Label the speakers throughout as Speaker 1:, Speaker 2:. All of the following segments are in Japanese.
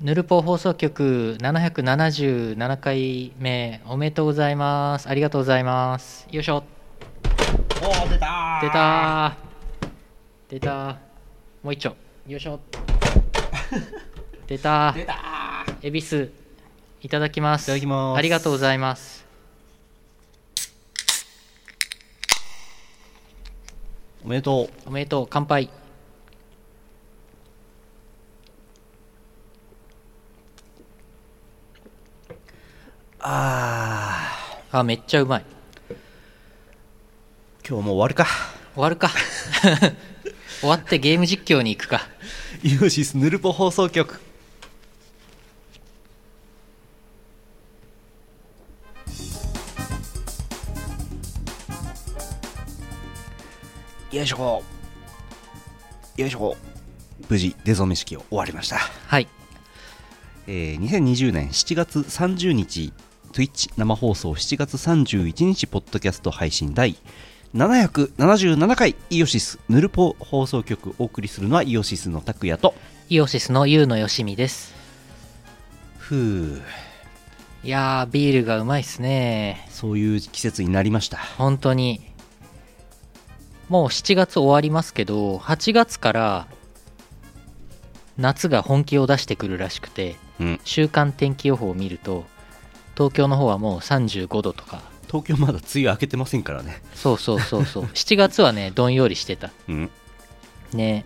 Speaker 1: ヌルポ放送局777回目おめでとうございますありがとうございますよいしょ
Speaker 2: おお出たー
Speaker 1: 出たー出たーもう一丁よいしょ出た
Speaker 2: 出
Speaker 1: ー
Speaker 2: たー
Speaker 1: 恵比寿いただきます
Speaker 2: いただきます
Speaker 1: ありがとうございます
Speaker 2: おめでとう
Speaker 1: おめでとう乾杯
Speaker 2: あ
Speaker 1: あめっちゃうまい
Speaker 2: ー今日もう終わるか
Speaker 1: 終わるか 終わってゲーム実況に行くか
Speaker 2: イオシスヌルポ放送局よいしょよいしょ無事出初め式を終わりました、
Speaker 1: はい
Speaker 2: えー、2020年7月30日 Twitch 生放送7月31日ポッドキャスト配信第777回イオシスヌルポ放送局お送りするのはイオシスの拓也と
Speaker 1: イオシスのユウのよしみです
Speaker 2: ふう
Speaker 1: いやービールがうまいっすね
Speaker 2: そういう季節になりました
Speaker 1: 本当にもう7月終わりますけど8月から夏が本気を出してくるらしくて
Speaker 2: うん
Speaker 1: 週間天気予報を見ると東京の方はもう35度とか
Speaker 2: 東京まだ梅雨明けてませんからね
Speaker 1: そうそうそう そう7月はねどんよりしてた
Speaker 2: うん
Speaker 1: ね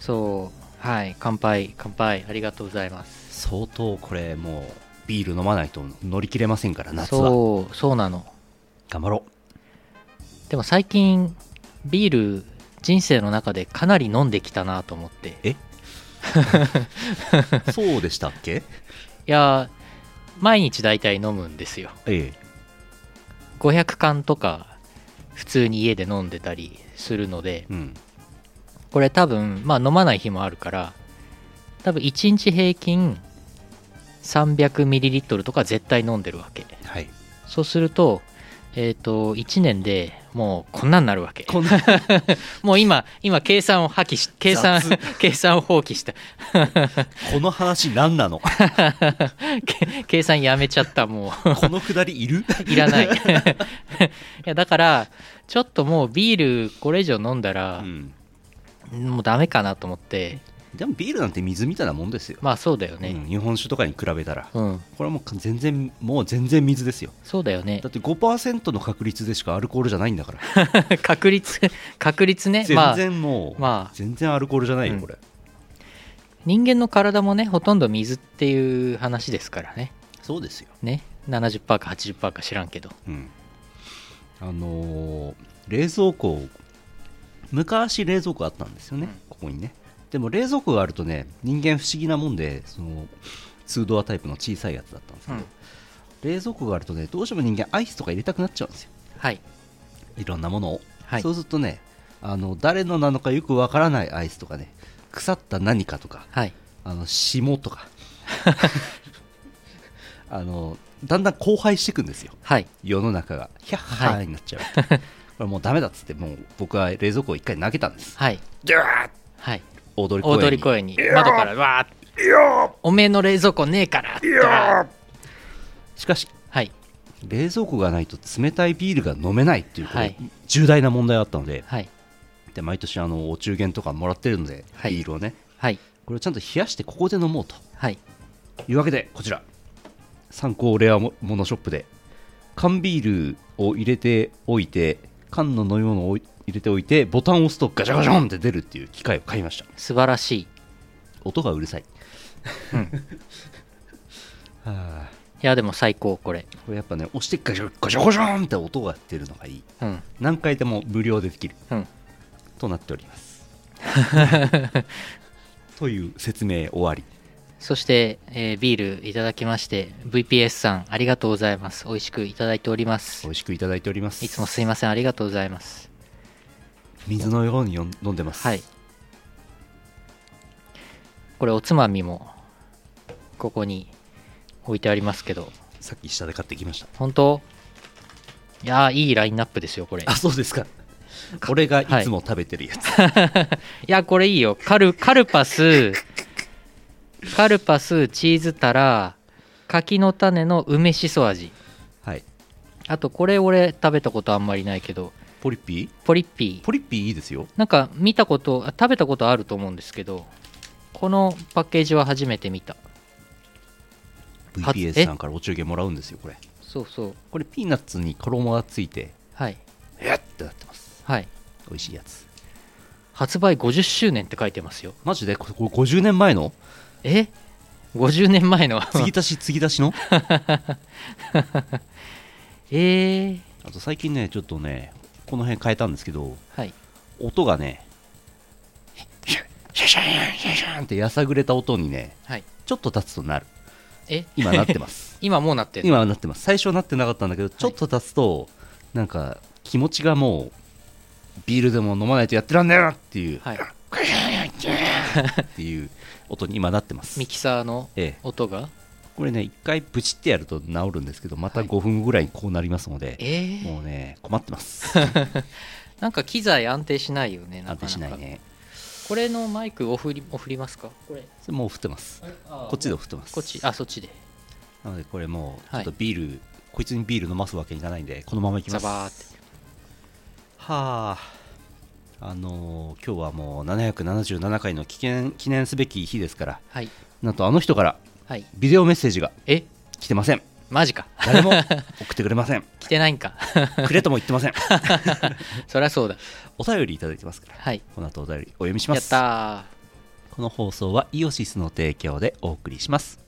Speaker 1: そうはい乾杯乾杯ありがとうございます
Speaker 2: 相当これもうビール飲まないと乗り切れませんから夏は
Speaker 1: そうそうなの
Speaker 2: 頑張ろ
Speaker 1: でも最近ビール人生の中でかなり飲んできたなと思って
Speaker 2: う そうでしたっけ
Speaker 1: いやー毎日大体飲むんですよ
Speaker 2: ええ
Speaker 1: 500缶とか普通に家で飲んでたりするので
Speaker 2: うん
Speaker 1: これ多分まあ飲まない日もあるから多分1日平均 300ml とか絶対飲んでるわけ
Speaker 2: はい
Speaker 1: そうするとえっ、と1年でもうこんなになるわけ
Speaker 2: こんな
Speaker 1: もう今今計算を破棄し計算 計算を放棄した
Speaker 2: この話何なの こ
Speaker 1: け計算やめちゃったもう
Speaker 2: のくだりいる
Speaker 1: いらないいやだからちょっともうビールこれ以上飲んだ
Speaker 2: う
Speaker 1: ら、
Speaker 2: ん
Speaker 1: もうダメかなと思って
Speaker 2: でもビールなんて水みたいなもんですよ、
Speaker 1: まあそうだよ
Speaker 2: う
Speaker 1: ね
Speaker 2: ん日本酒とかに比べたら
Speaker 1: うん、
Speaker 2: これはもう全然もう全然水ですよ
Speaker 1: そうだよね
Speaker 2: だって5%の確率でしかアルコールじゃないんだか ら
Speaker 1: 確率確率ねま
Speaker 2: 全
Speaker 1: あ
Speaker 2: 然もう、
Speaker 1: まあ
Speaker 2: 全然アルコールじゃないよ
Speaker 1: うん
Speaker 2: これ、
Speaker 1: 人間の体もねほとんど水っていう話ですからね
Speaker 2: そうですよ、
Speaker 1: ね70%か80%か知らんけど
Speaker 2: うん、あのー冷蔵庫昔冷蔵庫あったんですよね、
Speaker 1: うん
Speaker 2: ここにねでも冷蔵庫があるとね人間不思議なもんでその2ドアタイプの小さいやつだったんですけど、
Speaker 1: うん
Speaker 2: 冷蔵庫があるとねどうしても人間アイスとか入れたくなっちゃうんですよ
Speaker 1: はい
Speaker 2: いろんなものを、
Speaker 1: はい
Speaker 2: そうするとねあの誰のなのかよくわからないアイスとかね腐った何かとか
Speaker 1: はい
Speaker 2: あの霜とか あのだんだん荒廃していくんですよ
Speaker 1: はい
Speaker 2: 世の中がひゃっは
Speaker 1: は
Speaker 2: ーになっちゃう、これもうダメだっつってもう僕は冷蔵庫を一回投げたんです
Speaker 1: はい
Speaker 2: でわー
Speaker 1: はい
Speaker 2: 大通り公
Speaker 1: 大
Speaker 2: 園
Speaker 1: 通
Speaker 2: に
Speaker 1: り公園に窓からわーおめえの冷蔵庫ねえからって
Speaker 2: しかし
Speaker 1: はい
Speaker 2: 冷蔵庫がないと冷たいビールが飲めないっていうこれ、
Speaker 1: はい
Speaker 2: 重大な問題があったので
Speaker 1: はい
Speaker 2: で毎年あのお中元とかもらってるので、
Speaker 1: はい
Speaker 2: ビールをね
Speaker 1: はい
Speaker 2: これをちゃんと冷やしてここで飲もうと
Speaker 1: はい
Speaker 2: いうわけでこちら参考レアもものショップで缶ビールを入れておいて缶の飲み物を入れておいてボタンを押すとガチャガチャンって出るっていう機械を買いました
Speaker 1: 素晴らしい
Speaker 2: 音がうるさい、はあ、
Speaker 1: いやでも最高これ
Speaker 2: これやっぱね押してガチャガチャガチャンって音が出るのがいい
Speaker 1: うん
Speaker 2: 何回でも無料でできる
Speaker 1: うん
Speaker 2: となっております という説明終わり
Speaker 1: そして、えービールいただきまして VPS さんありがとうございます美味しくいただいております
Speaker 2: 美味しくいただいております
Speaker 1: いつもすいませんありがとうございます
Speaker 2: 水のようによん飲んでます
Speaker 1: はいこれおつまみもここに置いてありますけど
Speaker 2: さっき下で買ってきました
Speaker 1: 本当いやーいいラインナップですよこれい
Speaker 2: あそうですか俺が
Speaker 1: はい
Speaker 2: いつも食べてるやつ、
Speaker 1: やこれいいよカルカルパスカルパスチーズタラ柿の種の梅しそ味
Speaker 2: はい
Speaker 1: あとこれ俺食べたことあんまりないけど
Speaker 2: ポリッピ
Speaker 1: ポリッピ
Speaker 2: ー
Speaker 1: ー
Speaker 2: ポリッピーいいですよ
Speaker 1: なんか見たことあ食べたことあると思うんですけどこのパッケージは初めて見たは
Speaker 2: VPS
Speaker 1: え
Speaker 2: さんからお中元もらうんですよこれ
Speaker 1: そうそう
Speaker 2: これピーナッツに衣がついて
Speaker 1: はい
Speaker 2: えっってなってます
Speaker 1: はい
Speaker 2: 美味しいやつ
Speaker 1: 発売50周年って書いてますよ
Speaker 2: マジでここれ50年前 の
Speaker 1: え50年前の
Speaker 2: 継ぎ足し継ぎ足しの
Speaker 1: えー、
Speaker 2: あと最近ねちょっとねこの辺変えたんですけど
Speaker 1: はい
Speaker 2: 音がねシャシャシャンシャシャンってやさぐれた音にね
Speaker 1: はい
Speaker 2: ちょっと経つとなる
Speaker 1: え
Speaker 2: 今なってます
Speaker 1: 今もうなってる
Speaker 2: 今はなってます最初はなってなかったんだけどちょっと経つとなんか気持ちがもうビールでも飲まないとやってらんねえなっていう、
Speaker 1: はい
Speaker 2: っていう音に今なってます
Speaker 1: ミキサーの
Speaker 2: ええ
Speaker 1: 音が
Speaker 2: これね一回ブチってやると治るんですけどまた
Speaker 1: はい
Speaker 2: 5分後ぐらいにこうなりますので、
Speaker 1: えー、
Speaker 2: もうね困ってます
Speaker 1: なんか機材安定しないよねなかな
Speaker 2: 安
Speaker 1: か
Speaker 2: 定しないね
Speaker 1: これのマイクを振りを振りますかこれ
Speaker 2: それもう振ってます
Speaker 1: こ
Speaker 2: こっちで振ってます
Speaker 1: こっちあそっちで
Speaker 2: なのでこれもうちょ
Speaker 1: は
Speaker 2: っ
Speaker 1: い
Speaker 2: とビール、こいつにビール飲ますわけにいかないんでこのままいき
Speaker 1: ザ
Speaker 2: ますは
Speaker 1: バーって
Speaker 2: ああのー今日はもう777回の記念記念すべき日ですから
Speaker 1: はい
Speaker 2: なんとあの人から
Speaker 1: はい
Speaker 2: ビデオメッセージが
Speaker 1: え
Speaker 2: 来てません
Speaker 1: マジか
Speaker 2: 誰も送ってくれません
Speaker 1: 来てないんか
Speaker 2: くれとも言ってません
Speaker 1: そりゃそうだ
Speaker 2: お便りいただいてますから
Speaker 1: はい
Speaker 2: この後お便りお読みし
Speaker 1: や
Speaker 2: ま
Speaker 1: っ
Speaker 2: す
Speaker 1: たー
Speaker 2: この放送はイオシスの提供でお送りします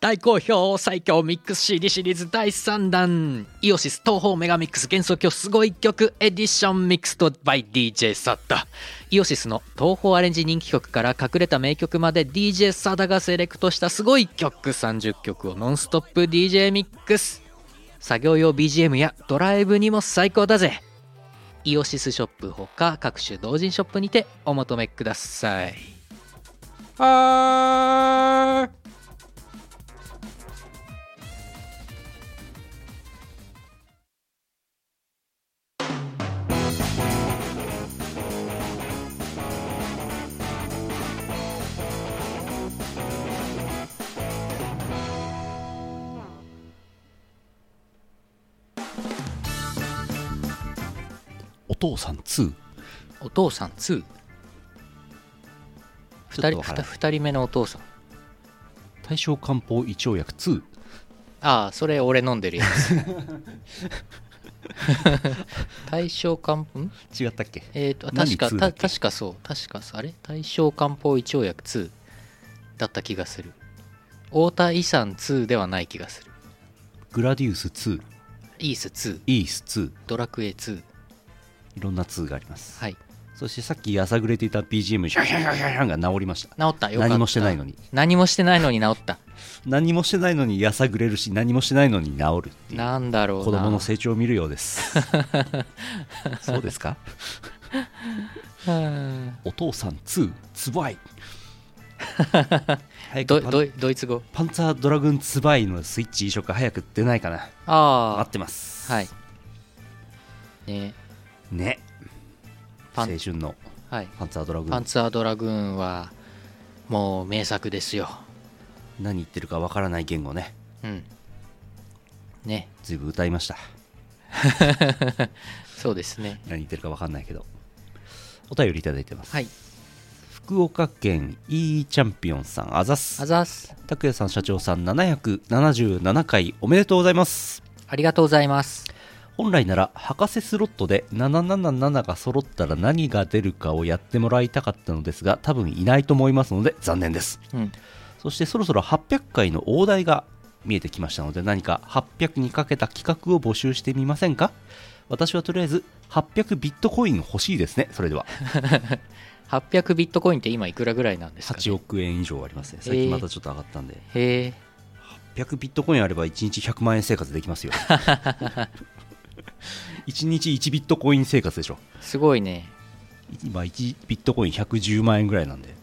Speaker 1: 大好評最強ミックス CD シリーズ第3弾イオシス東方メガミックス幻想郷すごい曲エディションミックスと by DJ サッダイオシスの東方アレンジ人気曲から隠れた名曲まで DJ サダがセレクトしたすごい曲30曲をノンストップ DJ ミックス作業用 BGM やドライブにも最高だぜイオシスショップほか各種同人ショップにてお求めくださいはーい
Speaker 2: お父さん2
Speaker 1: お父さん2
Speaker 2: ちょ
Speaker 1: 二
Speaker 2: っと
Speaker 1: 人
Speaker 2: わからない
Speaker 1: 二人目のお父さん
Speaker 2: 大正漢方胃腸薬2
Speaker 1: ああそれ俺飲んでるや つ大正漢方ん
Speaker 2: 違ったっけ
Speaker 1: えっ、とあ
Speaker 2: 何
Speaker 1: 確か
Speaker 2: 2だったけ
Speaker 1: 確かそう確かそうあれ大正漢方胃腸薬2だった気がする太田遺産2ではない気がする
Speaker 2: グラディウス2
Speaker 1: イース2
Speaker 2: イース2
Speaker 1: ドラクエ2
Speaker 2: いろんな2があります
Speaker 1: はい
Speaker 2: そしてさっきやさぐれていた BGM シャシャシャシャシャンが治りました
Speaker 1: 治ったよかった
Speaker 2: 何もしてないのに
Speaker 1: 何もしてないのに治った
Speaker 2: 何もしてないのにやさぐれるし何もしてないのに治るっていう
Speaker 1: なんだろう
Speaker 2: 子
Speaker 1: な
Speaker 2: 供の成長を見るようです そうですか
Speaker 1: うん
Speaker 2: お父さん2つばい 早
Speaker 1: ど
Speaker 2: くパン
Speaker 1: どドイツ語
Speaker 2: パンツァードラグーンツバイのスイッチ移植早く出ないかな
Speaker 1: あ
Speaker 2: 待ってます
Speaker 1: あはいね
Speaker 2: ね
Speaker 1: パ
Speaker 2: 青
Speaker 1: ン
Speaker 2: 春の
Speaker 1: はい
Speaker 2: パンツァードラグー
Speaker 1: パン
Speaker 2: ン
Speaker 1: ツァードラグーンはもう名作ですよ。
Speaker 2: 何言ってるかわからない言語ね
Speaker 1: うん。ね。
Speaker 2: ずいぶん歌いました
Speaker 1: そうですね。
Speaker 2: 何言ってるかわかんないけどお便りいただいてます、
Speaker 1: はい。
Speaker 2: 福岡県 E チャンピオンさんあざっす
Speaker 1: あざっす。
Speaker 2: 拓也さん社長さん777回おめでとうございます
Speaker 1: ありがとうございます。
Speaker 2: 本来なら博士スロットで777が揃ったら何が出るかをやってもらいたかったのですが多分いないと思いますので残念です
Speaker 1: うん。
Speaker 2: そしてそろそろ800回の大台が見えてきましたので何か800にかけた企画を募集してみませんか私はとりあえず800ビットコイン欲しいですねそれでは
Speaker 1: 800ビットコインって今いくらぐらいなんですか、ね、
Speaker 2: 8億円以上ありますね最近またちょっと上がったんで、
Speaker 1: へえ。
Speaker 2: 800ビットコインあれば1日100万円生活できます よ1日1ビットコイン生活でしょ
Speaker 1: すごいね。
Speaker 2: 今1ビットコイン110万円ぐらいなんで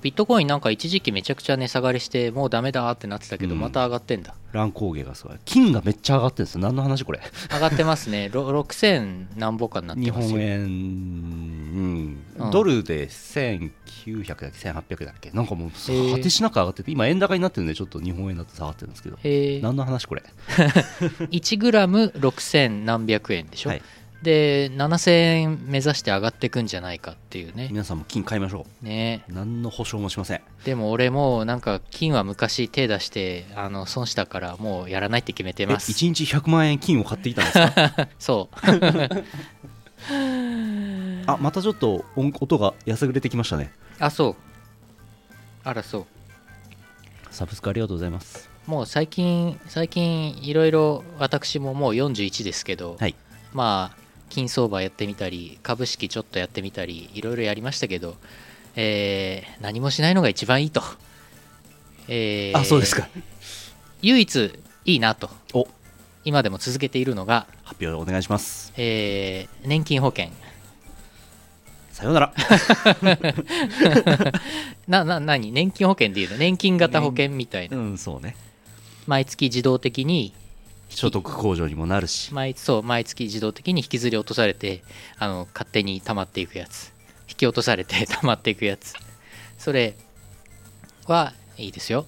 Speaker 1: ビットコインなんか一時期めちゃくちゃ値下がりしてもうダメだってなってたけど
Speaker 2: うん
Speaker 1: また上がってんだ、
Speaker 2: 乱高下がすごい金がめっちゃ上がってるんですよ何の話これ
Speaker 1: 上がってますねろ6000何ぼかになって
Speaker 2: 日
Speaker 1: ます
Speaker 2: 本
Speaker 1: よ
Speaker 2: 円、うん
Speaker 1: うん
Speaker 2: ドルで1900だっけ1800だっけなんかもう
Speaker 1: ー
Speaker 2: 果てしなく上がってて今円高になってるんでちょっと日本円だと下がってるんですけど
Speaker 1: へえ
Speaker 2: 何の話これ
Speaker 1: 1グラム6000何百円でしょ、
Speaker 2: はい
Speaker 1: で7000円目指して上がってくんじゃないかっていうね
Speaker 2: 皆さんも金買いましょ
Speaker 1: ね
Speaker 2: う何の保証もしません
Speaker 1: でも俺もうなんか金は昔手出してあの損したからもうやらないって決めて
Speaker 2: え
Speaker 1: ま
Speaker 2: 1
Speaker 1: す
Speaker 2: 日100万円金を買っていたんですか
Speaker 1: そう
Speaker 2: あまたちょっと音音が安ぐれてきましたね
Speaker 1: あそうあらそう
Speaker 2: サブスクありがとうございます
Speaker 1: もう最近最近いろいろ私ももう41ですけど、
Speaker 2: はい
Speaker 1: まあ金相場やってみたり株式ちょっとやってみたりいろいろやりましたけど、えー何もしないのが一番いいと、えー
Speaker 2: あそうですか
Speaker 1: 唯一いいなと
Speaker 2: お
Speaker 1: 今でも続けているのが、
Speaker 2: 発表お願いします
Speaker 1: えー年金保険
Speaker 2: さようなら
Speaker 1: なな何年金保険でいうの年金型保険みたいな
Speaker 2: うんそうね
Speaker 1: 毎月自動的に
Speaker 2: 所得控除にもなるし
Speaker 1: 毎そう毎月自動的に引きずり落とされてあの勝手に溜まっていくやつ引き落とされて 溜まっていくやつそれはいいですよ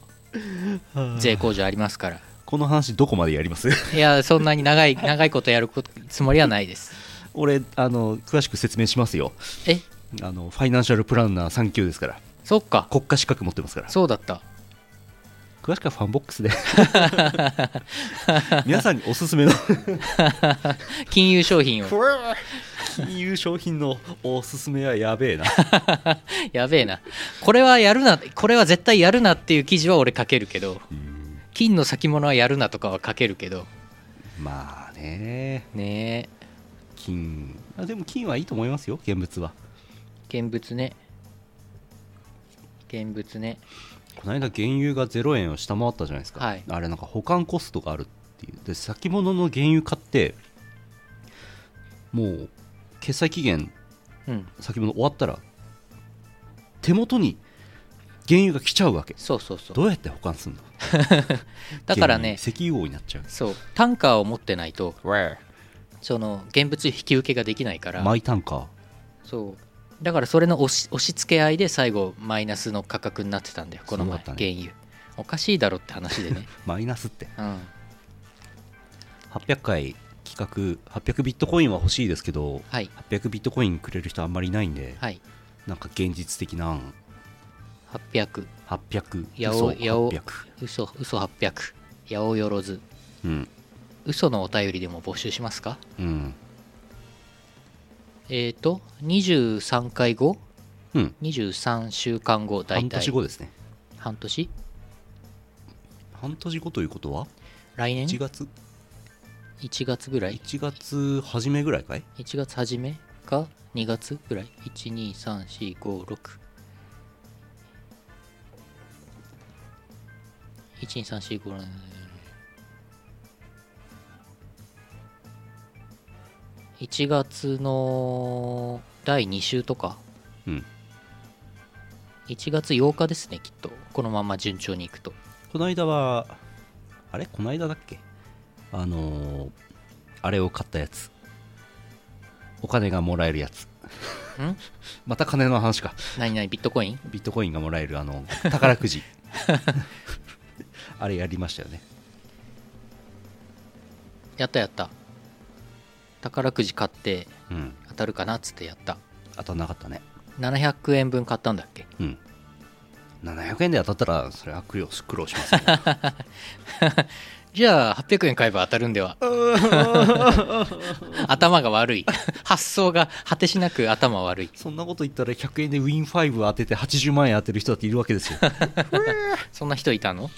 Speaker 1: 税控除ありますから
Speaker 2: この話どこまでやります
Speaker 1: いやそんなに長い長いことやるこつもりはないです
Speaker 2: 俺あの詳しく説明しますよ
Speaker 1: え
Speaker 2: あのファイナンシャルプランナー3級ですから
Speaker 1: そっか
Speaker 2: 国家資格持ってますから
Speaker 1: そうだった
Speaker 2: 詳しくはファンボックスで 皆さんにおすす めの
Speaker 1: 金融商品を
Speaker 2: 金融商品のおすすめはやべえな
Speaker 1: やべえなこれはやるなこれは絶対やるなっていう記事は俺書けるけど金の先物はやるなとかは書けるけど
Speaker 2: まあね
Speaker 1: ねえ
Speaker 2: 金あでも金はいいと思いますよ現物は
Speaker 1: 現物ね現物ね
Speaker 2: この間原油が0円を下回ったじゃないですか、
Speaker 1: はい
Speaker 2: あれなんか保管コストがあるっていうで先物の原油買ってもう決済期限
Speaker 1: うん
Speaker 2: 先物終わったら手元に原油が来ちゃうわけ
Speaker 1: そうそうそう
Speaker 2: どうやって保管するの
Speaker 1: だからね
Speaker 2: 原油石油王になっちゃう
Speaker 1: そう単価を持ってないとその現物引き受けができないから、
Speaker 2: マイタンカー
Speaker 1: そうだからそれの押し押し付け合いで最後マイナスの価格になってたんだよこの前、
Speaker 2: そうだった
Speaker 1: 原
Speaker 2: ね
Speaker 1: 油おかしいだろって話で ね
Speaker 2: マイナスって
Speaker 1: うん
Speaker 2: 800回企画800ビットコインは欲しいですけど
Speaker 1: はい
Speaker 2: 800ビットコインくれる人あんまりいないんで、
Speaker 1: はい
Speaker 2: なんか現実的な案
Speaker 1: 800
Speaker 2: 800
Speaker 1: や
Speaker 2: 嘘
Speaker 1: おやお
Speaker 2: 800
Speaker 1: 嘘嘘800やおよろず
Speaker 2: うん
Speaker 1: 嘘のお便りでも募集しますか
Speaker 2: うん
Speaker 1: えっ、ー、と23回後
Speaker 2: うん
Speaker 1: 23週間後大
Speaker 2: 半
Speaker 1: 体
Speaker 2: 年後ですね
Speaker 1: 半年
Speaker 2: 半年後ということは
Speaker 1: 来年
Speaker 2: 1月
Speaker 1: 1月ぐらい
Speaker 2: 1月初めぐらいかい
Speaker 1: 1月初めか2月ぐらい123456123456月の第2週とか
Speaker 2: うん
Speaker 1: 1月8日ですねきっとこのまま順調にいくと
Speaker 2: この間はあれこの間だっけあのーあれを買ったやつお金がもらえるやつ
Speaker 1: ん
Speaker 2: また金の話か
Speaker 1: 何々ビットコイン
Speaker 2: ビットコインがもらえるあの宝くじ あれやりましたよね
Speaker 1: やったやった宝くじ買って
Speaker 2: うん
Speaker 1: 当たるかなっつってやった
Speaker 2: 当たんなかったね
Speaker 1: 700円分買ったんだっけ
Speaker 2: うん700円で当たったらそれは苦労し苦労しますね
Speaker 1: じゃあ800円買えば当たるんでは頭が悪い発想が果てしなく頭悪い
Speaker 2: そんなこと言ったら100円でウィン5当てて80万円当てる人だっているわけですよ
Speaker 1: そんな人いたの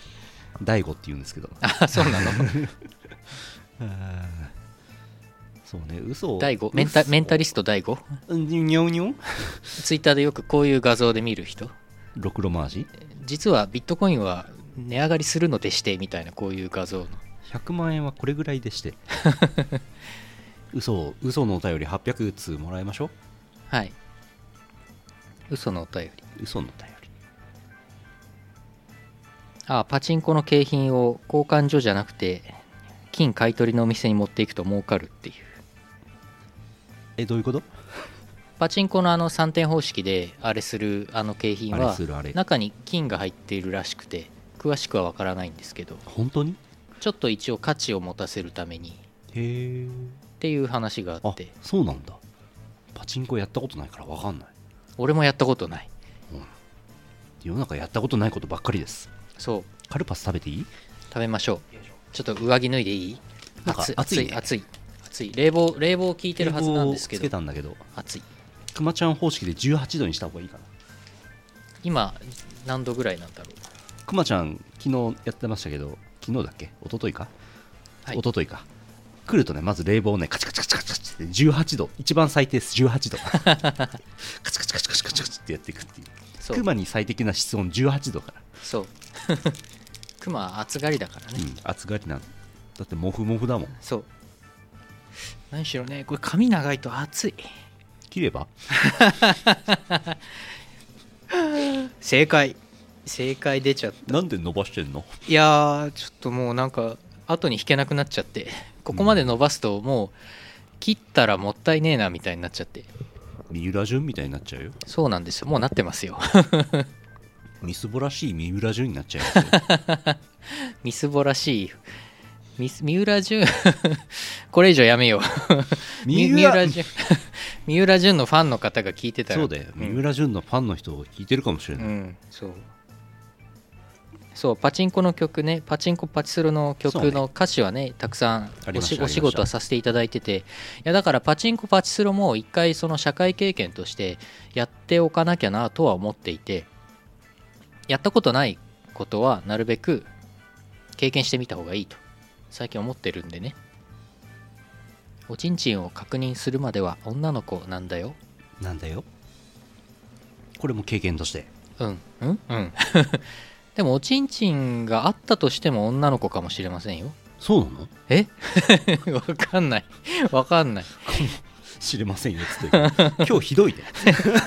Speaker 2: 大悟って言うんですけど
Speaker 1: あそうなの
Speaker 2: そうね嘘を
Speaker 1: 第5メンタメンタリスト第 5?
Speaker 2: うんにょんにょん
Speaker 1: ツイッターでよくこういう画像で見る人
Speaker 2: ろくろ回し
Speaker 1: 実はビットコインは値上がりするのでしてみたいなこういう画像の
Speaker 2: 100万円はこれぐらい でして嘘を嘘のお便り800通もらいましょ
Speaker 1: はい嘘のお便り
Speaker 2: う嘘のお便り
Speaker 1: あパチンコの景品を交換所じゃなくて金買い取りのお店に持っていくと儲かるっていう
Speaker 2: えどういうこと
Speaker 1: パチンコのあの3点方式であれするあの景品
Speaker 2: あれ
Speaker 1: は
Speaker 2: するあれ
Speaker 1: 中に金が入っているらしくて詳しくはわからないんですけど
Speaker 2: 本当に
Speaker 1: ちょっと一応価値を持たせるためにっ
Speaker 2: へえ
Speaker 1: ていう話があっ
Speaker 2: あ
Speaker 1: て
Speaker 2: そうなんだパチンコやったことないから分かんない
Speaker 1: 俺もやったことない
Speaker 2: 世の中やったことないことばっかりです
Speaker 1: そう
Speaker 2: カルパス食べていい
Speaker 1: 食べましょうちょっと上着脱いでいい
Speaker 2: なんか
Speaker 1: 暑い暑
Speaker 2: 暑い
Speaker 1: い
Speaker 2: ね
Speaker 1: 暑い暑い冷房冷房効いてるはずなんですけ
Speaker 2: つけ
Speaker 1: ど
Speaker 2: たんだけど
Speaker 1: 暑い
Speaker 2: くまちゃん方式で18度にした方がいいかな
Speaker 1: 今何度ぐらいなんだろう
Speaker 2: くまちゃん昨日やってましたけど昨日だっけ一昨日か、
Speaker 1: はい
Speaker 2: 一昨日か来るとねまず冷房をねカチカチカチカチカチって18度一番最低です18 度カチカチカチカチカチカチってやっていくっていう
Speaker 1: そう
Speaker 2: クマに最適な室温18度から、
Speaker 1: そう クマは暑がりだからね、
Speaker 2: うん、暑がりなんだってモフモフだもん
Speaker 1: そう何しろねこれ髪長いと暑い
Speaker 2: 切れば
Speaker 1: 正解正解出ちゃった
Speaker 2: なんで伸ばしてんの
Speaker 1: いやーちょっともうなんか後に引けなくなっちゃってここまで伸ばすともう切ったらもったいねえなみたいになっちゃって
Speaker 2: 三浦淳みたいになっちゃうよ
Speaker 1: そうなんですよもうなってますよ
Speaker 2: みすぼらしい三浦淳になっちゃうよ
Speaker 1: みすぼらしいみす三浦淳 これ以上やめよう み
Speaker 2: 三
Speaker 1: 三
Speaker 2: 浦
Speaker 1: 浦淳三浦淳のファンの方が聞いてたら
Speaker 2: そうだよ
Speaker 1: ん
Speaker 2: 三浦淳のファンの人聞いてるかもしれ
Speaker 1: う
Speaker 2: ない、
Speaker 1: んそうそうパチンコの曲ねパチンコパチスロの曲の歌詞はねたくさん
Speaker 2: あり
Speaker 1: お
Speaker 2: ました
Speaker 1: し
Speaker 2: ありま
Speaker 1: お
Speaker 2: した
Speaker 1: 仕事はさせていただいてていやだからパチンコパチスロも一回その社会経験としてやっておかなきゃなとは思っていてやったことないことはなるべく経験してみた方がいいと最近思ってるんでねおちんちんを確認するまでは女の子なんだよ
Speaker 2: なんだよこれも経験として
Speaker 1: うんうんうん でもおちんちんがあったとしても女の子かもしれませんよ
Speaker 2: そうなの
Speaker 1: え わかんないわかんない
Speaker 2: 知れませんよつ ってるけど今日ひどいね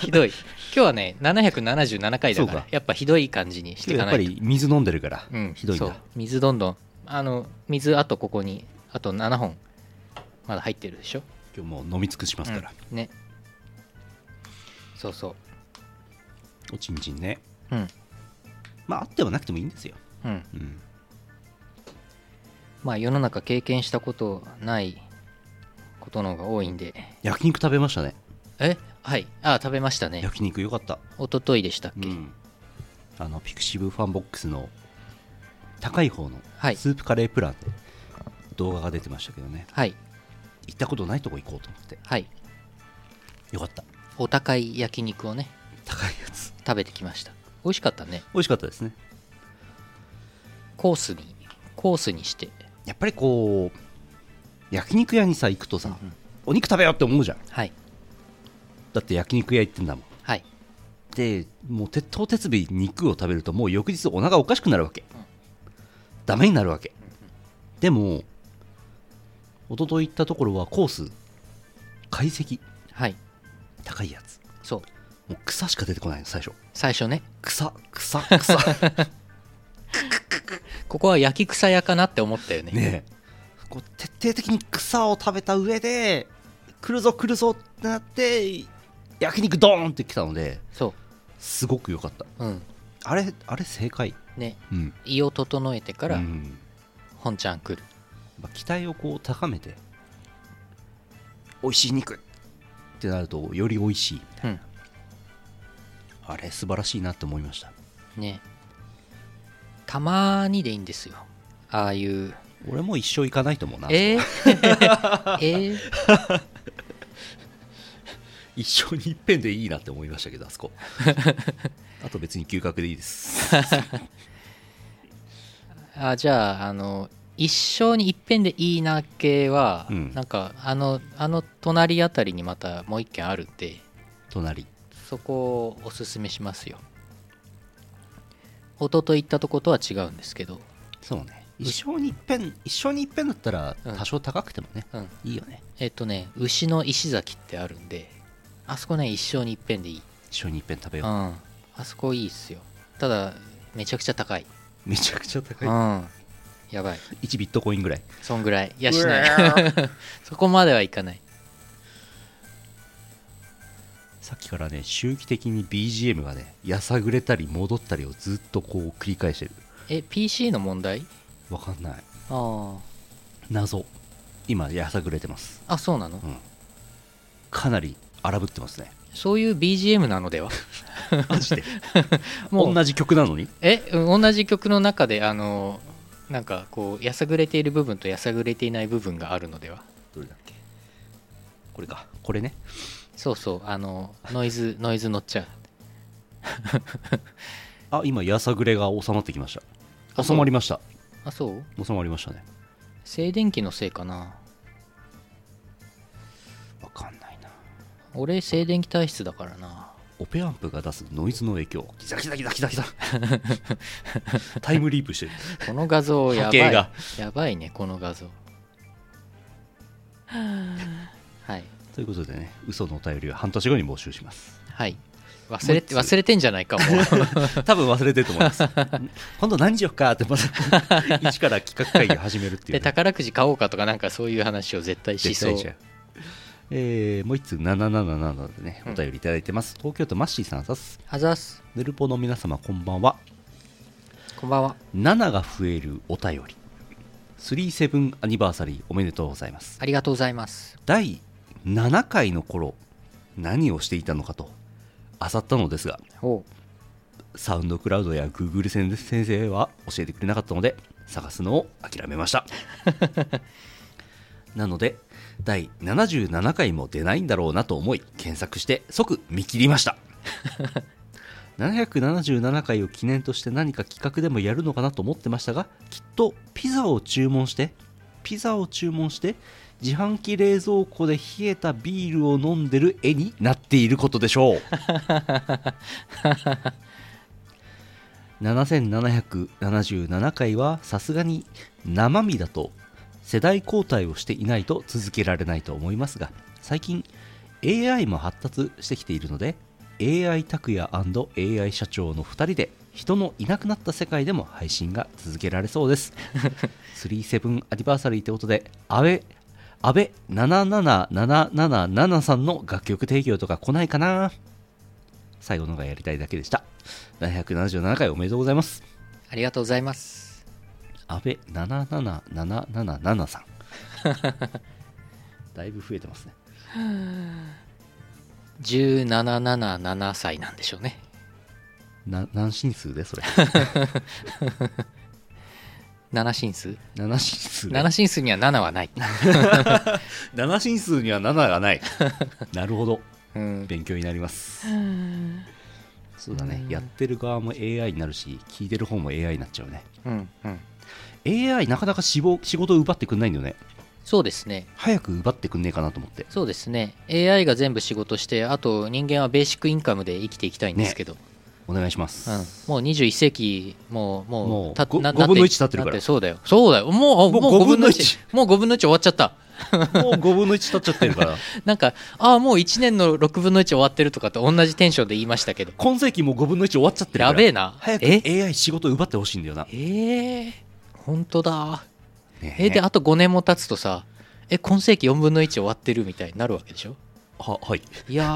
Speaker 1: ひどい今日はね777回だから
Speaker 2: そうか
Speaker 1: やっぱひどい感じにしてい
Speaker 2: や
Speaker 1: か
Speaker 2: っ
Speaker 1: ない
Speaker 2: ぱ
Speaker 1: と
Speaker 2: り水飲んでるから、
Speaker 1: うん、
Speaker 2: ひどいん
Speaker 1: そう
Speaker 2: だ
Speaker 1: 水どんどんあの水あとここにあと7本まだ入ってるでしょ
Speaker 2: 今日もう飲み尽くしますから、
Speaker 1: うんねそうそ
Speaker 2: おちんちんね
Speaker 1: ううん
Speaker 2: まああってはなくてもいいんですよ、
Speaker 1: うん
Speaker 2: うん、
Speaker 1: まあ世の中経験したことないことの方が多いんで
Speaker 2: 焼肉食べましたね
Speaker 1: えはいあ食べましたね
Speaker 2: 焼肉よかった、
Speaker 1: 一昨日でしたっけ、
Speaker 2: うんあのピクシブファンボックスの高い方の
Speaker 1: はい
Speaker 2: スープカレープランで動画が出てましたけどね
Speaker 1: はい
Speaker 2: 行ったことないとこ行こうと思って
Speaker 1: はい
Speaker 2: よかった
Speaker 1: お高い焼肉をね
Speaker 2: 高いやつ
Speaker 1: 食べてきました美味しかったね
Speaker 2: 美味しかったですね
Speaker 1: コースにコースにして
Speaker 2: やっぱりこう焼肉屋にさ行くとさ、
Speaker 1: うんうん
Speaker 2: お肉食べようって思うじゃん
Speaker 1: はい
Speaker 2: だって焼肉屋行ってんだもん
Speaker 1: はい
Speaker 2: でもう鉄頭鉄尾肉を食べるともう翌日お腹おかしくなるわけ、ダメになるわけ、でも一昨日行ったところはコース解析
Speaker 1: はい
Speaker 2: 高いやつ
Speaker 1: そう
Speaker 2: もう草しか出てこないの最初
Speaker 1: 最初ね
Speaker 2: 草草 草
Speaker 1: ここは焼き草屋かなって思ったよね
Speaker 2: ねえこう徹底的に草を食べた上で来るぞ来るぞってなって焼肉ドーンってきたので
Speaker 1: そ
Speaker 2: すごく良かった
Speaker 1: ううん
Speaker 2: あれあれ正解
Speaker 1: ね
Speaker 2: うん
Speaker 1: 胃を整えてから
Speaker 2: うん
Speaker 1: 本ちゃん来る
Speaker 2: まあ期待をこう高めて美味しい肉ってなるとより美味しい
Speaker 1: うん
Speaker 2: あれ素晴らしいなって思いました
Speaker 1: ねたまーにでいいんですよああいう
Speaker 2: 俺もう一生行かないと思うな
Speaker 1: えー、えー、
Speaker 2: 一生に一遍でいいなって思いましたけどあ そこあと別に嗅覚でいいです
Speaker 1: あじゃああの一生に一遍でいいな系は、
Speaker 2: うん
Speaker 1: なんかあのあの隣あたりにまたもう一軒あるんで
Speaker 2: 隣
Speaker 1: そこをおすすめしますよ一昨日行ったとことは違うんですけど
Speaker 2: そうね一生に一遍一生に一遍だったら
Speaker 1: うん
Speaker 2: 多少高くてもね、
Speaker 1: うん
Speaker 2: いいよね
Speaker 1: えっとね牛の石崎ってあるんであそこね一生に一遍でいい、
Speaker 2: 一生に一遍食べ
Speaker 1: うん、
Speaker 2: よう、
Speaker 1: あそこいいっすよただめちゃくちゃ高い
Speaker 2: めちゃくちゃ高い
Speaker 1: うんやばい
Speaker 2: 1ビットコインぐらい
Speaker 1: そんぐらいいやし
Speaker 2: う
Speaker 1: ない
Speaker 2: わ
Speaker 1: そこまではいかない
Speaker 2: さっきからね周期的に BGM がねやさぐれたり戻ったりをずっとこう繰り返してる
Speaker 1: え PC の問題
Speaker 2: わかんない
Speaker 1: あ
Speaker 2: 謎今やさぐれてます
Speaker 1: ああそうなの
Speaker 2: うんかなり荒ぶってますね
Speaker 1: そういう BGM なので は
Speaker 2: マジで
Speaker 1: もう
Speaker 2: 同じ曲なのに
Speaker 1: えうん同じ曲の中であのなんかこうやさぐれている部分とやさぐれていない部分があるのでは
Speaker 2: どれだっけこれかこれね
Speaker 1: そうそうあのノイズ ノイズ乗っちゃう
Speaker 2: あ今やさぐれが収まってきまし
Speaker 1: あ
Speaker 2: た
Speaker 1: そう
Speaker 2: 収まりました
Speaker 1: あそう
Speaker 2: 収まりましたね
Speaker 1: 静電気のせいかな
Speaker 2: わかんないな
Speaker 1: 俺静電気体質だからな
Speaker 2: オペアンプが出すノイズの影響ギザギザギザギザギザタイムリープしてる
Speaker 1: この画像やばい
Speaker 2: 波形が
Speaker 1: やばいねこの画像はあはい
Speaker 2: ということでね嘘のお便りは半年後に募集します
Speaker 1: はい忘れて
Speaker 2: もう一つ
Speaker 1: 忘れてんじゃないかも う
Speaker 2: 多分忘れてると思います今度何しようかってまた一から企画会議を始めるってい う
Speaker 1: で
Speaker 2: ね、
Speaker 1: 宝くじ買おうかとかなんかそういう話を絶対し
Speaker 2: 絶
Speaker 1: そう
Speaker 2: 対じゃんえーもう一通777でねお便りいただいてます、東京都マッシーさんさす
Speaker 1: あざっす
Speaker 2: ヌルポの皆様こんばんは
Speaker 1: こんばんは
Speaker 2: 7が増えるお便り37アニバーサリーおめでとうございます
Speaker 1: ありがとうございます
Speaker 2: 第7回の頃何をしていたのかと漁ったのですが
Speaker 1: おう
Speaker 2: サウンドクラウドや Google 先生は教えてくれなかったので探すのを諦めました なので第77回も出ないんだろうなと思い検索して即見切りました 777回を記念として何か企画でもやるのかなと思ってましたがきっとピザを注文してピザを注文して自販機冷蔵庫で冷えたビールを飲んでる絵になっていることでしょう7777回はさすがに生身だと世代交代をしていないと続けられないと思いますが最近 AI も発達してきているので AI 拓也 &AI 社長の2人で人のいなくなった世界でも配信が続けられそうです37アニバーサリーってことで安倍安倍77777さんの楽曲提供とか来ないかな最後のがやりたいだけでした777回おめでとうございます
Speaker 1: ありがとうございます
Speaker 2: 安倍77777さん だいぶ増えてますね
Speaker 1: 1777歳なんでしょうね
Speaker 2: な何進数で それ
Speaker 1: 7進数
Speaker 2: 7進数で
Speaker 1: 7進数には7はない、
Speaker 2: 7進数には7が ないなるほど
Speaker 1: うん、
Speaker 2: 勉強になりますそうだね
Speaker 1: うん
Speaker 2: やってる側も AI になるし聞いてる方も AI になっちゃうね
Speaker 1: うんうん、
Speaker 2: AI なかなか死亡仕事を奪ってくんないんだよね
Speaker 1: そうですね、
Speaker 2: 早く奪ってくんねえかなと思って
Speaker 1: そうですね、AI が全部仕事して、あと人間はベーシックインカムで生きていきたいんですけど、
Speaker 2: お願いします、
Speaker 1: うん、もう21世紀、もう、もう、
Speaker 2: もう
Speaker 1: た
Speaker 2: ご
Speaker 1: な
Speaker 2: 5分の1経ってるから
Speaker 1: そうだよ、そうだよ、もう、
Speaker 2: もう
Speaker 1: もう
Speaker 2: 5分の1
Speaker 1: 1もう5分の1終わっちゃった、
Speaker 2: もう5分の1経っちゃって るから
Speaker 1: なんか、ああ、もう1年の6分の1終わってるとかと同じテンションで言いましたけど、
Speaker 2: 今世紀もう5分の1終わっちゃってるから
Speaker 1: やべえな、
Speaker 2: 早く
Speaker 1: え
Speaker 2: AI 仕事奪ってほしいんだよな、
Speaker 1: えー、本当だ、
Speaker 2: ね
Speaker 1: えで、あと5年も経つとさ、え、今世紀4分の1終わってるみたいになるわけでしょ
Speaker 2: ははい
Speaker 1: いや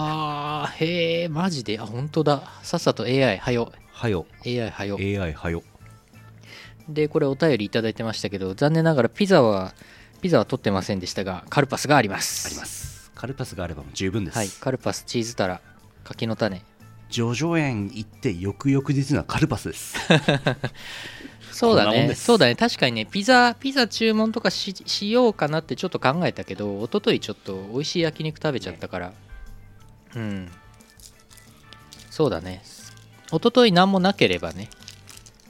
Speaker 1: ー、へえ、マジで、あ、本当だ。さっさと AI、はよ。
Speaker 2: はよ
Speaker 1: AI、はよ。
Speaker 2: AI はよ
Speaker 1: で、これお便りいただいてましたけど、残念ながらピザは、ピザは取ってませんでしたが、カルパスがあります。
Speaker 2: ありますカルパスがあればもう十分です、
Speaker 1: はい、カルパス、チーズタラ、柿の種。
Speaker 2: 叙々苑行って翌々日にはカルパスです
Speaker 1: そうだ
Speaker 2: こんなもん
Speaker 1: ね、
Speaker 2: です
Speaker 1: そうだね、確かにね、ピザ、ピザ注文とかししようかなってちょっと考えたけど、一昨日ちょっと美味しい焼肉食べちゃったから、うん。そうだね、一昨日何もなければね、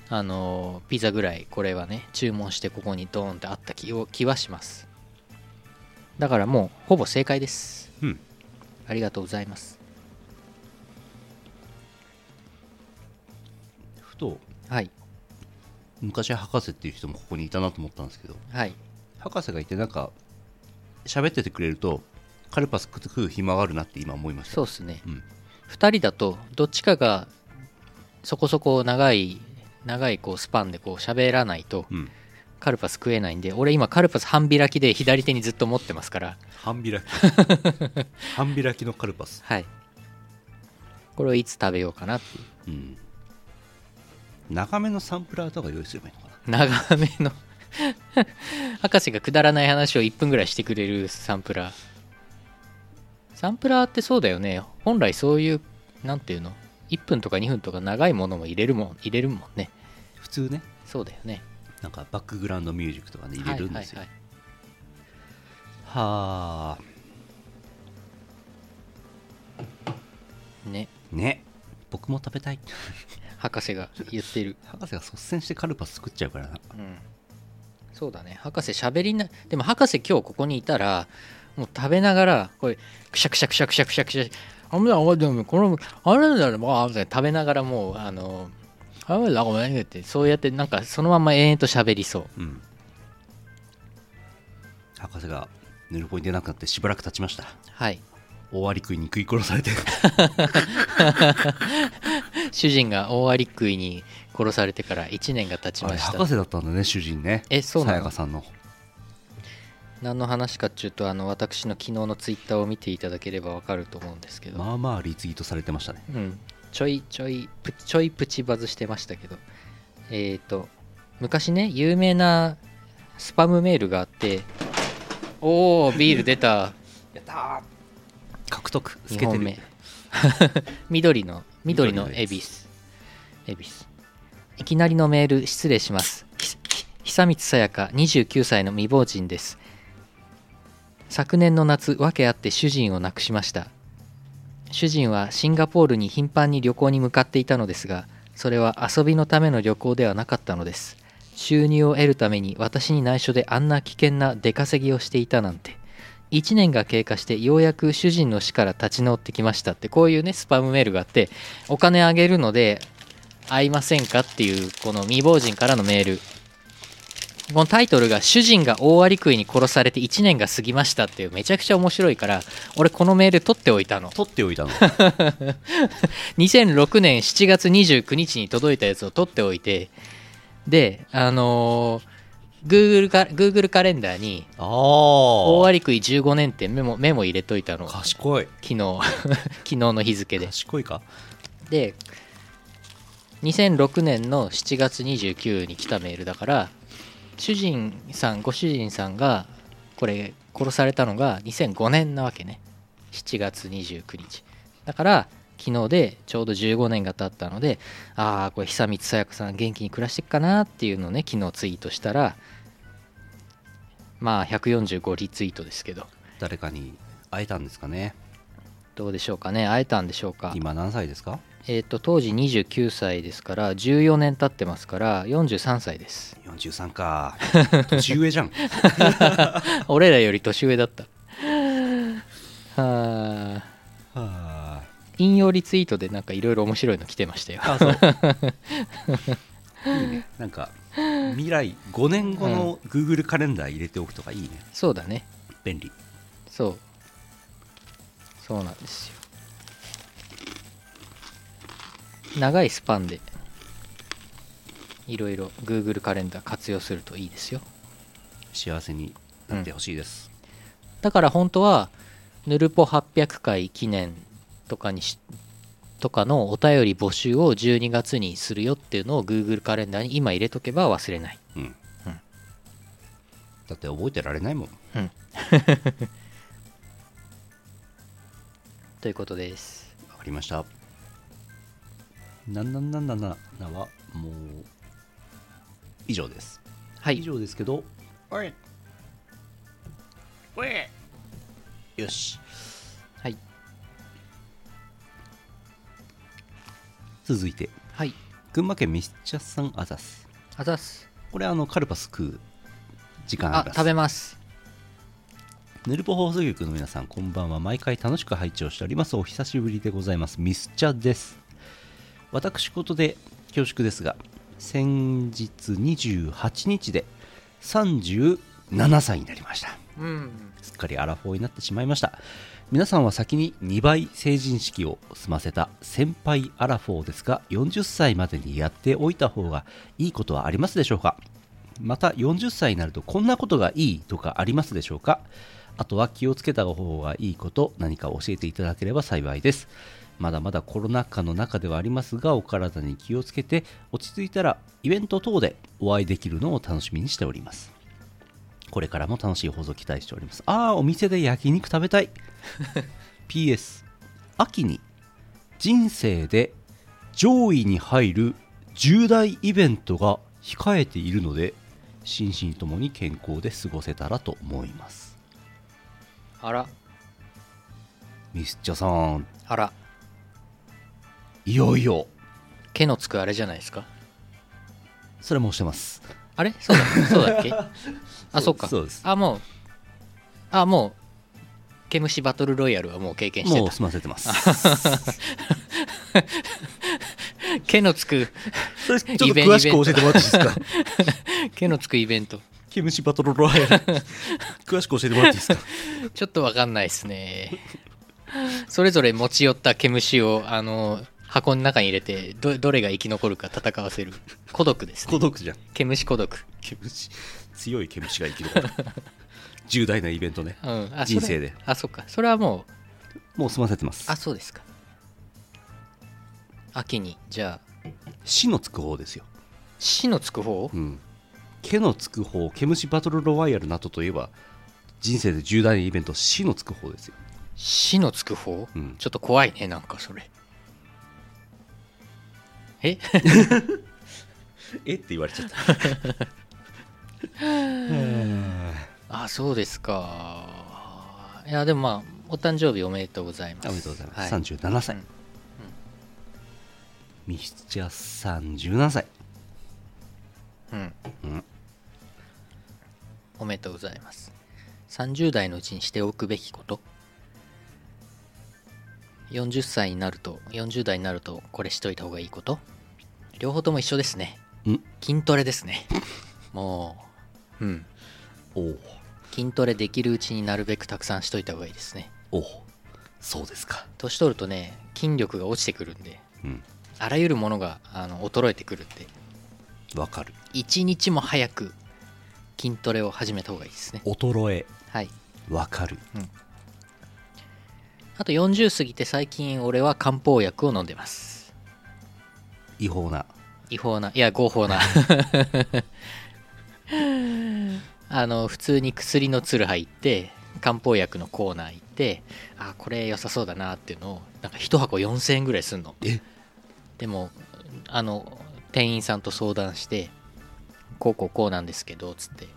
Speaker 1: あのーピザぐらい、これはね、注文してここにドーンってあった気を気はします。だからもう、ほぼ正解です。
Speaker 2: うん
Speaker 1: ありがとうございます。
Speaker 2: ふと
Speaker 1: はい、
Speaker 2: 昔博士っていう人もここにいたなと思ったんですけど
Speaker 1: はい。
Speaker 2: 博士がいてなんか喋っててくれるとカルパス食う暇があるなって今思いました
Speaker 1: そうっすね、
Speaker 2: うん
Speaker 1: 2人だとどっちかがそこそこ長い長いこうスパンでこう喋らないと
Speaker 2: うん
Speaker 1: カルパス食えないんで俺今カルパス半開きで左手にずっと持ってますから
Speaker 2: 半開き 半開きのカルパス、
Speaker 1: はいこれをいつ食べようかなっていう
Speaker 2: うん、長めのサンプラーとか用意すればいいのかな
Speaker 1: 長めの 博士がくだらない話を1分ぐらいしてくれるサンプラーサンプラーってそうだよね本来そういうなんていうの1分とか2分とか長いものも入れるもん入れるもんね
Speaker 2: 普通ね
Speaker 1: そうだよね
Speaker 2: なんかバックグラウンドミュージックとかね入れるんですよ
Speaker 1: ははい
Speaker 2: はいあ
Speaker 1: はいね
Speaker 2: ね僕も食べたい
Speaker 1: 博士が言ってる
Speaker 2: 博士が率先してカルパス作っちゃうからな
Speaker 1: うんそうだね博士喋りなでも博士今日ここにいたらもう食べながらこれくしゃくしゃくしゃくしゃくしゃくしゃあんまりあでもこのあれだろまあ食べながらもうあのあれだごめんねってそうやってなんかそのまま延々と喋りそう
Speaker 2: うん博士がヌルポに出なくなってしばらく経ちました
Speaker 1: はい
Speaker 2: オオアリクイに食い殺されて
Speaker 1: 主人が大アリクイに殺されてから1年が経ち
Speaker 2: あ
Speaker 1: ま
Speaker 2: れ
Speaker 1: した
Speaker 2: 博士だったんだね主人ね
Speaker 1: えそうなの
Speaker 2: さやかさんの
Speaker 1: 何の話かっちゅうとあの私の昨日のツイッターを見ていただければわかると思うんですけど
Speaker 2: まあまあリツイートされてましたね
Speaker 1: うん、ちょいちょいプちょいプチバズしてましたけどえっ、と昔ね有名なスパムメールがあっておおビール出た
Speaker 2: やったー獲得透
Speaker 1: 2
Speaker 2: けて
Speaker 1: 本
Speaker 2: る
Speaker 1: 目 緑の緑
Speaker 2: 緑の
Speaker 1: の
Speaker 2: や
Speaker 1: 恵
Speaker 2: つ
Speaker 1: 比寿恵比寿いきなりのメール失礼しますひ久光さやか29歳の未亡人です昨年の夏訳あって主人を亡くしました主人はシンガポールに頻繁に旅行に向かっていたのですがそれは遊びのための旅行ではなかったのです収入を得るために私に内緒であんな危険な出稼ぎをしていたなんて1年が経過してようやく主人の死から立ち直ってきましたってこういうねスパムメールがあってお金あげるので会いませんかっていうこの未亡人からのメールこのタイトルが「主人が大アリクイに殺されて1年が過ぎました」っていうめちゃくちゃ面白いから俺このメール取っておいたの
Speaker 2: 取って おいたの
Speaker 1: 2006年7月29日に届いたやつを取っておいてであのー Google, か Google カレンダーに「大
Speaker 2: あ
Speaker 1: アリクイ15年」ってメモメモ入れといたの
Speaker 2: あ
Speaker 1: 昨
Speaker 2: 賢い
Speaker 1: 日 昨日の日付で
Speaker 2: 賢いか
Speaker 1: で2006年の7月29に来たメールだから主人さんご主人さんがこれ殺されたのが2005年なわけね7月29日だから昨日でちょうど15年が経ったのでああこれ久光さやかさん元気に暮らしてっかなっていうのをね昨日ツイートしたらまあ145リツイートですけど
Speaker 2: 誰かに会えたんですかね
Speaker 1: どうでしょうかね会えたんでしょうか
Speaker 2: 今何歳ですか
Speaker 1: えー、と当時29歳ですから14年経ってますから43歳です
Speaker 2: 43か 年上じゃん
Speaker 1: 俺らより年上だったはあ
Speaker 2: は
Speaker 1: 引用リツイートでなんかいろいろ面白いの来てましたよ
Speaker 2: あそういいねなんか未来5年後の Google カレンダー入れておくとかいいね
Speaker 1: そうだね
Speaker 2: 便利
Speaker 1: そうそうなんですよ長いスパンでいろいろ Google カレンダー活用するといいですよ
Speaker 2: 幸せになってほしいです、
Speaker 1: だから本当はぬるぽ800回記念とかにしとかのお便り募集を12月にするよっていうのを Google カレンダーに今入れとけば忘れない
Speaker 2: うん
Speaker 1: うん
Speaker 2: だって覚えてられないもん
Speaker 1: ということです
Speaker 2: わかりました。なんなんなんなんなんなんはもう以上です。
Speaker 1: は
Speaker 2: 以
Speaker 1: い
Speaker 2: 上ですけど。おい。おい。よし。
Speaker 1: はい
Speaker 2: 続いて
Speaker 1: はい
Speaker 2: 群馬県ミスチャさんアザス。
Speaker 1: あざっす
Speaker 2: これあのカルパス食う時間あ
Speaker 1: あ
Speaker 2: る
Speaker 1: 食べます
Speaker 2: ヌルポ放送局の皆さんこんばんは毎回楽しく拝聴しておりますお久しぶりでございますミスチャです私事で恐縮ですが先日28日で37歳になりました
Speaker 1: うん
Speaker 2: すっかりアラフォーになってしまいました皆さんは先に2倍成人式を済ませた先輩アラフォーですが40歳までにやっておいた方がいいことはありますでしょうかまた40歳になるとこんなことがいいとかありますでしょうかあとは気をつけた方がいいこと何か教えていただければ幸いですまだまだコロナ禍の中ではありますがお体に気をつけて落ち着いたらイベント等でお会いできるのを楽しみにしておりますこれからも楽しい放送期待しておりますああお店で焼肉食べ たい PS 秋に人生で上位に入る重大イベントが控えているので心身ともに健康で過ごせたらと思います
Speaker 1: あら
Speaker 2: ミスチャさん
Speaker 1: あら
Speaker 2: いよいよ
Speaker 1: 毛のつくあれじゃないですか
Speaker 2: それも押してます
Speaker 1: あれそうだそうだっけあそっか
Speaker 2: そうです
Speaker 1: あもうあもう毛虫バトルロイヤルはもう経験して
Speaker 2: も
Speaker 1: た
Speaker 2: う済ませてます
Speaker 1: 毛のつく
Speaker 2: それちょっ と詳しく教えてもらっていいですか
Speaker 1: 毛のつくイベント
Speaker 2: キムチバトルロワイ ヤル詳しく教えてもらっていいですか
Speaker 1: ちょっとわかんないですねそれぞれ持ち寄った毛虫をあの箱の中に入れてどどれが生き残るか戦わせる孤独です、ね、
Speaker 2: 孤独じゃん
Speaker 1: 毛虫孤独
Speaker 2: 毛虫強い毛虫が生きること 重大なイベントね
Speaker 1: うん、あ
Speaker 2: 人生で
Speaker 1: それあそっかそれはもう
Speaker 2: もう済ませてます
Speaker 1: あそうですか秋にじゃあ
Speaker 2: 「死」のつく方ですよ、
Speaker 1: 「死」のつく方
Speaker 2: うん、毛のつく方毛虫バトルロワイヤルなどといえば人生で重大なイベント「死」のつく方ですよ
Speaker 1: 「死」のつく方、
Speaker 2: うん
Speaker 1: ちょっと怖いねなんかそれえ
Speaker 2: えって言われち ゃったお
Speaker 1: あそうですかいやでもまあお誕生日おめでとうございます
Speaker 2: めでとうございます、
Speaker 1: は
Speaker 2: 37歳、
Speaker 1: うんうん
Speaker 2: ミスチャさん17歳
Speaker 1: うん
Speaker 2: うん
Speaker 1: おめでとうございます30代のうちにしておくべきこと40歳になると40代になるとこれしといた方がいいこと両方とも一緒ですね
Speaker 2: ん
Speaker 1: 筋トレですねもううん
Speaker 2: おお
Speaker 1: 筋トレできるうちになるべくたくさんしといた方がいいですね
Speaker 2: おおそうですか
Speaker 1: 年取るとね筋力が落ちてくるんで
Speaker 2: うん
Speaker 1: あらゆるものがあの衰えてくるんで
Speaker 2: わかる
Speaker 1: 一日も早く筋トレを始めた方がいいですね
Speaker 2: 衰え
Speaker 1: はい
Speaker 2: わかる
Speaker 1: あと40過ぎて最近俺は漢方薬を飲んでます
Speaker 2: 違法な
Speaker 1: 違法ないや合法な あの普通に薬のツルハ行って漢方薬のコーナー行ってあこれ良さそうだなっていうのをなんか1箱4000円ぐらいすんの
Speaker 2: え
Speaker 1: でもあの店員さんと相談してこうこうこうなんですけどつって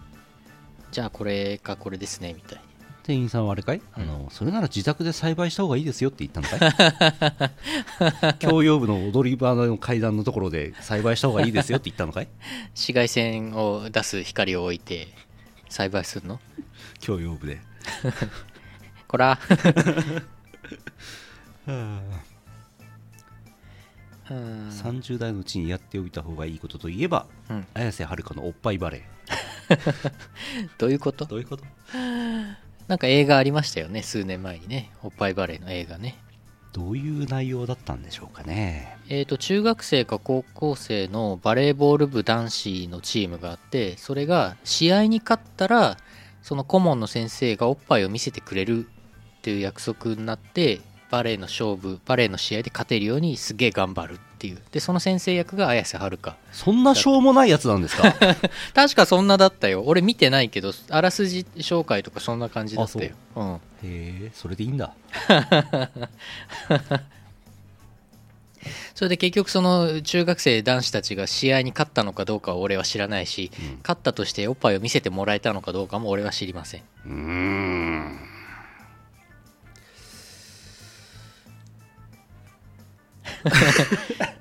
Speaker 1: じゃあこれかこれですねみたいに
Speaker 2: 店員さんはあれかい、
Speaker 1: うん
Speaker 2: あのそれなら自宅で栽培した方がいいですよって言ったのかい 教養部の踊り場の階段のところで栽培した方がいいですよって言ったのかい
Speaker 1: 紫外線を出す光を置いて栽培するの
Speaker 2: 教養部で
Speaker 1: こらうん
Speaker 2: 30代のうちにやっておいた方がいいことといえば
Speaker 1: うん
Speaker 2: 綾瀬はるかのおっぱいバレ
Speaker 1: どういうこと
Speaker 2: ーどういうこと
Speaker 1: なんか映画ありましたよね数年前にねおっぱいバレーの映画ね
Speaker 2: どういう内容だったんでしょうかね
Speaker 1: えー、と中学生か高校生のバレーボール部男子のチームがあってそれが試合に勝ったらその顧問の先生がおっぱいを見せてくれるっていう約束になってバレーの勝負バレーの試合で勝てるようにすげえ頑張るっていうでその先生役が綾瀬はるか
Speaker 2: そんなしょうもないやつなん ですか
Speaker 1: 確かそんなだったよ俺見てないけどあらすじ紹介とかそんな感じだったようん
Speaker 2: へえそれでいいんだ
Speaker 1: それで結局その中学生男子たちが試合に勝ったのかどうかは俺は知らないし、
Speaker 2: うん
Speaker 1: 勝ったとしておっぱいを見せてもらえたのかどうかも俺は知りません
Speaker 2: うーん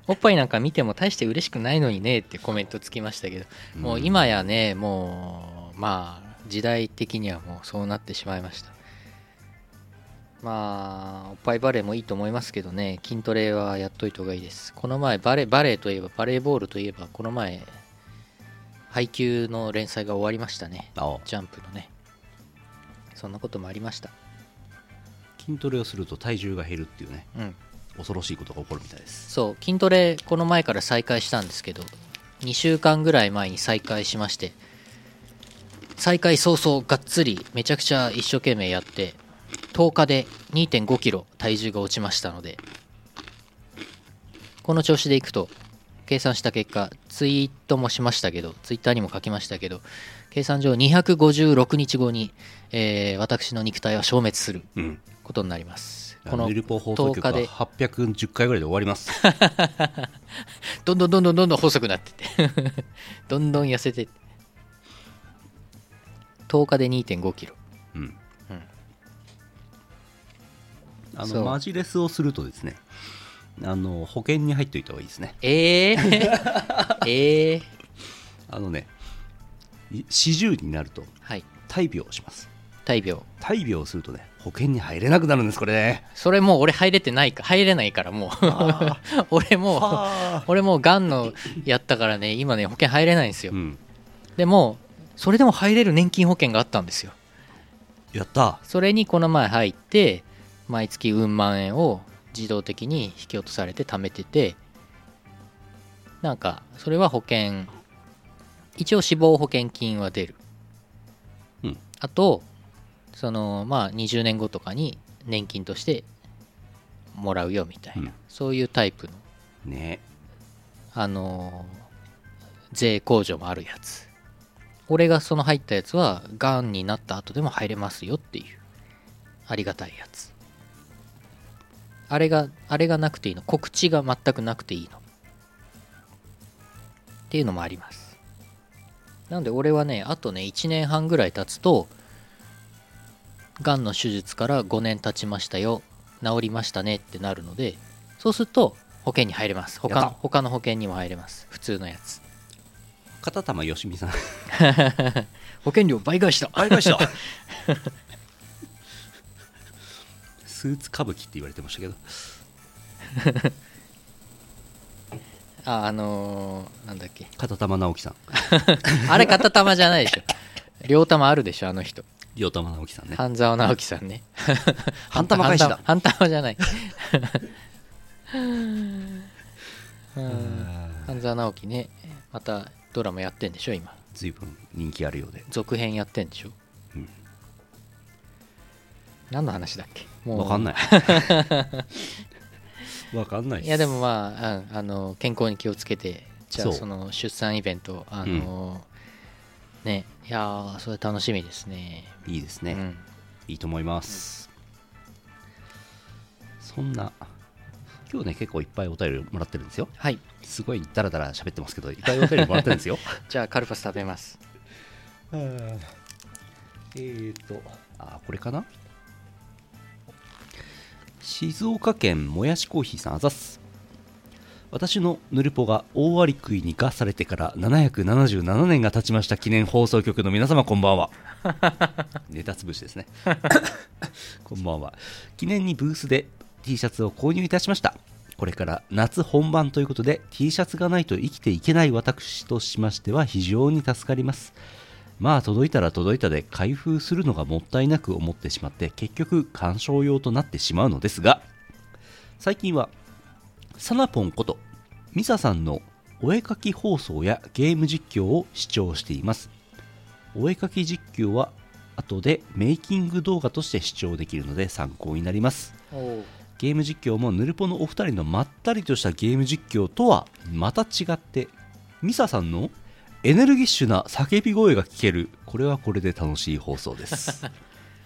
Speaker 1: おっぱいなんか見ても大して嬉しくないのにねってコメントつきましたけど、もう今やねもうまあ時代的にはもうそうなってしまいましたまあおっぱいバレーもいいと思いますけどね筋トレはやっといた方がいいですこの前バレーバレーといえばバレーボールといえばこの前配給の連載が終わりましたね
Speaker 2: あお
Speaker 1: ジャンプのねそんなこともありました
Speaker 2: 筋トレをすると体重が減るっていうね
Speaker 1: うん
Speaker 2: 恐ろしいことが起こるみたいです
Speaker 1: そう筋トレこの前から再開したんですけど2週間ぐらい前に再開しまして再開早々がっつりめちゃくちゃ一生懸命やって10日で2 5キロ体重が落ちましたのでこの調子でいくと計算した結果ツイートもしましたけどツイッターにも書きましたけど計算上256日後に、えー私の肉体は消滅する
Speaker 2: うん
Speaker 1: ことになります
Speaker 2: このヌルポ放送局
Speaker 1: 10
Speaker 2: は
Speaker 1: 日で
Speaker 2: 810回ぐらいで終わります
Speaker 1: どんどんどんどんどんどん細くなって ってどんどん痩せてって10日で2 5キロ
Speaker 2: うん
Speaker 1: うん
Speaker 2: あ
Speaker 1: そ
Speaker 2: の
Speaker 1: う
Speaker 2: マジレスをするとですねあの保険に入っておいた方がいいですね
Speaker 1: ええええ
Speaker 2: あのね40になると
Speaker 1: はい
Speaker 2: 大病をします
Speaker 1: 大病
Speaker 2: 大病をするとね保険に入れなくなるんですこれね
Speaker 1: それもう俺入れてないか入れないからも
Speaker 2: あ
Speaker 1: う 俺もう
Speaker 2: は
Speaker 1: 俺もうがんのやったからね今ね保険入れないんです
Speaker 2: あ
Speaker 1: よ、
Speaker 2: うん
Speaker 1: でもそれでも入れる年金保険があったんですよ
Speaker 2: やった
Speaker 1: それにこの前入って毎月うん万円を自動的に引き落とされて貯めててなんかそれは保険一応死亡保険金は出る、
Speaker 2: うん
Speaker 1: あとそのまあ20年後とかに年金としてもらうよみたいな、
Speaker 2: うん
Speaker 1: そういうタイプの
Speaker 2: ね
Speaker 1: あのー税控除もあるやつ俺がその入ったやつはがんになった後でも入れますよっていうありがたいやつあれがあれがなくていいの告知が全くなくていいのっていうのもありますなんで俺はねあとね1年半ぐらい経つとがんの手術から5年経ちましたよ治りましたねってなるのでそうすると保険に入れます他
Speaker 2: や
Speaker 1: の
Speaker 2: った
Speaker 1: 他の保険にも入れます普通のやつ
Speaker 2: 片玉よしみさん
Speaker 1: 保険料倍返しだ
Speaker 2: ありました スーツ歌舞伎って言われてましたけど
Speaker 1: ああのーなんだっけ
Speaker 2: 片玉直樹さん
Speaker 1: あれ片玉じゃない でしょ両玉あるでしょあの人
Speaker 2: 両玉直樹さんね
Speaker 1: 半沢直樹さんね
Speaker 2: 半玉返しだ
Speaker 1: 半玉半玉じゃない うん
Speaker 2: あー
Speaker 1: 半沢直樹ねまたドラマやってんでしょ今
Speaker 2: 随分人気あるようで
Speaker 1: 続編やってんでしょ、
Speaker 2: うん
Speaker 1: 何の話だっけもう
Speaker 2: わかんない わかんないっす
Speaker 1: いやでもまあああの健康に気をつけてじゃ
Speaker 2: そ
Speaker 1: あ
Speaker 2: う
Speaker 1: その出産イベントあの、ねいやーそれ楽しみですね
Speaker 2: いいですね、
Speaker 1: うん
Speaker 2: いいと思います、そんな今日ね結構いっぱいお便りもらってるんですよ
Speaker 1: はい
Speaker 2: すごいダラダラ喋ってますけどいっぱいお便りもらってるんですよ
Speaker 1: じゃあカルパス食べます
Speaker 2: えーとあこれかな静岡県もやしコーヒーさんあざっす私のヌルポが大アリクイに化されてから777年が経ちました記念放送局の皆様こんばんはネタつぶしですね こんばんは記念にブースで T シャツを購入いたしましたこれから夏本番ということで T シャツがないと生きていけない私としましては非常に助かりますまあ届いたら届いたで開封するのがもったいなく思ってしまって結局鑑賞用となってしまうのですが最近はサナポンことミサさんのお絵かき放送やゲーム実況を視聴していますお絵かき実況は後でメイキング動画として視聴できるので参考になります
Speaker 1: おお
Speaker 2: ゲーム実況もヌルポのお二人のまったりとしたゲーム実況とはまた違ってミサさんのエネルギッシュな叫び声が聞けるこれはこれで楽しい放送です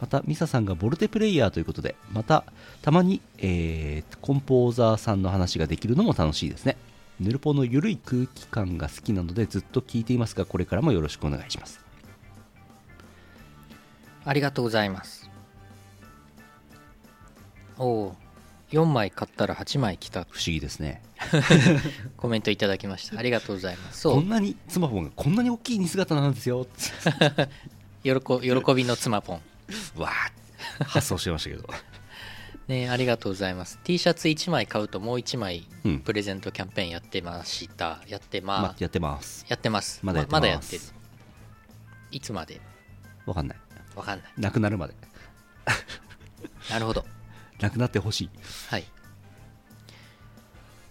Speaker 2: またミサさんがボルテプレイヤーということでまたたまに、えーコンポーザーさんの話ができるのも楽しいですねヌルポの緩い空気感が好きなのでずっと聞いていますがこれからもよろしくお願いします
Speaker 1: ありがとうございますおお4枚買ったら8枚来た
Speaker 2: 不思議ですね
Speaker 1: コメントいただきましたありがとうございますそ
Speaker 2: こ
Speaker 1: うん
Speaker 2: なにスマホがこんなに大きい似姿なんですよ
Speaker 1: 喜喜びの妻ポン
Speaker 2: わー発想してましたけど
Speaker 1: ねありがとうございます T シャツ1枚買うともう1枚
Speaker 2: うん
Speaker 1: プレゼントキャンペーンやってましたやってま、
Speaker 2: ま、やってます。
Speaker 1: やってます
Speaker 2: まだやってます。
Speaker 1: まだやってるいつまで
Speaker 2: わかんない。
Speaker 1: わかんない
Speaker 2: なくなるまで
Speaker 1: なるほど
Speaker 2: なくなってほしい
Speaker 1: はいい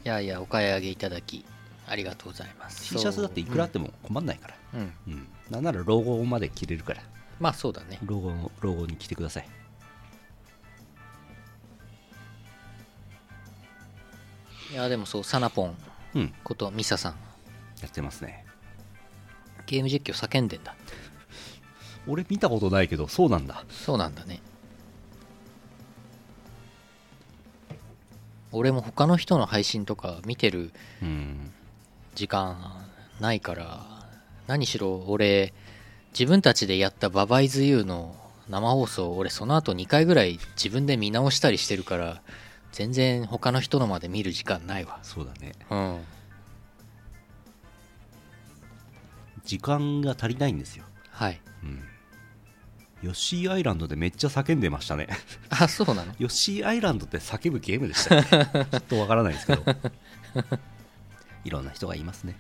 Speaker 1: やいやお買い上げいただきありがとうございます
Speaker 2: T シャツだっていくらあっても困んないから
Speaker 1: そううんうん
Speaker 2: うん、なんなら老後まで着れるから
Speaker 1: まあそうだね
Speaker 2: 老後の老後に着てください
Speaker 1: いやでもそうサナポン
Speaker 2: うん
Speaker 1: ことミサさん
Speaker 2: やってますね
Speaker 1: ゲーム実況叫んでんだ
Speaker 2: 俺見たことないけどそうなんだ
Speaker 1: そうなんだね俺も他の人の配信とか見てる
Speaker 2: うん
Speaker 1: 時間ないから何しろ俺自分たちでやった「ババイズユーの生放送俺その後2回ぐらい自分で見直したりしてるから全然他の人のまで見る時間ないわ
Speaker 2: そうだね
Speaker 1: うん
Speaker 2: 時間が足りないんですよ
Speaker 1: はい
Speaker 2: うんヨッシーアイランドでめっちゃ叫んでましたね
Speaker 1: あそうなの
Speaker 2: ヨッシーアイランドって叫ぶゲームでした よねちょっとわからないですけど いろんな人がいますね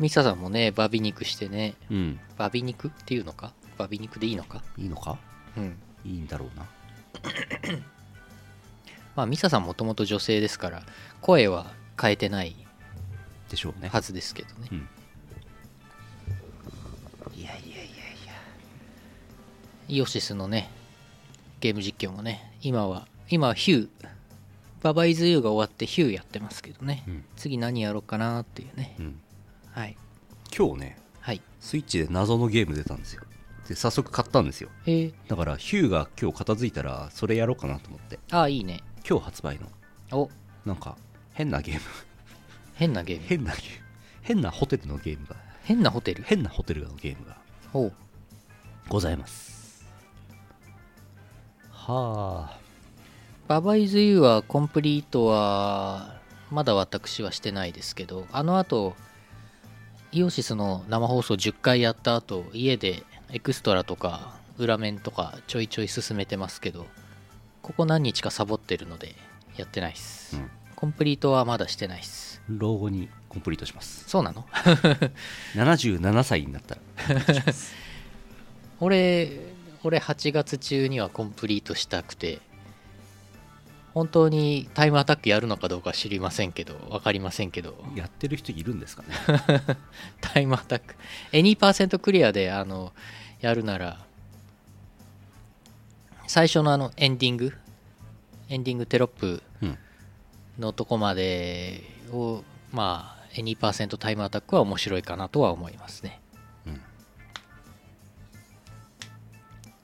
Speaker 1: ミサさんもねバビ肉してね
Speaker 2: うん
Speaker 1: バビ肉っていうのかバビ肉でいいのか
Speaker 2: いいのか
Speaker 1: うん
Speaker 2: いいんだろうな
Speaker 1: まあミサさんもともと女性ですから声は変えてない
Speaker 2: でしょうね
Speaker 1: はずですけどね
Speaker 2: うん
Speaker 1: いやいやいやいやイオシスのねゲーム実況もね今は今はヒューババイズユーが終わってヒューやってますけどね、
Speaker 2: うん
Speaker 1: 次何やろうかなっていうね、
Speaker 2: うん
Speaker 1: はい
Speaker 2: 今日ね
Speaker 1: はい
Speaker 2: スイッチで謎のゲーム出たんですよで早速買ったんですよ
Speaker 1: えー、
Speaker 2: だからヒューが今日片付いたらそれやろうかなと思って
Speaker 1: ああいいね
Speaker 2: 今日発売の
Speaker 1: お
Speaker 2: なんか変なゲーム
Speaker 1: 変なゲーム
Speaker 2: 変なゲーム変なホテルのゲームが
Speaker 1: 変なホテル
Speaker 2: 変なホテルのゲームが
Speaker 1: ほう
Speaker 2: ございますはあ
Speaker 1: ババイズユーはコンプリートはまだ私はしてないですけどあのあとイオシスの生放送10回やった後家でエクストラとか裏面とかちょいちょい進めてますけどここ何日かサボってるのでやってないっす、
Speaker 2: うん
Speaker 1: コンプリートはまだしてないっす
Speaker 2: 老後にコンプリートします
Speaker 1: そうなの
Speaker 2: 77歳になったら
Speaker 1: 俺俺8月中にはコンプリートしたくて本当にタイムアタックやるのかどうか知りませんけど分かりませんけど
Speaker 2: やってる人いるんですかね
Speaker 1: タイムアタック。え、2%クリアで、あの、やるなら、最初のあの、エンディング、エンディングテロップ
Speaker 2: うん
Speaker 1: のとこまでを、まあ、え2%タイムアタックは面白いかなとは思いますね。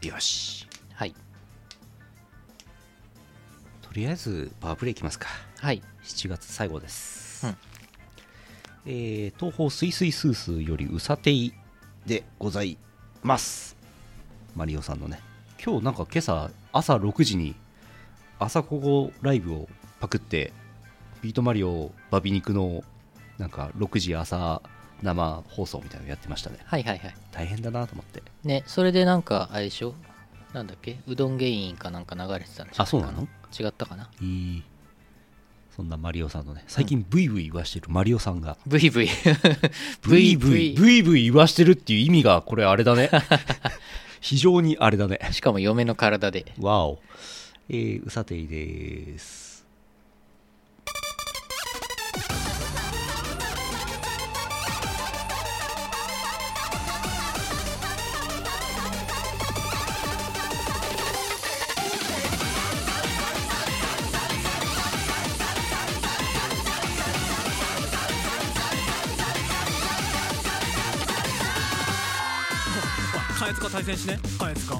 Speaker 2: よし
Speaker 1: はい。
Speaker 2: とりあえずパワープレイいきますか
Speaker 1: はい。
Speaker 2: 7月最後です、
Speaker 1: うん
Speaker 2: えー東方スイスイスースーよりうさていでございますマリオさんのね今日なんか今朝朝6時に朝ここライブをパクってビートマリオバビ肉のなんか6時朝生放送みたいなのやってましたね
Speaker 1: はいはいはい。
Speaker 2: 大変だなと思って
Speaker 1: ね、それでなんか、あれでしょなんだっけうどん芸人かなんか流れてたんでしょ
Speaker 2: あそうなの
Speaker 1: 違ったかない
Speaker 2: いそんなマリオさんのね最近ブイブイ言わしてるマリオさんが
Speaker 1: ?VV。
Speaker 2: ブイブイ、ブイブイ言わしてるっていう意味が、これあれだね。 非常にあれだね。
Speaker 1: しかも嫁の体で。
Speaker 2: わお。えー、うさていです。
Speaker 3: カエツカ対戦しねカエツカ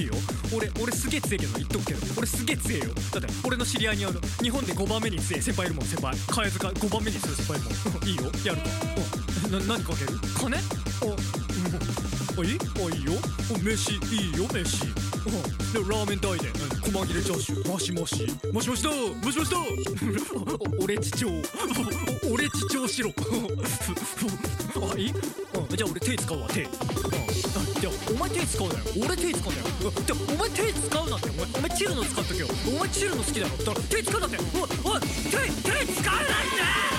Speaker 3: いいよ俺俺すげえ強いけどな言っとくけど俺すげえ強いよだって俺の知り合いにある日本で5番目に強い先輩いるもん先輩カエツカ5番目に強い先輩いるもんうんいいよやるかうんな何かける金おうんおいいおいいよお飯いいよ飯うんでラーメン代でうん細切れチャーシューもしもしもしもしだもしもしだ お俺父長 お俺父長 しろあいいうんじゃあ俺手使うわ手うん、いやお前手使うだよ俺手使うだようんでお前手使うなってお前お前チルの使っとけよお前チルの好きだろだから手使うなっておいおい手手使うなって
Speaker 4: 「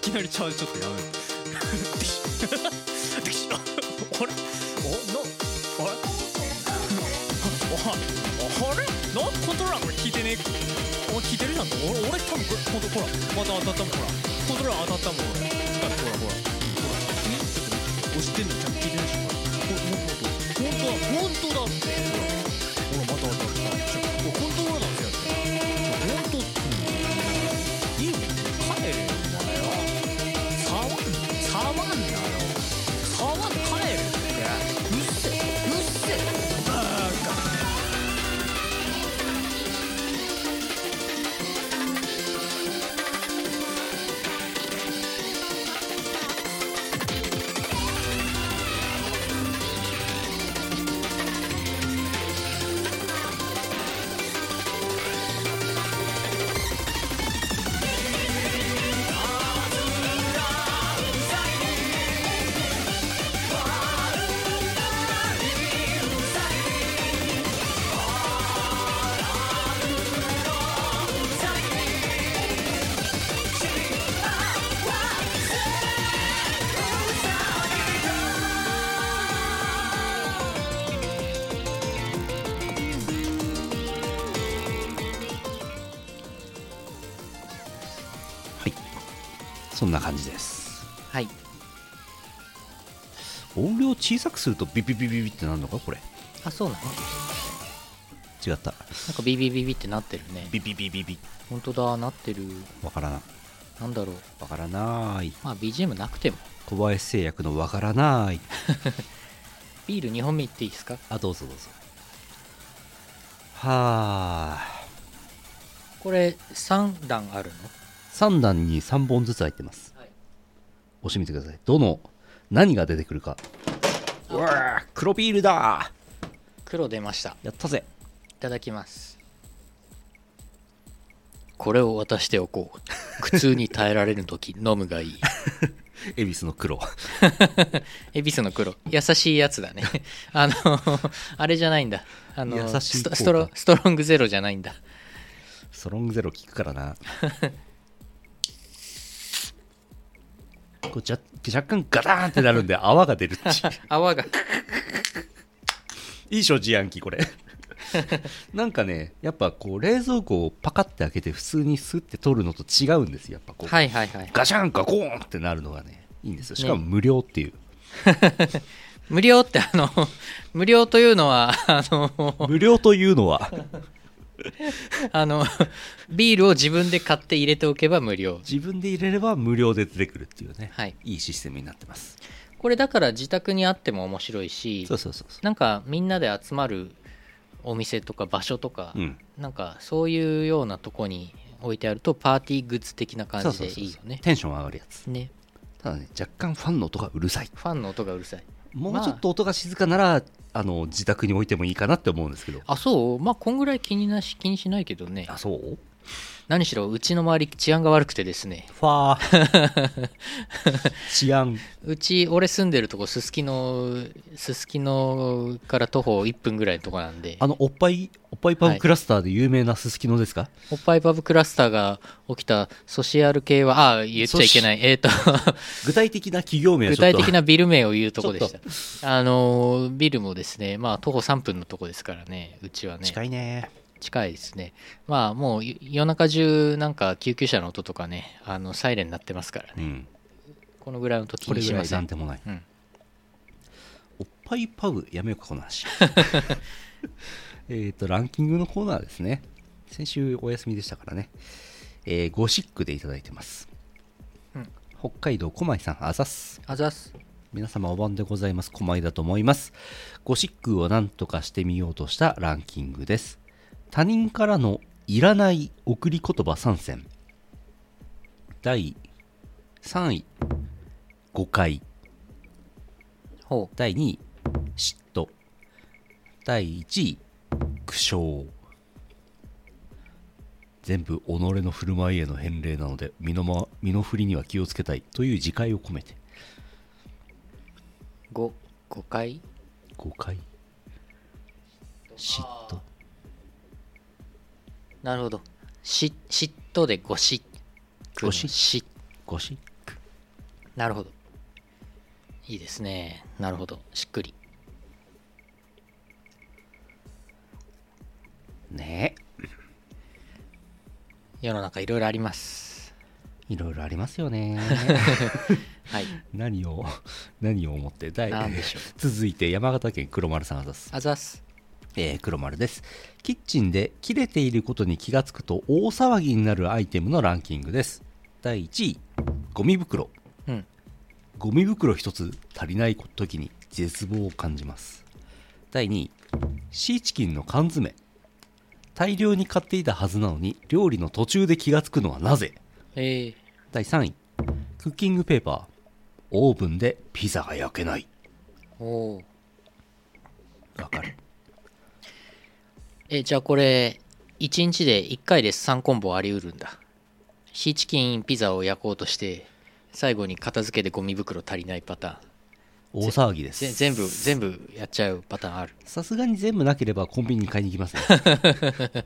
Speaker 3: きなりちゃうちょっとやめろできできああれおなあれおいあれなんでコントローラーこれ聞いてねえお前聞いてるじゃん俺俺多分これコントほらまた当たったもんほらコントローラー当たったもん俺だってほらほらほらえちょっと待って押してんのにちゃんと聞いてないしほらほらほらほら本当だ本当だってほらほらまた当たったちょほらコントローラーなんですよ本当いいね帰れよお前は触ん触んなよ触ん帰れってうっせうっせバーカ
Speaker 2: はいそんな感じです
Speaker 1: はい
Speaker 2: 音量小さくするとビビビビビってなるのかこれ
Speaker 1: あそうなの
Speaker 2: 違った
Speaker 1: なんかビビビビってなってるね
Speaker 2: ビビビビビ
Speaker 1: 本当だなってる
Speaker 2: わからな
Speaker 1: なんだろう
Speaker 2: わからない
Speaker 1: まあ BGM なくても
Speaker 2: 小林製薬のわからない
Speaker 1: ビール2本目いっていいですか
Speaker 2: あどうぞどうぞはあ
Speaker 1: これ3段あるの
Speaker 2: 3段に3本ずつ入ってます、
Speaker 1: はい
Speaker 2: 押してみてくださいどの何が出てくるかうわあ黒ビールだ
Speaker 1: 黒出ました
Speaker 2: やったぜ
Speaker 1: いただきますこれを渡しておこう苦痛に耐えられる時 飲むがいい
Speaker 2: 恵比寿の黒
Speaker 1: 恵比寿の黒優しいやつだね あのあれじゃないんだあの
Speaker 2: 優しい
Speaker 1: ス
Speaker 2: 効果
Speaker 1: トストロストロングゼロじゃないんだ
Speaker 2: ストロングゼロ効くからなこうじゃ若干ガターンってなるんで泡が出る っち
Speaker 1: 泡が
Speaker 2: いい所持暗記これなんかねやっぱこう冷蔵庫をパカって開けて普通にスッて取るのと違うんですよやっぱこう、
Speaker 1: はいはいはい
Speaker 2: ガシャンガコーンってなるのがねいいんですよしかも無料っていう、
Speaker 1: 無料ってあの無料というのはあの
Speaker 2: 無料というのは
Speaker 1: あのビールを自分で買って入れておけば無料
Speaker 2: 自分で入れれば無料で出てくるっていうね、
Speaker 1: はい
Speaker 2: いいシステムになってます
Speaker 1: これだから自宅にあっても面白いし
Speaker 2: そうそうそうそ
Speaker 1: なんかみんなで集まるお店とか場所とか、
Speaker 2: ううん
Speaker 1: なんかそういうようなとこに置いてあるとパーティーグッズ的な感じ
Speaker 2: そ
Speaker 1: で
Speaker 2: うそうそう
Speaker 1: いいよね
Speaker 2: テンション上がるやつ
Speaker 1: ね
Speaker 2: ただね若干ファンの音がうるさい
Speaker 1: ファンの音がうるさい
Speaker 2: も
Speaker 1: ま
Speaker 2: う
Speaker 1: あ
Speaker 2: ちょっと音が静かなら、あ、の自宅に置いてもいいかなって思うんですけど
Speaker 1: あそうまあこんぐらい気になし気にしないけどね
Speaker 2: そう
Speaker 1: 何しろうちの周り治安が悪くてですね
Speaker 2: ファー治 安
Speaker 1: うち俺住んでるとこすすきのすすきのから徒歩1分ぐらいのとこなんで
Speaker 2: あのおっぱいおっぱいパ
Speaker 1: は
Speaker 2: ブ
Speaker 1: い
Speaker 2: クラスターで有名なすすきのですか、
Speaker 1: おっぱいパブクラスターが起きたソシアル系はあ言っちゃいけないえっ、と
Speaker 2: 具体的な企業名は
Speaker 1: 具
Speaker 2: ちょ
Speaker 1: 体
Speaker 2: っと
Speaker 1: 的なビル名を言うとこでし
Speaker 2: ち
Speaker 1: た
Speaker 2: ょっ
Speaker 1: あのービルもですねまあ徒歩3分のとこですからねうちはね
Speaker 2: 近いね
Speaker 1: 近いですねまあもう夜夜中中なんか救急車の音とかねあのサイレン鳴ってますからね
Speaker 2: うん
Speaker 1: このぐらいの時
Speaker 2: これ
Speaker 1: に
Speaker 2: ぐ
Speaker 1: し
Speaker 2: ら
Speaker 1: ま
Speaker 2: い
Speaker 1: せ
Speaker 2: なん
Speaker 1: ん
Speaker 2: でもない、
Speaker 1: うん
Speaker 2: おっぱいパブやめようかこの 話えっとランキングのコーナーですね先週お休みでしたからね、えーゴシックでいただいてます、
Speaker 1: うん
Speaker 2: 北海道小牧さんあざっす
Speaker 1: あざっす
Speaker 2: 皆様お晩でございます小牧だと思いますゴシックを何とかしてみようとしたランキングです他人からのいらない送り言葉参戦第3位誤解
Speaker 1: ほう
Speaker 2: 第2位嫉妬第1位苦笑全部己の振る舞いへの返礼なので身の,、ま、身の振りには気をつけたいという自戒を込めて
Speaker 1: 5誤解
Speaker 2: 誤解嫉妬
Speaker 1: なるほどし嫉妬でゴシックの
Speaker 2: ゴシッ
Speaker 1: し
Speaker 2: ゴシック
Speaker 1: なるほどいいですねなるほどしっくり
Speaker 2: ね
Speaker 1: 世の中いろいろあります
Speaker 2: いろいろありますよね
Speaker 1: はい
Speaker 2: 何を 何を思って第
Speaker 1: なんでしょう
Speaker 2: 続いて山形県黒丸さんあざっす
Speaker 1: あざっす
Speaker 2: えー黒丸ですキッチンで切れていることに気がつくと大騒ぎになるアイテムのランキングです第1位ゴミ袋
Speaker 1: うん
Speaker 2: ゴミ袋一つ足りない時に絶望を感じます第2位シーチキンの缶詰大量に買っていたはずなのに料理の途中で気がつくのはなぜ
Speaker 1: えー、
Speaker 2: 第3位クッキングペーパーオーブンでピザが焼けない
Speaker 1: おー
Speaker 2: わかる
Speaker 1: えじゃあこれ1日で1回で3コンボありうるんだシーチキンピザを焼こうとして最後に片付けでゴミ袋足りないパターン
Speaker 2: 大騒ぎで
Speaker 1: ぜ
Speaker 2: す
Speaker 1: 全部全部やっちゃうパターンある
Speaker 2: さすがに全部なければコンビニに 買いに行きますね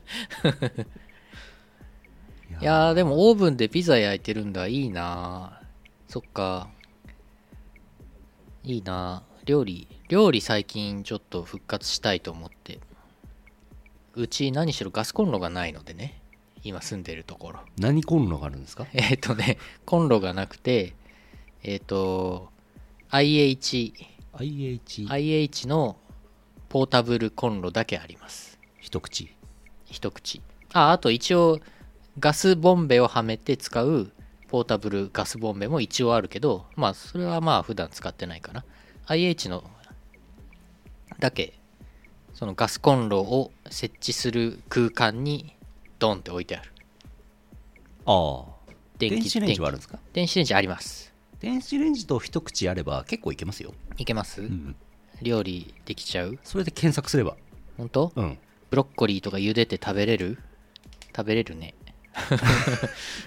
Speaker 1: いやーでもオーブンでピザ焼いてるんだいいなーそっかいいなー料理料理最近ちょっと復活したいと思ってうち何しろガスコンロがないのでね今住んでるところ
Speaker 2: 何コンロがあるんですか
Speaker 1: えーっ、とねコンロがなくてえーっ、と IH
Speaker 2: IH
Speaker 1: IH のポータブルコンロだけあります
Speaker 2: 一口
Speaker 1: 一口ああと一応ガスボンベをはめて使うポータブルガスボンベも一応あるけどまあそれはまあ普段使ってないかな IH のだけそのガスコンロを設置する空間にドンって置いてある
Speaker 2: ああ
Speaker 1: 電気
Speaker 2: 電子レンジはあるんですか
Speaker 1: 電気電子レンジあります
Speaker 2: 電子レンジと一口あれば結構いけますよ、
Speaker 1: いけます、
Speaker 2: うん、
Speaker 1: 料理できちゃう
Speaker 2: それで検索すれば
Speaker 1: 本当
Speaker 2: うん
Speaker 1: ブロッコリーとか茹でて食べれる食べれるね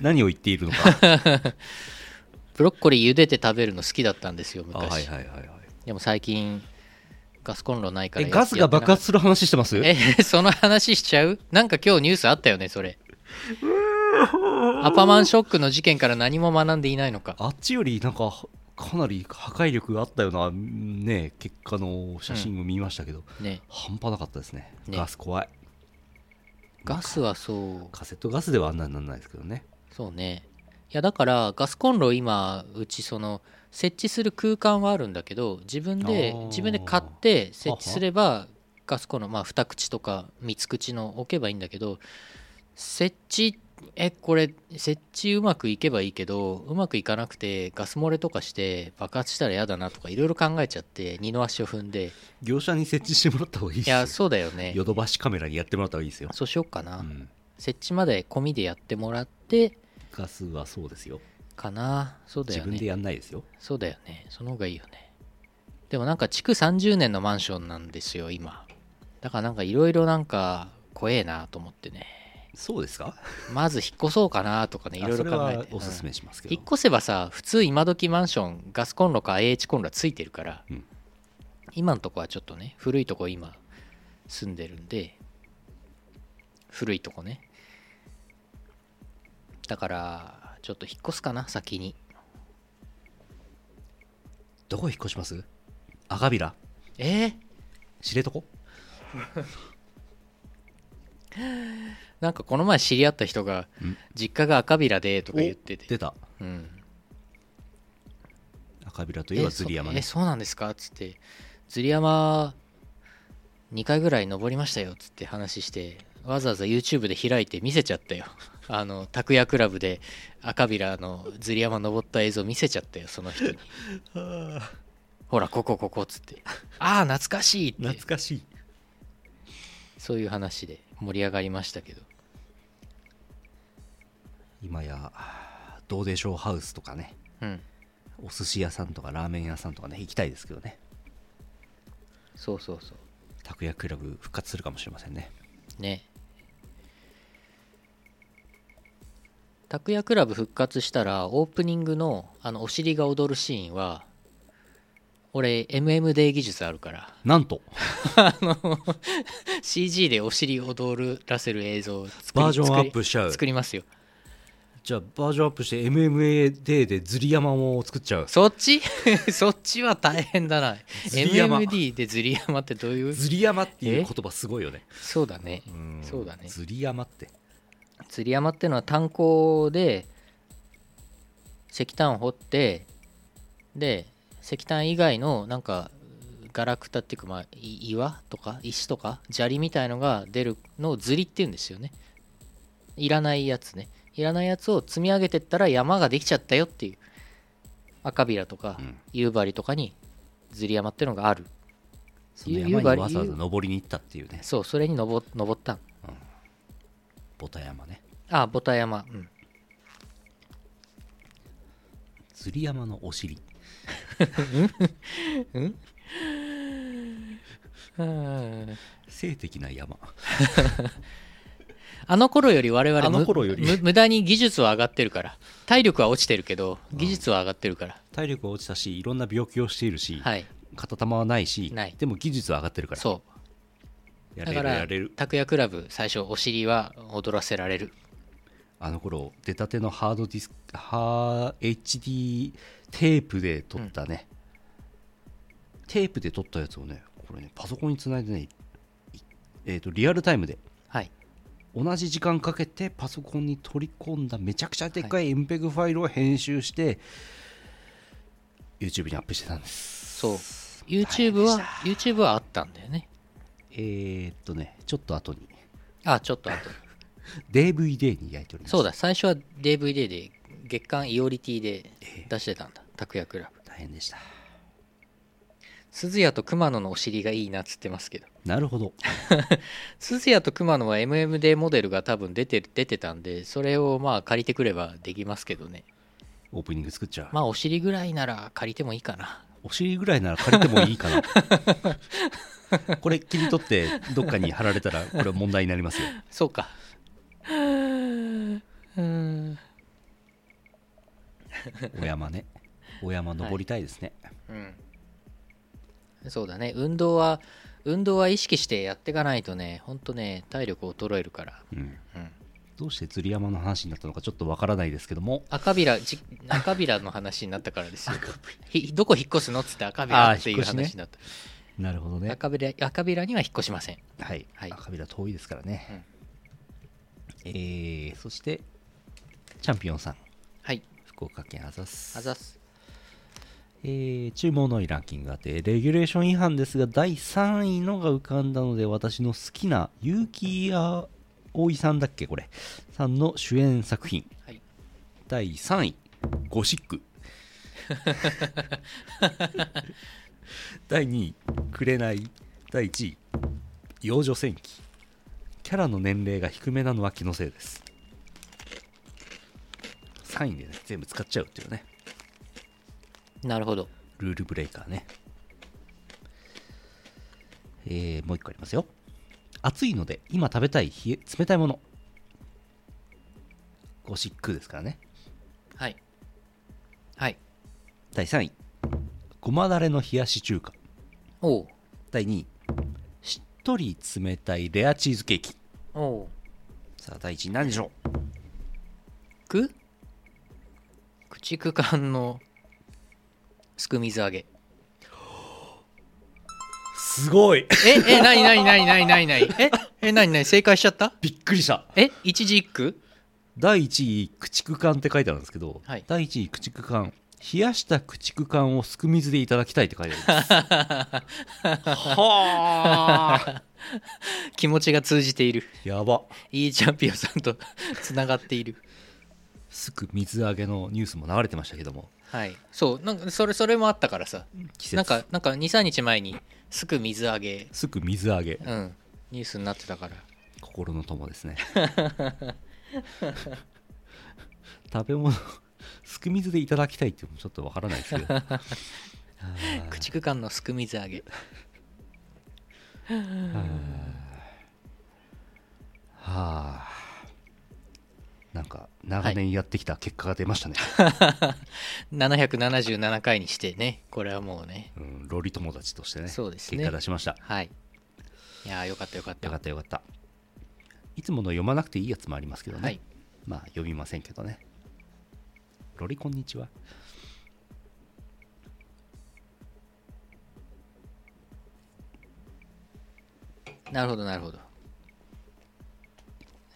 Speaker 2: 何を言っているの か
Speaker 1: ブロッコリー茹でて食べるの好きだったんですよ
Speaker 2: あ
Speaker 1: 昔
Speaker 2: はいはいはいはい
Speaker 1: でも最近ガスコンロないから
Speaker 2: えガスが爆発する話してます
Speaker 1: え その話しちゃうなんか今日ニュースあったよねそれアパマンショックの事件から何も学んでいないのか
Speaker 2: あっちよりなんかかなり破壊力があったようなね結果の写真を見ましたけど、
Speaker 1: ね
Speaker 2: 半端なかったですね
Speaker 1: ね
Speaker 2: ガス怖い
Speaker 1: ガスはそう
Speaker 2: カセットガスではあんなにならないですけどね
Speaker 1: そうねいやだからガスコンロ今うちその設置する空間はあるんだけど自分で
Speaker 2: あー
Speaker 1: 自分で買って設置すればガスコンロまあ2口とか3口の置けばいいんだけど設置えこれ設置うまくいけばいいけどうまくいかなくてガス漏れとかして爆発したら嫌だなとかいろいろ考えちゃって二の足を踏んで
Speaker 2: 業者に設置してもらった方がいい
Speaker 1: いや
Speaker 2: ですよ
Speaker 1: そうだよね
Speaker 2: ヨドバシカメラにやってもらった方がいいですよ、
Speaker 1: そうしようかな、
Speaker 2: うん、
Speaker 1: 設置まで込みでやってもらって
Speaker 2: ガスはそうですよ
Speaker 1: かなそうだ
Speaker 2: 自
Speaker 1: よね
Speaker 2: 分でやんないですよ
Speaker 1: そうだよね。その方がいいよね。でもなんか築30年のマンションなんですよ、今。だからなんかいろいろなんか怖えなと思ってね。
Speaker 2: そうですか
Speaker 1: まず引っ越そうかなとかね、いろいろ考え
Speaker 2: あそ
Speaker 1: て。
Speaker 2: れはおすす
Speaker 1: う
Speaker 2: めしますけ
Speaker 1: ん
Speaker 2: ど、
Speaker 1: 引っ越せばさ、普通今時マンション、ガスコンロか IH コンロはついてるから、
Speaker 2: うん
Speaker 1: 今のとこはちょっとね、古いとこ今住んでるんで、古いとこね。だから、ちょっと引っ越すかな、先に。
Speaker 2: どこ引っ越します赤ビラ
Speaker 1: えー、
Speaker 2: 知床
Speaker 1: なんかこの前知り合った人が
Speaker 2: ん
Speaker 1: 実家が赤平でとか言ってて、
Speaker 2: 出た
Speaker 1: うん、
Speaker 2: 赤ビラといえば
Speaker 1: そ
Speaker 2: 釣り山
Speaker 1: え
Speaker 2: ね
Speaker 1: そうなんですかっつって釣り山2回ぐらい登りましたよっつって話してわざわざ YouTube で開いて見せちゃったよ あの拓也クラブで赤平の釣り山登った映像見せちゃったよその人に ほらここここっつってああ懐かしいって
Speaker 2: 懐かしい
Speaker 1: そういう話で盛り上がりましたけど
Speaker 2: 今やどうでしょうハウスとかね
Speaker 1: うん
Speaker 2: お寿司屋さんとかラーメン屋さんとかね行きたいですけどね
Speaker 1: そうそうそう
Speaker 2: たくやクラブ復活するかもしれませんね
Speaker 1: ね拓也クラブ復活したらオープニングのあのお尻が踊るシーンは俺 MM デー技術あるから
Speaker 2: なんと
Speaker 1: CG でお尻踊らせる映像を作り
Speaker 2: バージョンア
Speaker 1: 作り
Speaker 2: ップしちゃう
Speaker 1: 作りますよ
Speaker 2: じゃあバージョンアップして MMA デーでズリ山も作っちゃう
Speaker 1: そっち そっちは大変だな。
Speaker 2: ずり山
Speaker 1: MMD でズリ山ってどういう
Speaker 2: ズリ山っていう言葉すごいよね
Speaker 1: そうだね。
Speaker 2: ん
Speaker 1: そうだね
Speaker 2: ズリ山って
Speaker 1: 釣り山ってのは炭鉱で石炭を掘ってで石炭以外のなんかガラクタっていうか、まあ、い岩とか石とか砂利みたいのが出るのをずりっていうんですよねいらないやつねいらないやつを積み上げてったら山ができちゃったよっていう赤ビラとか
Speaker 2: うん
Speaker 1: 夕張とかにずり山ってのがある
Speaker 2: その山にわざわざ登りに行ったっていうね
Speaker 1: そうそれに登登ったん
Speaker 2: ボタ山ね
Speaker 1: あボタ山うん
Speaker 2: ズリ山のお尻
Speaker 1: うん
Speaker 2: 性的な山
Speaker 1: あの頃より我々
Speaker 2: あの
Speaker 1: む
Speaker 2: 頃より
Speaker 1: む無駄に技術は上がってるから体力は落ちてるけど技術は上がってるから、
Speaker 2: 体力は落ちたしいろんな病気をしているし、
Speaker 1: はい
Speaker 2: 片玉はないし
Speaker 1: ない
Speaker 2: でも技術は上がってるから
Speaker 1: そ
Speaker 2: や
Speaker 1: うだ
Speaker 2: れ
Speaker 1: か
Speaker 2: る
Speaker 1: ら
Speaker 2: やれる
Speaker 1: 拓也クラブ最初お尻は踊らせられる
Speaker 2: あの頃出たてのハードディスクハー HD テープで撮ったね、テープで撮ったやつをねこれねパソコンにつないでね、いえー、とリアルタイムで
Speaker 1: はい
Speaker 2: 同じ時間かけてパソコンに取り込んだめちゃくちゃでっかい MPEG ファイルを編集して、YouTube にアップしてたんです
Speaker 1: そう YouTube は YouTube はあったんだよね
Speaker 2: えー、っとねちょっと後に
Speaker 1: あちょっとあ と
Speaker 2: DVD に焼いております
Speaker 1: そうだ最初は DVD で月間イオリティで出してたんだ拓也クラブ
Speaker 2: 大変でした
Speaker 1: 鈴谷と熊野のお尻がいいなっつってますけど
Speaker 2: なるほど
Speaker 1: 鈴谷と熊野は MMD モデルが多分出て出てたんでそれをまあ借りてくればできますけどね
Speaker 2: オープニング作っちゃう、
Speaker 1: まあお尻ぐらいなら借りてもいいかな
Speaker 2: お尻ぐらいなら借りてもいいかな これ切り取ってどっかに貼られたらこれ問題になりますよ
Speaker 1: そうかうん
Speaker 2: お山ねお山登りたいですね、
Speaker 1: うんそうだね運動は運動は意識してやっていかないとねほんとね体力衰えるから
Speaker 2: うん
Speaker 1: うん
Speaker 2: どうして釣り山の話になったのかちょっとわからないですけども
Speaker 1: 赤ビラじ赤ビラの話になったからですよひどこ引っ越すのっつって赤ビ
Speaker 2: あ
Speaker 1: ラ
Speaker 2: ー
Speaker 1: ってい
Speaker 2: 引
Speaker 1: う
Speaker 2: っ越しね
Speaker 1: 話になった、
Speaker 2: なるほどね
Speaker 1: 赤ビラ赤ビラには引っ越しません
Speaker 2: はい、
Speaker 1: はい
Speaker 2: 赤びら遠いですからね、えーそしてチャンピオンさん
Speaker 1: はい
Speaker 2: 福岡県あざす
Speaker 1: あざっす
Speaker 2: えー注文のいいランキングがあってレギュレーション違反ですが第3位のが浮かんだので私の好きな結城あおいさんだっけこれさんの主演作品
Speaker 1: はい
Speaker 2: 第3位ゴシ ック第2位紅第1位幼女戦記キャラの年齢が低めなのは気のせいです3位で、ね、全部使っちゃうっていうね
Speaker 1: なるほど
Speaker 2: ルールブレイカーね。えーもう一個ありますよ。暑いので、今食べたい冷え冷たいもの。ゴシックですからね。
Speaker 1: はいはい
Speaker 2: 第3位、ごまだれの冷やし中華。
Speaker 1: おう
Speaker 2: 第2位、しっとり冷たいレアチーズケーキ。
Speaker 1: おう
Speaker 2: さあ、第1位、何でしょう
Speaker 1: く駆逐艦のすく水揚げ
Speaker 2: すごい
Speaker 1: ええなになになになになになにええなになに正解しちゃった
Speaker 2: びっくりした
Speaker 1: え一字一句
Speaker 2: 第1位、駆逐艦って書いてあるんですけど、
Speaker 1: はい
Speaker 2: 第1位、駆逐艦。冷やした駆逐艦をすく水でいただきたいって書いてある。
Speaker 1: 気持ちが通じている
Speaker 2: やば。
Speaker 1: いいチャンピオンさんと つながっている
Speaker 2: すぐ水揚げのニュースも流れてましたけども
Speaker 1: はいそうなんかそれそれもあったからさ
Speaker 2: 季節
Speaker 1: なんかなんか23日前にすく水揚げ
Speaker 2: すぐ水揚げ
Speaker 1: うんニュースになってたから
Speaker 2: 心の友 ですね食べ物すく水でいただきたいっていうのもちょっとわからないですけ どあー
Speaker 1: 駆逐艦のすく水揚げ
Speaker 2: はあなんか長年やってきた結果が出ましたね、
Speaker 1: 777回にしてねこれはもうね
Speaker 2: うん、ロリ友達としてね
Speaker 1: そうですね
Speaker 2: 結果出しました
Speaker 1: はいいやーよかったよかった
Speaker 2: よかったよかったいつもの読まなくていいやつもありますけどね、
Speaker 1: はい
Speaker 2: まあ読みませんけどねロリこんにちは
Speaker 1: なるほどなるほど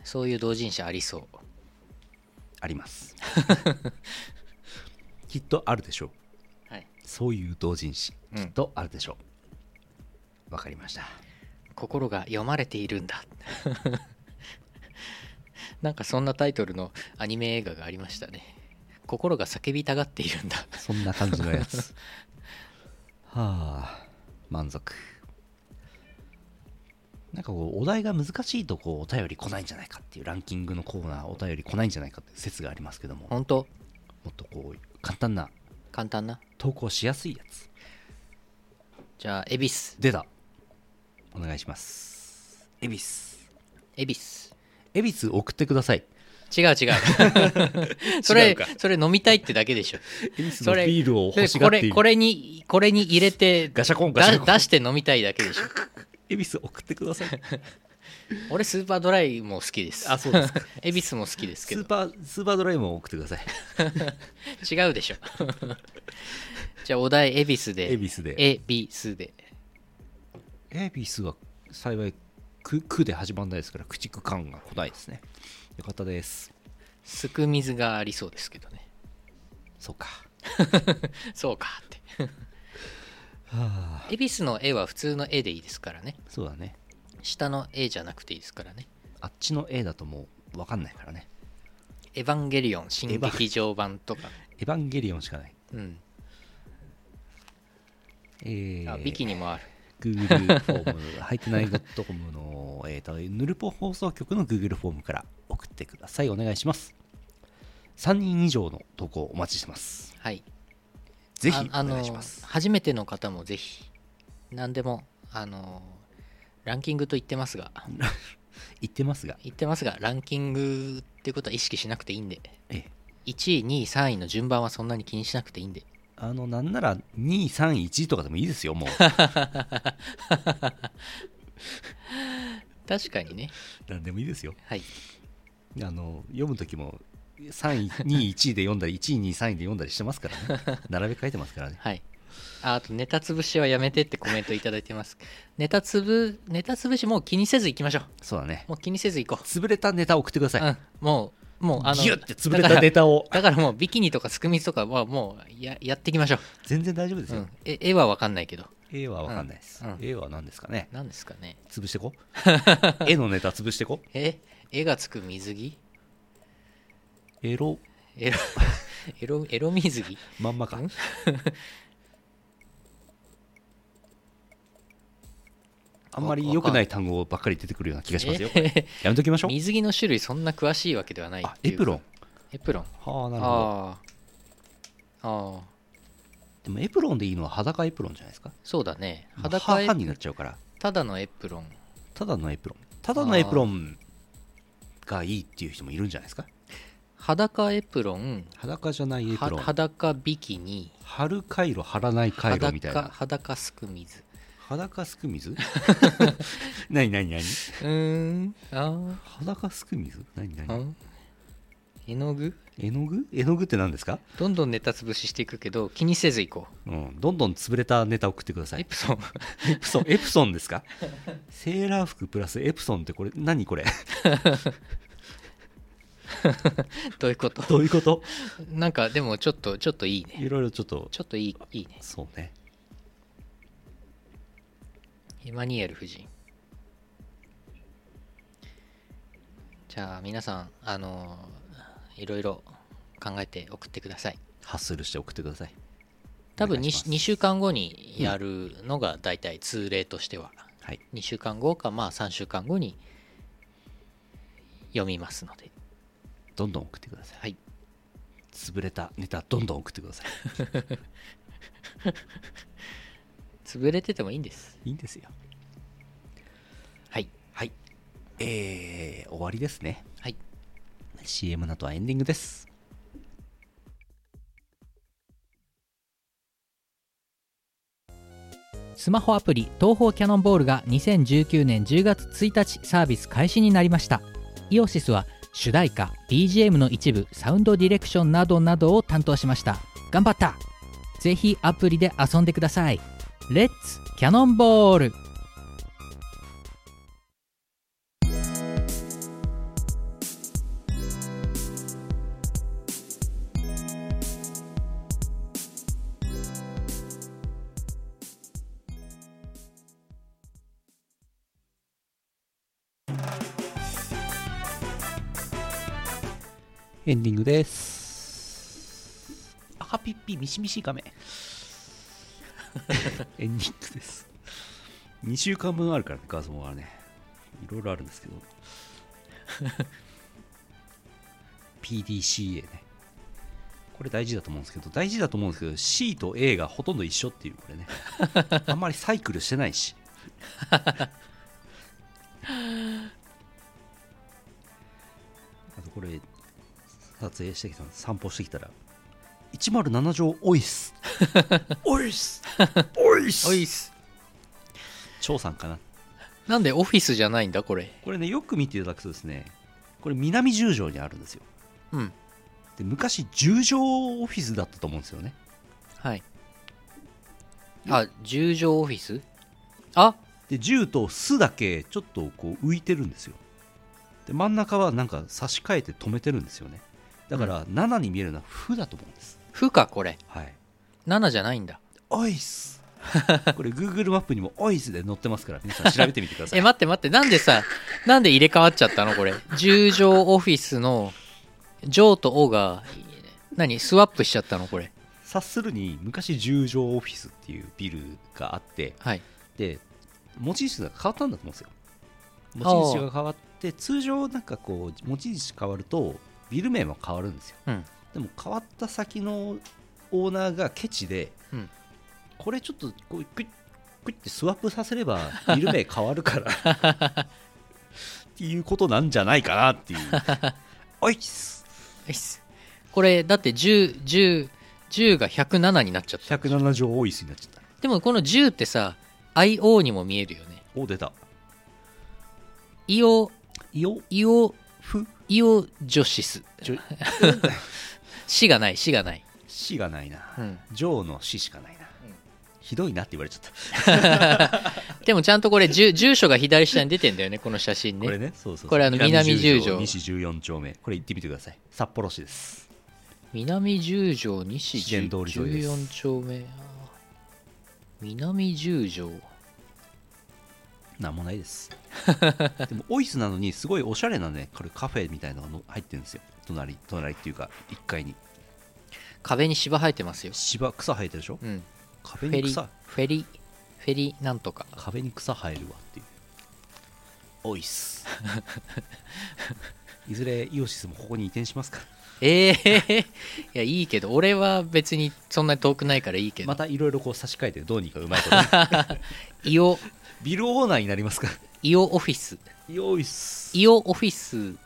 Speaker 1: そういう同人誌ありそう
Speaker 2: あります きっとあるでしょう
Speaker 1: はい
Speaker 2: そういう同人誌
Speaker 1: うん
Speaker 2: きっとあるでしょうわ、かりました
Speaker 1: 心が読まれているんだ なんかそんなタイトルのアニメ映画がありましたね心が叫びたがっているんだ
Speaker 2: そんな感じのや つはあ満足なんかこうお題が難しいとこうお便り来ないんじゃないかっていうランキングのコーナーお便り来ないんじゃないかっていう説がありますけどもも
Speaker 1: 本当
Speaker 2: っとこう簡単な
Speaker 1: 簡単な
Speaker 2: 投稿しやすいやつ
Speaker 1: じゃあ恵比寿
Speaker 2: 出たお願いします恵比寿
Speaker 1: 恵比寿
Speaker 2: 恵比寿送ってください
Speaker 1: 違う違 うそれ
Speaker 2: 違うか
Speaker 1: それ飲みたいってだけでしょ
Speaker 2: 恵比寿
Speaker 1: そ
Speaker 2: の
Speaker 1: れ
Speaker 2: ビールを欲しが
Speaker 1: こ
Speaker 2: ってい
Speaker 1: れ
Speaker 2: る
Speaker 1: これにこれに入れて
Speaker 2: ガシャコンガシ
Speaker 1: だ
Speaker 2: ャコン
Speaker 1: 出して飲みたいだけでしょ
Speaker 2: 恵比寿送って ください
Speaker 1: 俺スーパードライも好きです
Speaker 2: あそうですか
Speaker 1: 恵比寿も好きです
Speaker 2: ス
Speaker 1: けど
Speaker 2: ーパースーパードライも送ってください
Speaker 1: 違うでしょ じゃあお題恵比寿で
Speaker 2: 恵比寿で
Speaker 1: 恵比寿で
Speaker 2: エビスは幸いくくで始まらないですから駆逐感が来ないですねよかったです
Speaker 1: すく水がありそうですけどね
Speaker 2: そうか
Speaker 1: そうかって恵比寿の絵は普通の絵でいいですからね
Speaker 2: そうだね
Speaker 1: 下の絵じゃなくていいですからね
Speaker 2: あっちの A だともう分かんないからね
Speaker 1: エヴァンゲリオン新劇場版とか、
Speaker 2: エヴァンゲリオンしかない
Speaker 1: うん、
Speaker 2: え
Speaker 1: あ
Speaker 2: ー、
Speaker 1: ビキにもある
Speaker 2: Google フォーム入ってない .com の、えー、とヌルポ放送局の Google フォームから送ってくださいお願いします3人以上の投稿お待ちしてます
Speaker 1: はい
Speaker 2: ぜひ
Speaker 1: あ
Speaker 2: お願いします
Speaker 1: あの初めての方もぜひ何でもあのランキングと言ってますが
Speaker 2: 言ってますが
Speaker 1: 言ってますがランキングってことは意識しなくていいんで
Speaker 2: ええ
Speaker 1: 1位2位3位の順番はそんなに気にしなくていいんで
Speaker 2: あのなんなら231とかでもいいですよもう
Speaker 1: 確かにね
Speaker 2: 何でもいいですよ
Speaker 1: はい
Speaker 2: あの読む時も3位2位1位で読んだり1位2位3位で読んだりしてますから ね並べ替えてますからね
Speaker 1: はいああとネタ潰しはやめてってコメントいただいてます ネタつぶネタ潰しもう気にせず行きましょう
Speaker 2: そうだね
Speaker 1: もう気にせず行こ
Speaker 2: 潰れたネタ送ってくだ
Speaker 1: う、
Speaker 2: さい、
Speaker 1: うんもうもうあの
Speaker 2: ギュッて潰れたネタ を
Speaker 1: だからもうビキニとかすくみずとかはもうややっていきましょ
Speaker 2: 全然大丈夫です
Speaker 1: う、う
Speaker 2: よ、
Speaker 1: ん、え絵は分かんないけど
Speaker 2: A は分かんないです、
Speaker 1: うんうん
Speaker 2: A は何ですかね
Speaker 1: 何ですかね
Speaker 2: 潰して こ絵のネタ潰してこ
Speaker 1: え絵がつく水着
Speaker 2: エロ
Speaker 1: エロ エロエロ水着
Speaker 2: まんまか
Speaker 1: ん
Speaker 2: あんまり良くない単語ばっかり出てくるような気がしますよこれ
Speaker 1: え
Speaker 2: やめときましょう
Speaker 1: 水着の種類そんな詳しいわけではない
Speaker 2: あ
Speaker 1: って
Speaker 2: エ
Speaker 1: いう
Speaker 2: プロン
Speaker 1: エプロン
Speaker 2: はあなるほど
Speaker 1: ああああ
Speaker 2: でもエプロンでいいのは裸エプロンじゃないですか
Speaker 1: そうだね
Speaker 2: 裸
Speaker 1: 裸エ
Speaker 2: 半々になっちゃうから
Speaker 1: ただのエプロン
Speaker 2: ただのエプロンただのエプロンがいいっていう人もいるんじゃないですか
Speaker 1: 裸エプロン
Speaker 2: 裸じゃないエプ
Speaker 1: は
Speaker 2: ロン
Speaker 1: 裸ビキニ
Speaker 2: 貼る回路貼らない回路みたい
Speaker 1: 裸
Speaker 2: な
Speaker 1: 裸すく水
Speaker 2: 裸すく水 何何何
Speaker 1: うーんあ
Speaker 2: 裸すく水何
Speaker 1: あ
Speaker 2: 何
Speaker 1: ん絵の具
Speaker 2: 絵の具絵の具って何ですか
Speaker 1: どんどんネタ潰ししていくけど気にせず行こ
Speaker 2: うんどんどん潰れたネタ送ってくだ
Speaker 1: う
Speaker 2: さ
Speaker 1: エ
Speaker 2: い
Speaker 1: プソン
Speaker 2: エプソンエプソンですかセーラー服プラスエプソンってこれ何これ
Speaker 1: どういうこと
Speaker 2: どういうこと
Speaker 1: なんかでもちょっとちょっといいね
Speaker 2: いろいろちょっと
Speaker 1: ちょっといいいいね
Speaker 2: そうね
Speaker 1: エマニュエル夫人じゃあ皆さんあのいろいろ考えて送ってください
Speaker 2: ハッスルして送ってください
Speaker 1: 多分
Speaker 2: お願
Speaker 1: 2,
Speaker 2: いします
Speaker 1: 週間後にやるのが大体通例としては、
Speaker 2: はい
Speaker 1: 2週間後かまあ3週間後に読みますので
Speaker 2: どんどん送ってください
Speaker 1: はい
Speaker 2: 潰れたネタどんどん送ってください
Speaker 1: 潰れててもいいんです
Speaker 2: いいんですよ
Speaker 1: はい
Speaker 2: はいえー、終わりですね
Speaker 1: はい
Speaker 2: CM の後はエンディングです
Speaker 5: スマホアプリ東方キャノンボールが2019年10月1日サービス開始になりましたイオシスは
Speaker 6: 主題歌 BGM の一部サウンドディレクションなどなどを担当しました頑張ったぜひアプリで遊んでくださいレッツキャノンボール
Speaker 7: エンディングです。赤ピッピミシミシガメ。
Speaker 2: エンディングです。2週間分あるからね、画像はね。いろいろあるんですけ ど。PDCA ね。これ大事だと思うんですけど、大事だと思うんですけど、C と A がほとんど一緒っていう、これね。あんまりサイクルしてない し。あとこれ、撮影してきたの散歩してきたら、107条おいっす。おいっす。おいっす。
Speaker 1: おいっす
Speaker 2: 張さんかな
Speaker 1: なんでオフィスじゃないんだこれ
Speaker 2: これねよく見ていただくとですねこれ南十条にあるんですよ
Speaker 1: うん
Speaker 2: で昔十条オフィスだったと思うんですよね
Speaker 1: はいあ十条オフィスあ
Speaker 2: で十とすだけちょっとこう浮いてるんですよで真ん中はなんか差し替えて止めてるんですよねだから7に見えるのは「ふ」だと思うんです
Speaker 1: 負かこれ
Speaker 2: はい
Speaker 1: 7じゃないんだ
Speaker 2: 「おいっす」 これ Google マップにも「おいっす」で載ってますから皆さん調べてみてくださ
Speaker 1: え
Speaker 2: い
Speaker 1: 待って待ってなんで さなんで入れ替わっちゃったのこれ十条オフィスの「ジョー」と「オ」が何スワップしちゃったのこれ
Speaker 2: 察するに昔十条オフィスっていうビルがあって
Speaker 1: はい
Speaker 2: で持ち主が変わったんだと思うんですよ持ち主が変わって通常なんかこう持ち主変わるとビル名も変わるんですよ、
Speaker 1: うん
Speaker 2: でも変わった先のオーナーがケチで、
Speaker 1: うん
Speaker 2: これちょっとこうクイックイッてスワップさせればビル名変わるからっていうことなんじゃないか なっていうおいっす
Speaker 1: よしこれだって1010 10 10が107になっちゃった
Speaker 2: 107条多いっすになっちゃった
Speaker 1: でもこの10ってさ IO にも見えるよね
Speaker 2: お出た
Speaker 1: イオ
Speaker 2: よ
Speaker 1: イオ
Speaker 2: ふ
Speaker 1: イオジョシス
Speaker 2: ジョ
Speaker 1: 死がない死がない、
Speaker 2: 死がないな、
Speaker 1: うん、
Speaker 2: 条の死しかないな、ひどいなって言われちゃった
Speaker 1: でもちゃんとこれ住住所が左下に出てんだよねこの写真ね
Speaker 2: これね、そうそうそう
Speaker 1: これあの南十条
Speaker 2: 西14丁目。これ行ってみてください。札幌市です。
Speaker 1: 南十条西
Speaker 2: 自然通り沿いです
Speaker 1: 14丁目南十条
Speaker 2: なんもないです。 でも、オイスなのに、すごいおしゃれなね、これカフェみたいなのがの入ってるんですよ。隣、隣っていうか、1階に。
Speaker 1: 壁に芝生えてますよ、
Speaker 2: 芝、草生えてるでしょ
Speaker 1: うん、フ
Speaker 2: 壁に
Speaker 1: ェリフ
Speaker 2: 草、
Speaker 1: ェリフェリなんとか
Speaker 2: 壁に草生えるわっていう。オ イス。いずれイオシスもここに移転しますか
Speaker 1: ええいやいいけど俺は別にそんなに遠くないからいいけ
Speaker 2: ら
Speaker 1: ど、
Speaker 2: またいろいろこう差し替えてどうにかうまいこと
Speaker 1: イオ
Speaker 2: ビルオーナーになりますから
Speaker 1: イオオフィス
Speaker 2: よいっす
Speaker 1: イオオフィス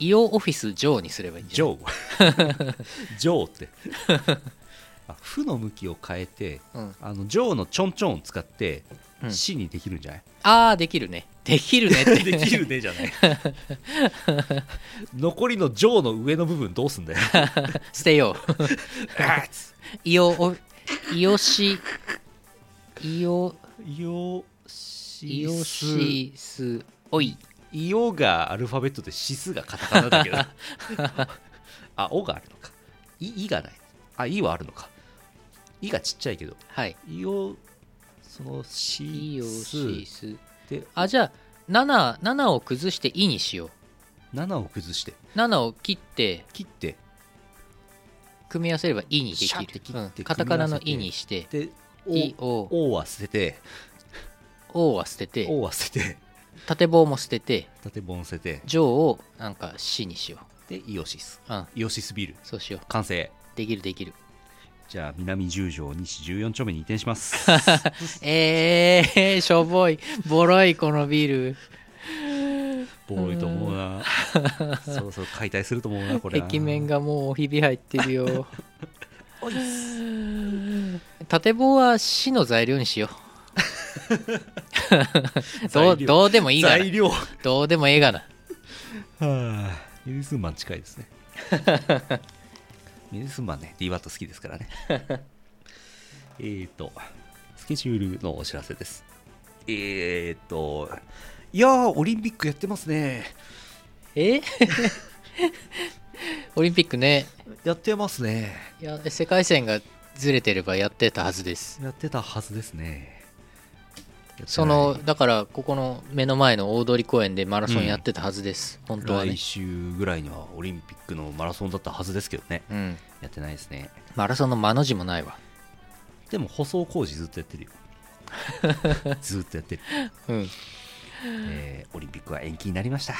Speaker 1: イオオフィスジョーにすれば いいんじ
Speaker 2: ジ
Speaker 1: ゃない
Speaker 2: ョージョーってあ負の向きを変えて
Speaker 1: うん、
Speaker 2: あのジョーのちょんちょんを使って
Speaker 1: うん
Speaker 2: 死にできるんじゃない、
Speaker 1: ああできるねできるねって
Speaker 2: できるねじゃない残りのジョーの上の部分どうすんだよ
Speaker 1: 捨てよう
Speaker 2: あっつ
Speaker 1: イオオイオシイオ
Speaker 2: よ
Speaker 1: イ
Speaker 2: し
Speaker 1: オシスおい
Speaker 2: イオがアルファベットでシスがカタカナ だけどあオがあるのかイイがないあイはあるのかイがちっちゃいけど
Speaker 1: はい
Speaker 2: イオそのシ
Speaker 1: イオシ
Speaker 2: ス
Speaker 1: ス
Speaker 2: で
Speaker 1: あじゃあ 7, 7を崩してイにしよ
Speaker 2: 7を崩して
Speaker 1: う7を切って
Speaker 2: 切って
Speaker 1: 組み合わせればイにで
Speaker 2: シャッ
Speaker 1: き
Speaker 2: て
Speaker 1: る
Speaker 2: 切って
Speaker 1: うん
Speaker 2: 組み合わせて
Speaker 1: カタカナのイにして
Speaker 2: で
Speaker 1: イ
Speaker 2: O,
Speaker 1: を
Speaker 2: o は捨てて
Speaker 1: O は捨てて
Speaker 2: O は捨てて
Speaker 1: 縦棒も捨てて
Speaker 2: 縦本捨てて
Speaker 1: ジョーをなんか死にしよ
Speaker 2: でイオシス
Speaker 1: ううん
Speaker 2: イオシスビル
Speaker 1: そうしよう
Speaker 2: 完成
Speaker 1: できるできる
Speaker 2: じゃあ南十条西14丁目に移転します
Speaker 1: えー、しょぼいボロいこのビル
Speaker 2: ボロいと思 うなそろそろ解体すると思うなこれな
Speaker 1: 壁面がもうひび入ってるよ
Speaker 2: おいっす
Speaker 1: 縦棒は死の材料に しようどう
Speaker 2: 材料
Speaker 1: どうでもいいがな
Speaker 2: 材料は
Speaker 1: どうでもええがな
Speaker 2: あミリスーマン近いです ねミリスーマンね d ワット好きですからね えーとスケジュールのお知らせですえーといやーオリンピックやってますね
Speaker 1: え オリンピックね
Speaker 2: やってますね
Speaker 1: いや世界線がずれてればやってたはずです
Speaker 2: やってたはずですね
Speaker 1: そのだからここの目の前の大通公園でマラソンやってたはずです、本当はね
Speaker 2: 来、週ぐらいにはオリンピックのマラソンだったはずですけどね
Speaker 1: うん、
Speaker 2: やってないですね
Speaker 1: マラソンの間の字もないわ
Speaker 2: でも舗装工事ずっとやって るよずっとやってる、
Speaker 1: うん
Speaker 2: えーオリンピックは延期になりました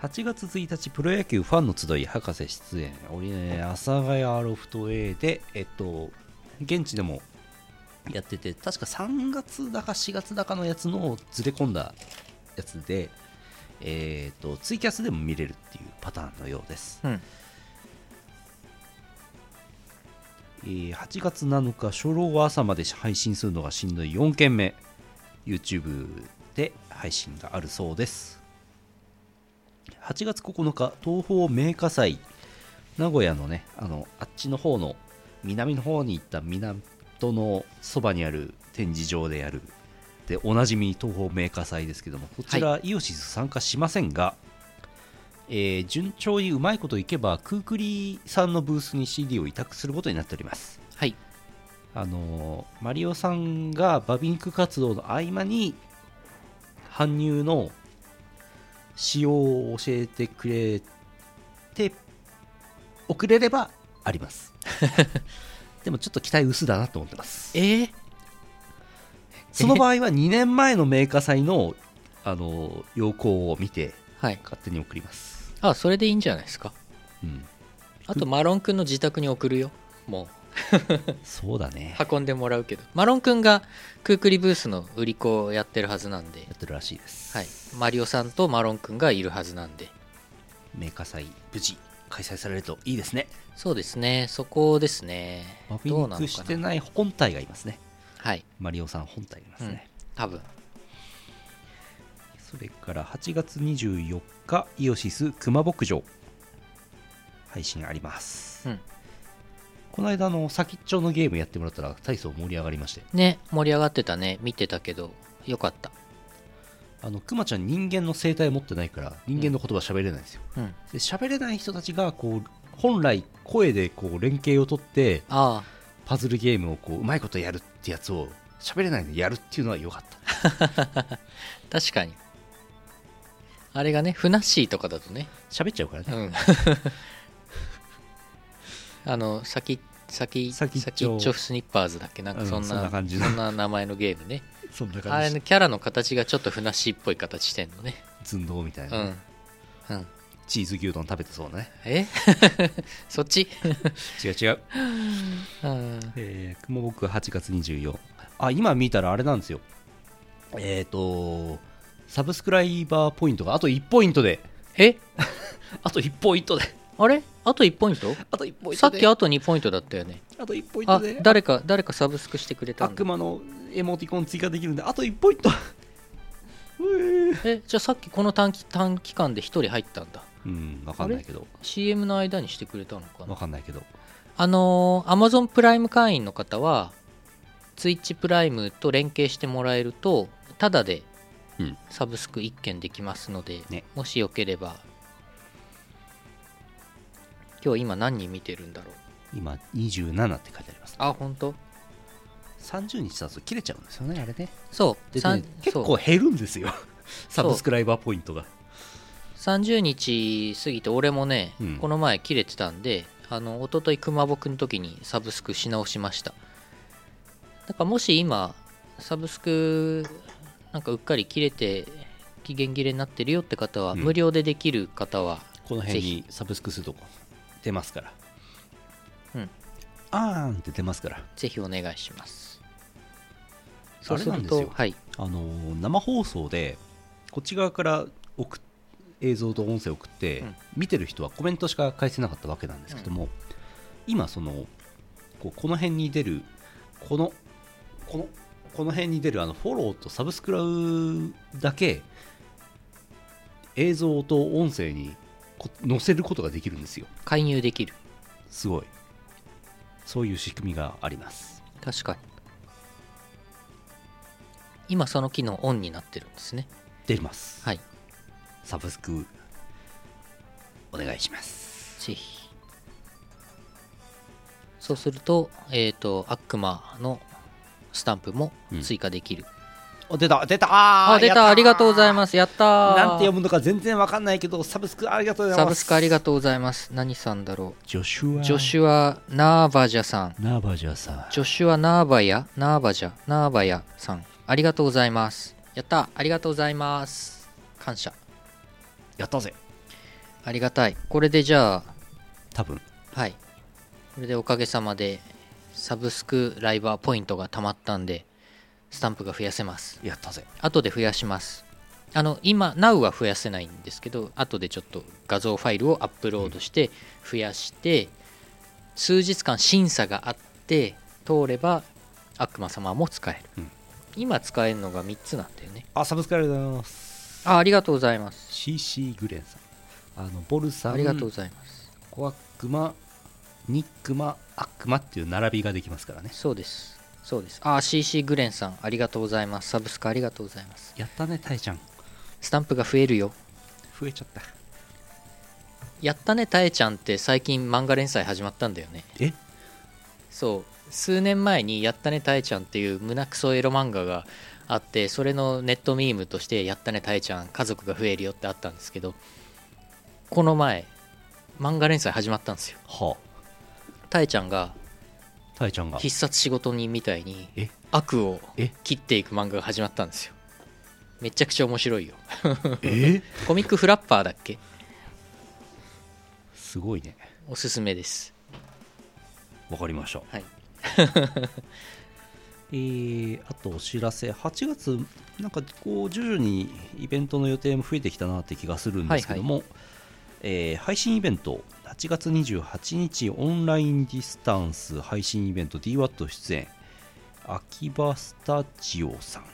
Speaker 2: 8月1日プロ野球ファンの集い博士出演オリえー阿佐ヶ谷ロフト A でえっと現地でもやってて確か3月だか4月だかのやつのずれ込んだやつでえっとツイキャスでも見れるっていうパターンのようです
Speaker 1: うん
Speaker 2: えー8月7日初老は朝まで配信するのがしんどい4件目 YouTube で配信があるそうです8月9日東方名火祭名古屋のねあのあっちの方の南の方に行った港のそばにある展示場でやるでおなじみ東方名火祭ですけどもこちらイオシス参加しませんが、えー順調にうまいこといけばクークリさんのブースに CD を委託することになっております
Speaker 1: はい
Speaker 2: あのーマリオさんがバビ肉活動の合間に搬入の仕様を教えてくれて遅れればあります でもちょっと期待薄だなと思ってます
Speaker 1: えー、
Speaker 2: その場合は2年前のメーカー祭の、あのー要項を見て
Speaker 1: はい
Speaker 2: 勝手に送ります、
Speaker 1: あそれでいいんじゃないですか
Speaker 2: うん、
Speaker 1: あとマロンくんの自宅に送るよも
Speaker 2: そうだね
Speaker 1: う運んでもらうけどマロンくんがクークリブースの売り子をやってるはずなんで
Speaker 2: や、ってるらしいです
Speaker 1: はい、マリオさんとマロンくんがいるはずなんで
Speaker 2: メーカー祭無事開催されるといいですね
Speaker 1: そうですねそこですね
Speaker 2: マフ
Speaker 1: ど
Speaker 2: ィ
Speaker 1: う
Speaker 2: ン
Speaker 1: な
Speaker 2: ク
Speaker 1: の
Speaker 2: し
Speaker 1: か
Speaker 2: て
Speaker 1: な
Speaker 2: ない本体がいますね
Speaker 1: はい
Speaker 2: マリオさん本体がいますね、
Speaker 1: 多分
Speaker 2: それから8月24日イオシス熊牧場配信あります、
Speaker 1: うん
Speaker 2: この間あの先っちょのゲームやってもらったら大層盛り上がりまして
Speaker 1: ね盛り上がってたね見てたけどよかった
Speaker 2: あのクマちゃん人間の生態持ってないから人間の言葉喋れないんですよ、
Speaker 1: うん
Speaker 2: で喋れない人たちがこう本来声でこう連携を取って
Speaker 1: ああ
Speaker 2: パズルゲームをこううまいことやるってやつを喋れないのにやるっていうのは良かった
Speaker 1: 確かにあれがねふなっしーとかだとね
Speaker 2: 喋っちゃうからね、
Speaker 1: うん あの先先
Speaker 2: 先
Speaker 1: 先
Speaker 2: っちょ
Speaker 1: っちょスニッパーズだっけなんかそん
Speaker 2: う
Speaker 1: な,、
Speaker 2: んそんな感じの
Speaker 1: そんな名前のゲームね
Speaker 2: そんな
Speaker 1: あれのキャラの形がちょっとふなっしーっぽい形してんのね
Speaker 2: 寸胴みたい
Speaker 1: うん
Speaker 2: な、、
Speaker 1: うん、
Speaker 2: チーズ牛丼食べてそうなね
Speaker 1: え そっち、
Speaker 2: 違う違う
Speaker 1: うん、
Speaker 2: えー、も僕8月24あ今見たらあれなんですよえっ、とサブスクライバーポイントがあと1ポイントで
Speaker 1: え
Speaker 2: あと1ポイントで
Speaker 1: あれあと1ポイント
Speaker 2: あと1ポイン
Speaker 1: さ
Speaker 2: ト
Speaker 1: っ
Speaker 2: で
Speaker 1: きあと2ポイントだったよね
Speaker 2: あと1ポイント
Speaker 1: あ
Speaker 2: で
Speaker 1: 誰か誰かサブスクしてくれたんだ
Speaker 2: 悪魔のエモティコン追加できるんであと1ポイント うー
Speaker 1: えじゃあさっきこの短期短期間で1人入ったんだ
Speaker 2: うん分かんないけど
Speaker 1: CM の間にしてくれたのか
Speaker 2: 分
Speaker 1: な
Speaker 2: かんないけど
Speaker 1: あのー Amazon プライム会員の方は Twitch プライムと連携してもらえるとタダで
Speaker 2: うん
Speaker 1: サブスク1件できますので、
Speaker 2: ね
Speaker 1: もしよければ今日今何人見てるんだろう
Speaker 2: 今27って書いてあります
Speaker 1: あ本当
Speaker 2: 30日だと切れちゃうんですよねあれね
Speaker 1: そう
Speaker 2: で
Speaker 1: さん
Speaker 2: ね結
Speaker 1: そ
Speaker 2: 構
Speaker 1: う
Speaker 2: 減るんですよ サブスクライバーポイントが
Speaker 1: 30日過ぎて俺もね、
Speaker 2: うん
Speaker 1: この前切れてたんであの一昨日熊僕の時にサブスクし直しましただからもし今サブスクなんかうっかり切れて期限切れになってるよって方は、
Speaker 2: うん
Speaker 1: 無料でできる方は
Speaker 2: この辺にサブスクすると出ますから
Speaker 1: うん
Speaker 2: あーんって出ますから
Speaker 1: ぜひお願いします
Speaker 2: あれなんですよ
Speaker 1: はい
Speaker 2: あのー生放送でこっち側から送っ映像と音声送って、
Speaker 1: うん
Speaker 2: 見てる人はコメントしか返せなかったわけなんですけども、今そのこうこの辺に出るこのこのこの辺に出るあのフォローとサブスクラウだけ映像と音声にこ載せることができるんですよ
Speaker 1: 介入できる
Speaker 2: すごいそういう仕組みがあります
Speaker 1: 確かに今その機能オンになってるんですね
Speaker 2: 出ます
Speaker 1: はい
Speaker 2: サブスクお願いします
Speaker 1: ぜひそうするとえっ、と悪魔のスタンプも追加できる、
Speaker 2: お出た出たあ
Speaker 1: あ出たありがとうござい
Speaker 2: ま
Speaker 1: ますやったー
Speaker 2: なんて読むのか全然わかんないけどサブスクありがとうございます
Speaker 1: サブスクありがとうございます何さんだろ
Speaker 2: ジョシュ
Speaker 1: う
Speaker 2: ア
Speaker 1: ジョシュア・ナーバジャさん
Speaker 2: ナーバジャさん
Speaker 1: ジョシュア・ナーバヤナーバジャナーバヤさんありがとうございますやったありがとうございます感謝
Speaker 2: やったぜ
Speaker 1: ありがたいこれでじゃあ
Speaker 2: 多分
Speaker 1: はい。これでおかげさまで、サブスクライバーポイントがたまったんで、スタンプが増やせます。
Speaker 2: やったぜ
Speaker 1: 後で増やします。あの、今、Now は増やせないんですけど、後でちょっと画像ファイルをアップロードして、増やして、数日間審査があって、通れば、悪魔様も使える。
Speaker 2: うん
Speaker 1: 今使えるのが3つなんだよね。
Speaker 2: あサブスクありがとうございます
Speaker 1: あ、ありがとうございます。
Speaker 2: CC グレンさんあのボルさん
Speaker 1: ありがとうございます。
Speaker 2: コアクマニックマアクマっていう並びができますからね
Speaker 1: そうです。そうです。あ、CC グレンさん、ありがとうございます。サブスクありがとうございます。
Speaker 2: やったねタイちゃん
Speaker 1: スタンプが増えるよ。
Speaker 2: 増えちゃった
Speaker 1: やったね、たえちゃんって最近漫画連載始まったんだよね。
Speaker 2: え
Speaker 1: そう、数年前にやったね、たえちゃんっていう胸クソエロ漫画があって、それのネットミームとして、やったね、たえちゃん、家族が増えるよってあったんですけど、この前、漫画連載始まったんですよ。
Speaker 2: は
Speaker 1: たえちゃんが
Speaker 2: あタイちゃんが
Speaker 1: 必殺仕事人みたいに
Speaker 2: え
Speaker 1: 悪を
Speaker 2: え
Speaker 1: 切っていく漫画が始まったんですよ。めちゃくちゃ面白いよ。
Speaker 2: え
Speaker 1: コミックフラッパーだっけ
Speaker 2: すごいね
Speaker 1: おすすめです。
Speaker 2: わかりました
Speaker 1: はい。
Speaker 2: えーあとお知らせ8月なんかこう徐々にイベントの予定も増えてきたなって気がするんですけども、えー配信イベント8月28日オンラインディスタンス配信イベント DWAT 出演秋葉スタジオさん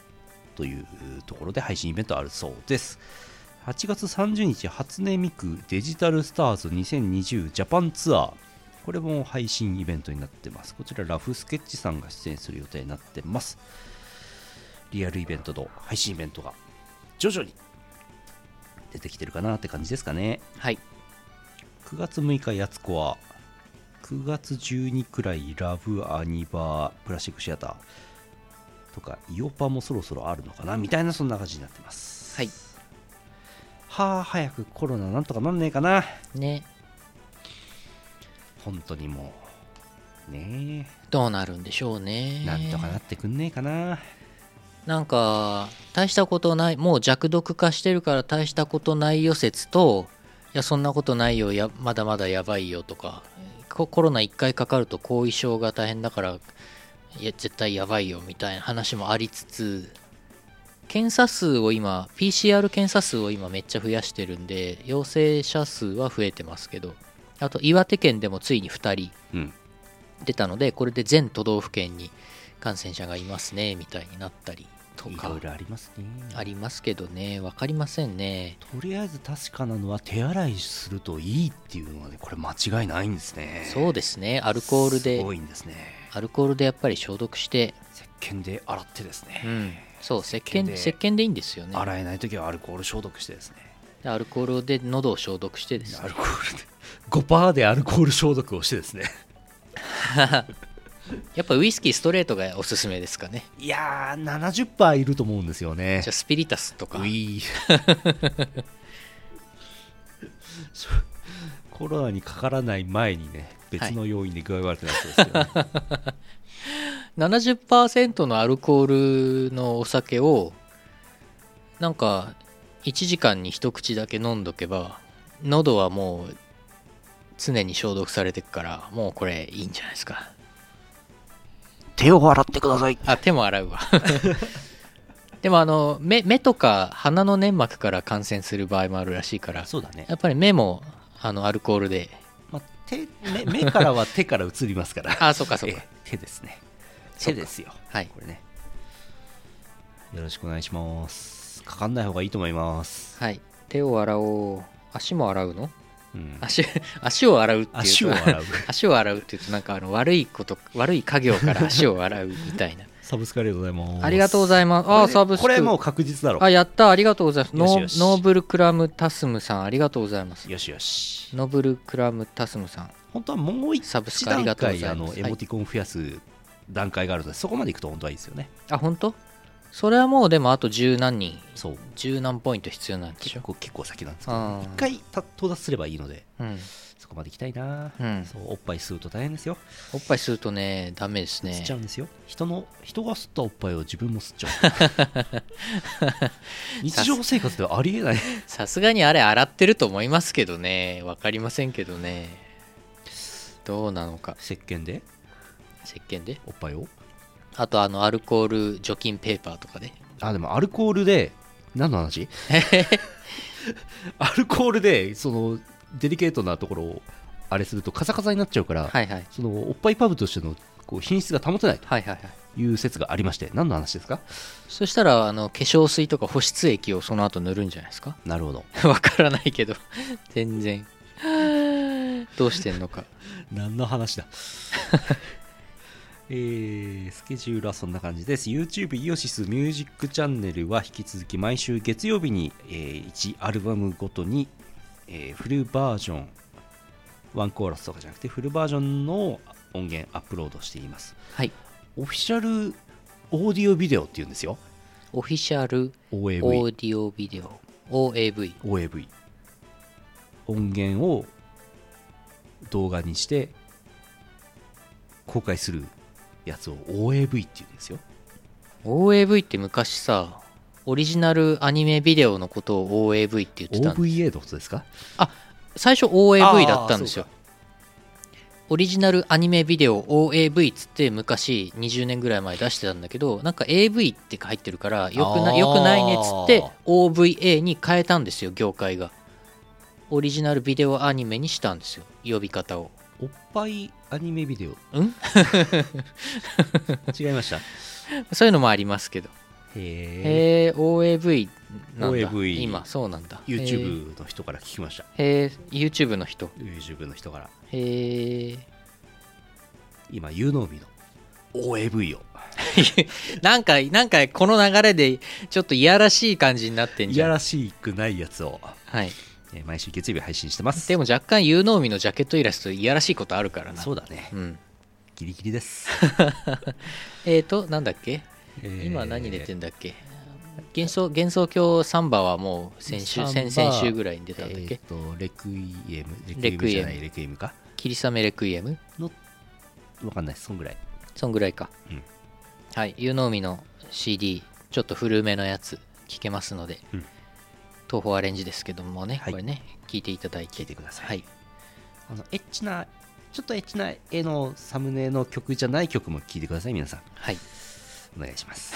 Speaker 2: というところで配信イベントあるそうです8月30日初音ミクデジタルスターズ2020ジャパンツアーこれも配信イベントになってますこちらラフスケッチさんが出演する予定になってますリアルイベントと配信イベントが徐々に出てきてるかなって感じですかね
Speaker 1: はい。
Speaker 2: 9月6日やつこは9月12くらいラブアニバープラスチックシアターとかイオパもそろそろあるのかなみたいなそんな感じになってます
Speaker 1: はい
Speaker 2: はあ早くコロナなんとかなんねえかな
Speaker 1: ね。
Speaker 2: 本当にもうね
Speaker 1: どうなるんでしょう
Speaker 2: え
Speaker 1: ね
Speaker 2: なんとかなってくんねえかな
Speaker 1: なんか大したことないもう弱毒化してるから大したことないよ説といやそんなことないよやまだまだやばいよとかココロナ1回かかると後遺症が大変だからいや絶対やばいよみたいな話もありつつ検査数を今 PCR 検査数を今めっちゃ増やしてるんで陽性者数は増えてますけどあと岩手県でもついに2人
Speaker 2: うん
Speaker 1: 出たのでこれで全都道府県に感染者がいますねみたいになったりと
Speaker 2: い
Speaker 1: か
Speaker 2: ろいろありますね
Speaker 1: ありますけどね分かりませんね
Speaker 2: とりあえず確かなのは手洗いするといいっていうのはねこれ間違いないんですね
Speaker 1: そうですねアルコール
Speaker 2: すご
Speaker 1: で
Speaker 2: いんですね
Speaker 1: アルコールでやっぱり消毒して
Speaker 2: 石鹸で洗ってですね、
Speaker 1: うんそう石
Speaker 2: 鹸
Speaker 1: 鹸
Speaker 2: で
Speaker 1: 石鹸でいいんですよね
Speaker 2: 洗えない時はアルコール消毒してですね
Speaker 1: でアルコールで喉を消毒してです
Speaker 2: ア
Speaker 1: ね
Speaker 2: ルコールで5%でアルコール消毒をしてですね
Speaker 1: やっぱウイスキーストレートがおすすめですかね
Speaker 2: いやー70%いると思うんですよね
Speaker 1: じゃあスピリタスとか
Speaker 2: うい コロナにかからない前にね別の要因で具合悪くなってですよ、ね
Speaker 1: 70%のアルコールのお酒をなんか1時間に一口だけ飲んどけば喉はもう常に消毒されてくからもうこれいいんじゃないですか
Speaker 8: 手を洗ってください。
Speaker 1: あ手も洗うわ でもあの目目とか鼻の粘膜から感染する場合もあるらしいから
Speaker 2: そうだね
Speaker 1: やっぱり目もあのアルコールで
Speaker 2: まあ、手目目からは手から移りますから
Speaker 1: あそうかそうか
Speaker 2: ええ手ですね
Speaker 1: そ
Speaker 2: 手
Speaker 1: うか
Speaker 2: ですよ
Speaker 1: はい
Speaker 2: これねよろしくお願いしますかかんない方がいいと思います
Speaker 1: はい手を洗おう足も洗うの
Speaker 2: うん、
Speaker 1: 足足を洗うっていうか
Speaker 2: 足を洗う
Speaker 1: 足を洗うっていうとなんかあの悪いこと悪い家業 から足を洗うみたいな
Speaker 2: サブスクありがとうございます
Speaker 1: ありがとうございますああサブスク
Speaker 2: これもう確実だろ
Speaker 1: あやったありがとうございますノ
Speaker 2: よしよし
Speaker 1: ーノーブルクラムタスムさんありがとうございます
Speaker 2: よしよし
Speaker 1: ノーブルクラムタスムさん
Speaker 2: 本当はもう一
Speaker 1: サブスクありが
Speaker 2: 段
Speaker 1: とうご
Speaker 2: 階
Speaker 1: ざ
Speaker 2: あ
Speaker 1: いま
Speaker 2: の
Speaker 1: す
Speaker 2: エモティコン増やす段階があるのでそこまでいくと本当はいいですよね
Speaker 1: あ本当それはもうでもあと十何人
Speaker 2: そう
Speaker 1: 十何ポイント必要なんでし
Speaker 2: 結
Speaker 1: ょ
Speaker 2: 構結構先なんですけど
Speaker 1: あ
Speaker 2: 一回た到達すればいいので
Speaker 1: あうん
Speaker 2: そこまで行きたいな、
Speaker 1: うん
Speaker 2: そうおっぱい吸うと大変ですよ
Speaker 1: おっぱい吸うとねダメです
Speaker 2: 吸
Speaker 1: ね
Speaker 2: っちゃうんですよ人の人が吸ったおっぱいを自分も吸っちゃ う日常生活ではありえない
Speaker 1: さすがにあれ洗ってると思いますけどねわかりませんけどねどうなのか
Speaker 2: 石鹸で
Speaker 1: 石鹸で
Speaker 2: おっぱいを
Speaker 1: あとあのアルコール除菌ペーパーとかで
Speaker 2: あでもアルコールで何の話 アルコールでそのデリケートなところをあれするとカサカサになっちゃうから、
Speaker 1: はいはい
Speaker 2: そのおっぱいパブとしてのこう品質が保てないと
Speaker 1: はいはいはい
Speaker 2: いう説がありまして何の話ですか
Speaker 1: そしたらあの化粧水とか保湿液をその後塗るんじゃないですか
Speaker 2: なるほど
Speaker 1: わからないけど 全然どうしてんのか
Speaker 2: 何の話だ えー、スケジュールはそんな感じです YouTube イオシスミュージックチャンネルは引き続き毎週月曜日に、え1アルバムごとに、えーフルバージョンワンコーラスとかじゃなくてフルバージョンの音源アップロードしています
Speaker 1: はい
Speaker 2: オフィシャルオーディオビデオっていうんですよ
Speaker 1: オフィシャルオ
Speaker 2: OAV,
Speaker 1: ーディオビデオ OAV
Speaker 2: OAV 音源を動画にして公開するやつを OAV って言うんですよ
Speaker 1: OAV って昔さオリジナルアニメビデオのことを OAV って言ってたん
Speaker 2: OVA のことですか
Speaker 1: 最初
Speaker 2: あ
Speaker 1: OAV
Speaker 2: ー
Speaker 1: だったんですよオリジナルアニメビデオ OAV っつって昔20年ぐらい前出してたんだけどなんか AV って入ってるからよく
Speaker 2: あ
Speaker 1: な
Speaker 2: ー
Speaker 1: よくないねっつって OVA に変えたんですよ業界がオリジナルビデオアニメにしたんですよ呼び方を
Speaker 2: おっぱいアニメビデオ
Speaker 1: ん
Speaker 2: 違いましたへ
Speaker 1: そういうのもありますけどへえ
Speaker 2: え
Speaker 1: OAV なんだ
Speaker 2: OAV
Speaker 1: 今そうなんだ
Speaker 2: YouTube の人から聞きました
Speaker 1: へえ YouTube の人
Speaker 2: YouTube の人から
Speaker 1: へえ
Speaker 2: 今有能美の OAV を
Speaker 1: なんかなんかこの流れでちょっといやらしい感じになってん
Speaker 2: い
Speaker 1: じゃ
Speaker 2: や
Speaker 1: ん
Speaker 2: らしくないやつを、
Speaker 1: はい、
Speaker 2: えー毎週月曜日配信してます
Speaker 1: でも若干有能美のジャケットイラストいやらしいことあるからな
Speaker 2: そうだね
Speaker 1: うん、
Speaker 2: ギリギリです、
Speaker 1: えーとなんだっけ 今何出てんだっけ、幻想幻想郷サンバはもう先週
Speaker 2: サンバ
Speaker 1: 先々週ぐらいに出たんだっ
Speaker 2: え
Speaker 1: け、
Speaker 2: っとレクイエム
Speaker 1: レ
Speaker 2: レク
Speaker 1: ク
Speaker 2: イ
Speaker 1: イ
Speaker 2: エムじ
Speaker 1: エム
Speaker 2: ゃないレクイエムか
Speaker 1: 霧雨レクイエム
Speaker 2: わかんないそんぐらい
Speaker 1: そんぐらいか、
Speaker 2: うん
Speaker 1: はい有能美の CD ちょっと古めのやつ聴けますので、
Speaker 2: うん
Speaker 1: 東宝アレンジですけどもね、
Speaker 2: はい
Speaker 1: これね聴いていただいて
Speaker 2: 聞いてください
Speaker 1: はい
Speaker 2: あのエッチなちょっとエッチな絵のサムネの曲じゃない曲も聴いてください皆さん
Speaker 1: はい
Speaker 2: お願いします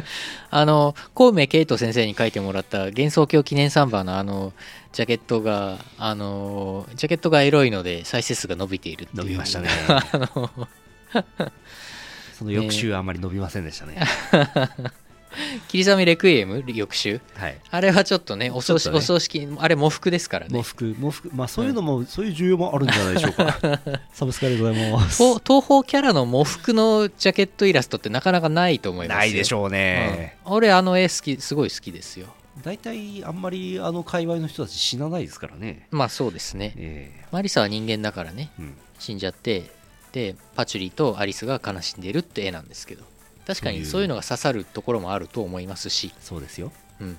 Speaker 1: あの孔明慶斗先生に書いてもらった幻想郷記念サンバのあのジャケットがあのジャケットがエロいので再生数が伸びているっていう
Speaker 2: 伸びましたね
Speaker 1: あの
Speaker 2: その翌週はあまり伸びませんでしたね
Speaker 1: 霧雨レクイエム翌週
Speaker 2: はい
Speaker 1: あれはちょっとねお葬
Speaker 2: ち
Speaker 1: 式
Speaker 2: ょっとね
Speaker 1: お葬式あれ喪服ですから
Speaker 2: 喪
Speaker 1: ね
Speaker 2: 服喪服まあそういうのも、そういう需要もあるんじゃないでしょう かサブスクありがとうございます
Speaker 1: 東東宝キャラの喪服のジャケットイラストってなかなかないと思いますよ
Speaker 2: ないでしょうね、
Speaker 1: うん俺あの絵好きすごい好きですよ
Speaker 2: 大体あんまりあの界隈の人たち死なないですからね
Speaker 1: まあそうですね
Speaker 2: え
Speaker 1: マリサは人間だからね
Speaker 2: えうん
Speaker 1: 死んじゃってでパチュリーとアリスが悲しんでるって絵なんですけど確かにそういうのが刺さるところもあると思いますし、
Speaker 2: そうですよ
Speaker 1: うん、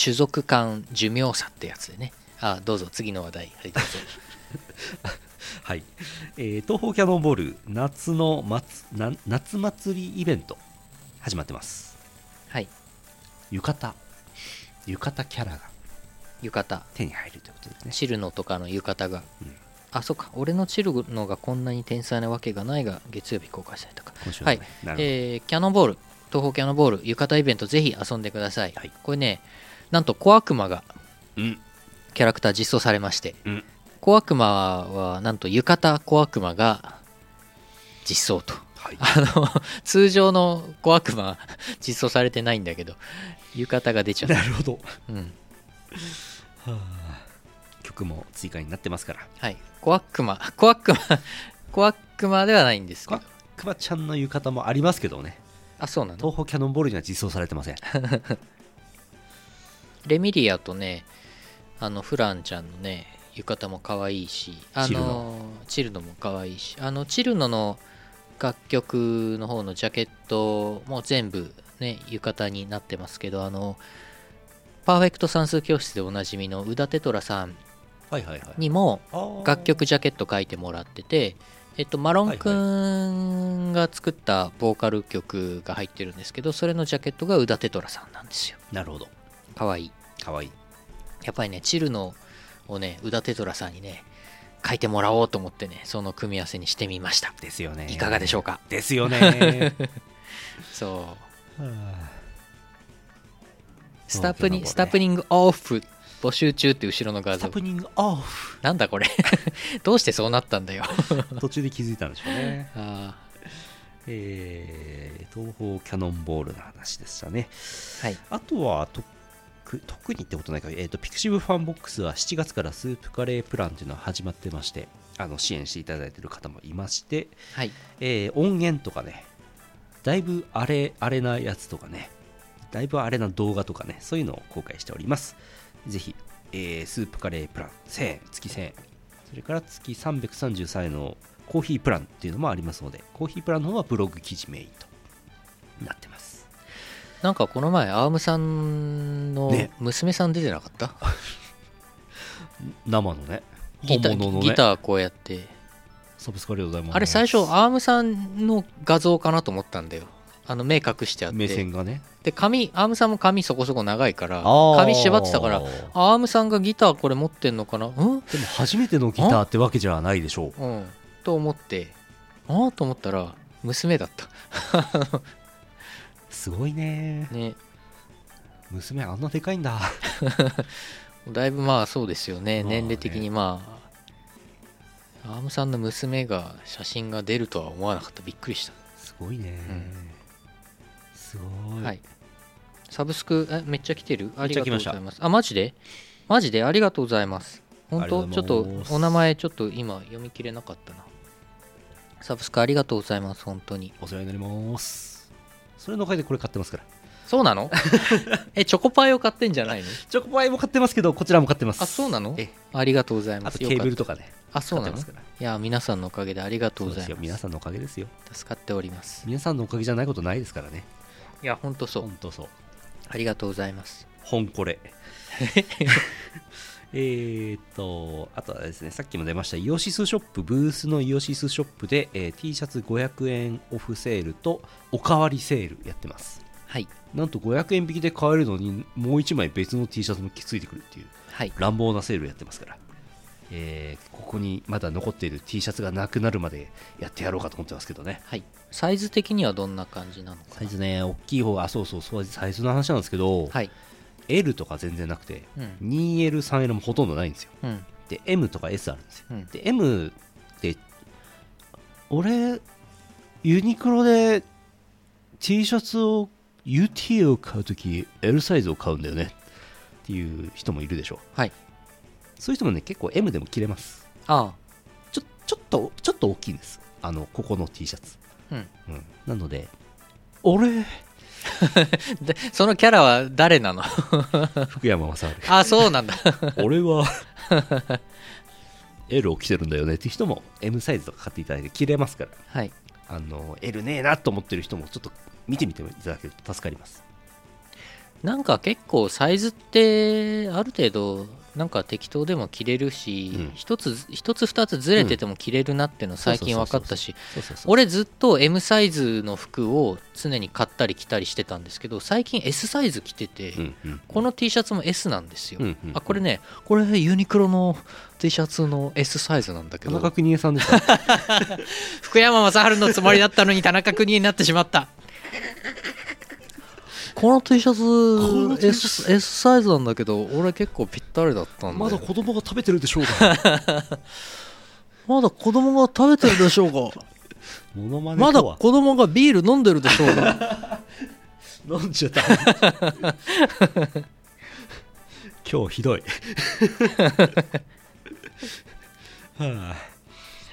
Speaker 1: 種族間寿命差ってやつでねあどうぞ次の話題はいどうぞ
Speaker 2: はい、えー東方キャノンボール夏の松な夏祭りイベント始まってます
Speaker 1: はい
Speaker 2: 浴衣浴衣キャラが
Speaker 1: 浴衣
Speaker 2: 手に入るということですね
Speaker 1: チルノとかの浴衣が、
Speaker 2: うん
Speaker 1: あそっか俺のチルノがこんなに天才なわけがないが月曜日公開されたか
Speaker 2: 今週の
Speaker 1: はい
Speaker 2: ねなるほど、
Speaker 1: えーキャノンボール東方キャノンボール浴衣イベントぜひ遊んでください、
Speaker 2: はい
Speaker 1: これねなんと小悪魔が
Speaker 2: うん
Speaker 1: キャラクター実装されまして、
Speaker 2: うん
Speaker 1: 小悪魔はなんと浴衣小悪魔が実装と
Speaker 2: はい、
Speaker 1: あの通常の小悪魔実装されてないんだけど浴衣が出ちゃっ
Speaker 2: な
Speaker 1: た、
Speaker 2: るほど
Speaker 1: うん
Speaker 2: 曲も追加になってますから
Speaker 1: はい。コアクマ、コアクマ、コアクマではないんですけど。
Speaker 2: クマちゃんの浴衣もありますけどね
Speaker 1: あ、そうなの
Speaker 2: 東宝キャノンボールには実装されてません
Speaker 1: レミリアとね、あの、フランちゃんのね、浴衣も可愛いし、あ
Speaker 2: チル
Speaker 1: の、チルノも可愛いし、あの、チルノの楽曲の方のジャケットも全部ね、浴衣になってますけど、あの、パーフェクト算数教室でおなじみの宇田テトラさん
Speaker 2: はいはいは
Speaker 1: にも
Speaker 2: い
Speaker 1: 楽曲ジャケット書いてもらってて、えっと、マロンくんが作ったボーカル曲が入ってるんですけど、それのジャケットが宇田テトラさんなんですよ。
Speaker 2: なるほど
Speaker 1: 可愛い
Speaker 2: かわいい
Speaker 1: やっぱりね、チルノをね、宇田テトラさんにね、書いてもらおうと思ってね、その組み合わせにしてみました。
Speaker 2: ですよね
Speaker 1: いかがでしょうか。
Speaker 2: です よね
Speaker 1: そう。
Speaker 2: はあ
Speaker 1: スタプニン
Speaker 2: そう
Speaker 1: スタプニングオフ募集中って後ろの画
Speaker 2: スタ
Speaker 1: 像。
Speaker 2: プニングオフ
Speaker 1: なんだこ れどうしてそうなったんだ よ。
Speaker 2: 途中で気づいたんでしょうね
Speaker 1: あ
Speaker 2: えー、東宝キャノンボールの話でしたね
Speaker 1: ーはい。
Speaker 2: あとはとく特にってことないか、えー、とピクシブファンボックスは7月からスープカレープランっていうのが始まってましてあの支援していただいてる方もいまして、
Speaker 1: はい。
Speaker 2: えー音源とかねだいぶあれあれなやつとかねだいぶあれな動画とかねそういうのを公開しておりますぜひ、えースープカレープラン1000円月1000円それから月333円のコーヒープランっていうのもありますのでコーヒープランの方はブログ記事メインとなってます
Speaker 1: なんかこの前、アームさんの
Speaker 2: ね
Speaker 1: 娘さん出てなかった、
Speaker 2: 生のね
Speaker 1: ギ
Speaker 2: 本
Speaker 1: ター、
Speaker 2: 物のね
Speaker 1: ギターこうやって。
Speaker 2: サブスクありがとうございます
Speaker 1: あれ最初、アームさんの画像かなと思ったんだよ。あの目隠してあって。
Speaker 2: 目線がね
Speaker 1: で髪アームさんも髪そこそこ長いから
Speaker 2: あー
Speaker 1: 髪縛ってたから
Speaker 2: でも
Speaker 1: アームさんがギターこれ持ってんのかなうん、
Speaker 2: 初めてのギターってわけじゃないでしょう
Speaker 1: うん、と思ってああと思ったら娘だった
Speaker 2: すごいね
Speaker 1: ね
Speaker 2: 娘あんなでかいんだ
Speaker 1: だいぶまあそうですよね
Speaker 2: まあね
Speaker 1: 年齢的にまあアームさんの娘が写真が出るとは思わなかったびっくりした、
Speaker 2: すごいね、
Speaker 1: うん
Speaker 2: すごい、
Speaker 1: はいサブスクえめっちゃ来てるありがとうござい
Speaker 2: め
Speaker 1: ますあマジでマジでありがとうございます本
Speaker 2: あ
Speaker 1: 当
Speaker 2: り
Speaker 1: ちょ
Speaker 2: が
Speaker 1: っ
Speaker 2: と
Speaker 1: と
Speaker 2: うございます
Speaker 1: お名前ちょっと今読み切れなかったなサブスクありがとうございます本当に
Speaker 2: お世話になりますそれのおかげでこれ買ってますから
Speaker 1: そうなの え、チョコパイを買ってんじゃ ないの
Speaker 2: チョコパイも買ってますけどこちらも買ってます
Speaker 1: あ、そうなの
Speaker 2: え
Speaker 1: ありがとうございま
Speaker 2: あ
Speaker 1: す。
Speaker 2: とケーブル
Speaker 1: よか
Speaker 2: とかね
Speaker 1: った。あ、そうな
Speaker 2: 買
Speaker 1: の
Speaker 2: っ
Speaker 1: い
Speaker 2: てますから
Speaker 1: や、皆さんのおかげでありがと
Speaker 2: そうう
Speaker 1: ご
Speaker 2: で
Speaker 1: ざ
Speaker 2: す
Speaker 1: い
Speaker 2: よ
Speaker 1: ま
Speaker 2: 皆
Speaker 1: す。
Speaker 2: さんのおかげですよ
Speaker 1: 助かっております。
Speaker 2: 皆さんのおかげじゃないことないですからね
Speaker 1: いや、ほんとそう。
Speaker 2: 本当そう
Speaker 1: ありがとうございます。
Speaker 2: 本 これえーっとあとはですねさっきも出ましたイオシスショップブースのイオシスショップで、えー T シャツ500円オフセールとおかわりセールやってます
Speaker 1: はい。
Speaker 2: なんと500円引きで買えるのにもう1枚別の T シャツもきついてくるっていう
Speaker 1: はい。
Speaker 2: 乱暴なセールやってますから、えーここにまだ残っている T シャツがなくなるまでやってやろうかと思ってますけどね
Speaker 1: はい。サイズ的にはどんな感じなのか
Speaker 2: サイズね大きい方があそうそうそうサイズの話なんですけど、
Speaker 1: はい。
Speaker 2: L とか全然なくて
Speaker 1: うん
Speaker 2: 2L3L もほとんどないんですよ
Speaker 1: うん。
Speaker 2: で M とか S あるんですよ、
Speaker 1: うん
Speaker 2: で M って俺ユニクロで T シャツを UT を買うとき L サイズを買うんだよねっていう人もいるでしょう
Speaker 1: はい。
Speaker 2: そういう人もね結構 M でも着れます
Speaker 1: あ
Speaker 2: ちょちょっとちょっと大きいんですあのここの T シャツ、
Speaker 1: あ。うん。
Speaker 2: うん、なので俺
Speaker 1: で、そのキャラは誰なの
Speaker 2: 福山 雅治
Speaker 1: あ、そうなんだ。
Speaker 2: 俺は L を着てるんだよねって人も M サイズとか買っていただいて着れますから
Speaker 1: はい。
Speaker 2: あの L ねえなと思ってる人もちょっと見てみていただけると助かります
Speaker 1: なんか結構サイズってある程度なんか適当でも着れる
Speaker 2: うん
Speaker 1: し一、つ一つ二つずれてても着れるなっていうの最近分かったし
Speaker 2: そうそうそう
Speaker 1: 俺ずっと M サイズの服を常に買ったり着たりしてたんですけど最近 S サイズ着てて、
Speaker 2: うんうん
Speaker 1: この T シャツも S なんですよ、
Speaker 2: うんうん
Speaker 1: あこれねこれユニクロの T シャツの S サイズなんだけ
Speaker 2: 田
Speaker 1: ど
Speaker 2: 中邦衛さんでした
Speaker 1: 福山雅治のつもりだったのに田中邦衛になってしまったこの T シャ
Speaker 2: の
Speaker 1: ツ
Speaker 2: T
Speaker 1: S, S サイズなんだけど俺結構ぴったりだったんで
Speaker 2: まだ子供が食べてるでしょう か
Speaker 1: まだ子供が食べてるでしょ うか
Speaker 2: モノマネ
Speaker 1: まだ
Speaker 2: とは
Speaker 1: 子供がビール飲んでるでしょうか
Speaker 2: 飲んじゃった 今日ひ どいはあ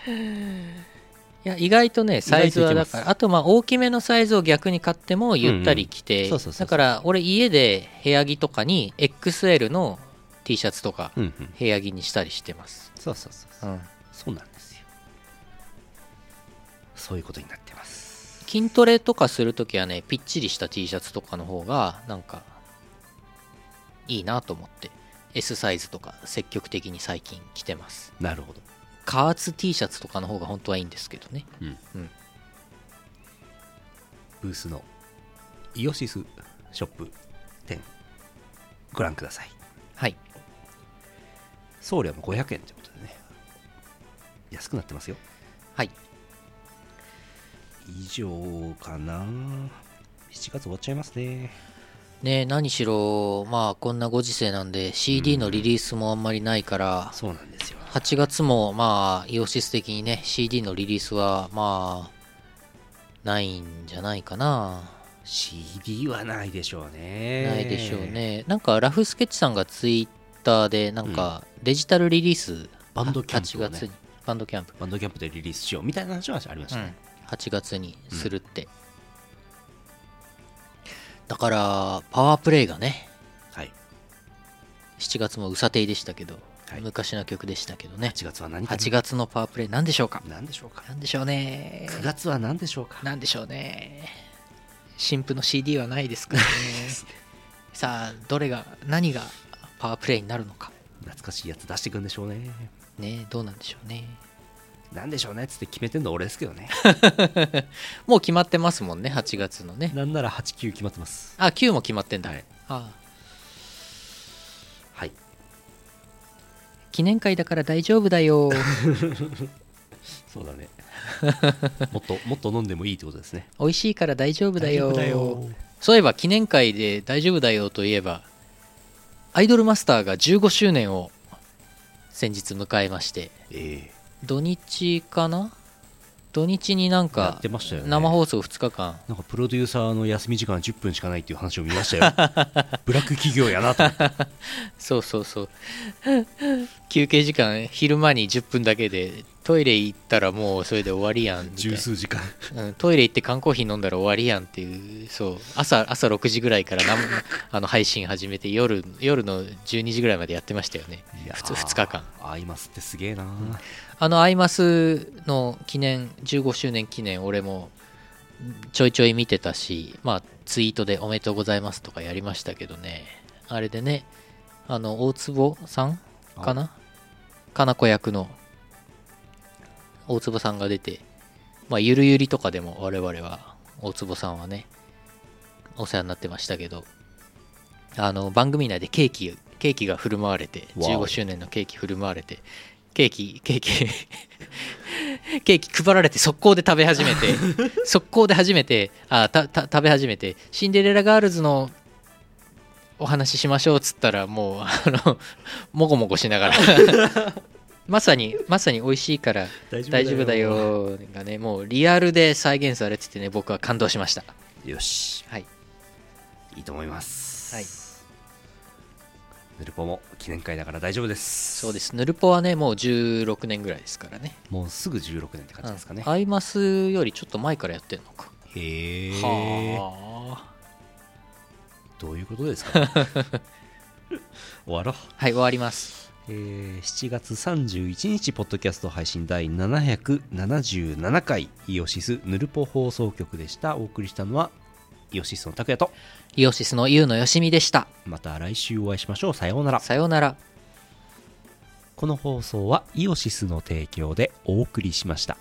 Speaker 1: いや意外とねサイズはだからあとまあ大きめのサイズを逆に買ってもゆったり着
Speaker 2: うんう
Speaker 1: て
Speaker 2: んそうそうそうそう
Speaker 1: だから俺家で部屋着とかに XL の T シャツとか
Speaker 2: うんうん
Speaker 1: 部屋着にしたりしてます、、
Speaker 2: そうそうそうそううんそうなんですよそういうことになってます
Speaker 1: 筋トレとかするときはねぴっちりした T シャツとかの方がなんかいいなと思って S サイズとか積極的に最近着てます
Speaker 2: なるほど
Speaker 1: 加圧 T シャツとかの方が本当はいいんですけどね
Speaker 2: ブースのイオシスショップ店ご覧ください
Speaker 1: はい
Speaker 2: 送料も500円ってことでね安くなってますよ
Speaker 1: はい
Speaker 2: 以上かな7月終わっちゃいますね
Speaker 1: ねえ何しろまあこんなご時世なんで CD のリリースもあんまりないから、
Speaker 2: そうなんですよ
Speaker 1: 8月もまあイオシス的にね CD のリリースはまあないんじゃないかな
Speaker 2: CD はないでしょうね
Speaker 1: ないでしょうねなんかラフスケッチさんがツイッターでなんかデジタルリリース
Speaker 2: バンドキャンプをね
Speaker 1: 8月にバンドキャンプ、
Speaker 2: バンドキャンプでリリースしようみたいな話はありましたね、
Speaker 1: 8月にするって、だからパワープレイがね
Speaker 2: はい
Speaker 1: 7月もうさていでしたけど、
Speaker 2: はい
Speaker 1: 昔の曲でしたけどね
Speaker 2: 8月は何か
Speaker 1: 8月のパワープレイなんでしょうか
Speaker 2: 何でしょうか
Speaker 1: なんでしょうね
Speaker 2: 9月は何でしょうか
Speaker 1: なんでしょうね新婦の CD はないです からねさあどれが何がパワープレイになるのか
Speaker 2: 懐かしいやつ出してくんでしょうね
Speaker 1: ねどうなんでしょうね
Speaker 2: 何でしょうねっつって決めてんの俺ですけどね
Speaker 1: もう決まってますもんね8月のね
Speaker 2: なんなら89決まってます
Speaker 1: あ9も決まってんだ、
Speaker 2: はい
Speaker 1: あ
Speaker 2: はい
Speaker 1: あ記念会だから大丈夫だよ
Speaker 2: そうだね もっともっと飲んでもいいってことですね
Speaker 1: 美味しいから大丈夫だよ
Speaker 2: 大丈夫だよ
Speaker 1: そういえば記念会で大丈夫だよといえばアイドルマスターが15周年を先日迎えまして
Speaker 2: ええ
Speaker 1: 土日かな土日になん
Speaker 2: や
Speaker 1: か
Speaker 2: ってましたよね
Speaker 1: 生放送2日間
Speaker 2: なんかプロデューサーの休み時間10分しかないっていう話を見 ましたよブラック企業やなと思って
Speaker 1: そうそうそう休憩時間昼間に10分だけでトイレ行ったらもうそれで終わりやんみたい
Speaker 2: 十
Speaker 1: な
Speaker 2: 数時間
Speaker 1: うん、トイレ行って缶コーヒー飲んだら終わりやんっていうそう朝朝6時ぐらいから生 あの配信始めて夜夜の12時ぐらいまでやってましたよね
Speaker 2: いやー
Speaker 1: 2, 日間
Speaker 2: アイマスってすげえな、
Speaker 1: あのアイマスの記念15周年記念俺もちょいちょい見てたしまあツイートで「おめでとうございます」とかやりましたけどねあれでねあの大坪さんかなかな子役の大坪さんが出てまあゆるゆりとかでも我々は大坪さんはねお世話になってましたけどあの番組内でケーキケーキが振る舞われて
Speaker 2: わお
Speaker 1: 15周年のケーキ振る舞われてケーキケーキ ケーキ配られて速攻で食べ始め て速攻で初めてあたた食べ始めてシンデレラガールズのお話ししましょうっつったらもうあのもごもごしなが らまさにまさに美味しいから大丈夫だよがねもうリアルで再現されててね僕は感動しました
Speaker 2: よし
Speaker 1: はい
Speaker 2: いいと思います
Speaker 1: はい
Speaker 2: ヌルポも記念会だから大丈夫です
Speaker 1: そうですヌルポはねもう16年ぐらいですからね
Speaker 2: もうすぐ16年って感じですかね、
Speaker 1: うんアイマスよりちょっと前からやってんのか
Speaker 2: へえ
Speaker 1: はあ
Speaker 2: どういうことで すか終わろう
Speaker 1: はい終わります
Speaker 2: えー7月31日、ポッドキャスト配信第777回、イオシスヌルポ放送局でした。お送りしたのは、イオシスの拓也と、
Speaker 1: イオシスのユウのよしみでした
Speaker 2: また来週お会いしましょう。さようなら。
Speaker 1: さようなら
Speaker 2: この放送は、イオシスの提供でお送りしました。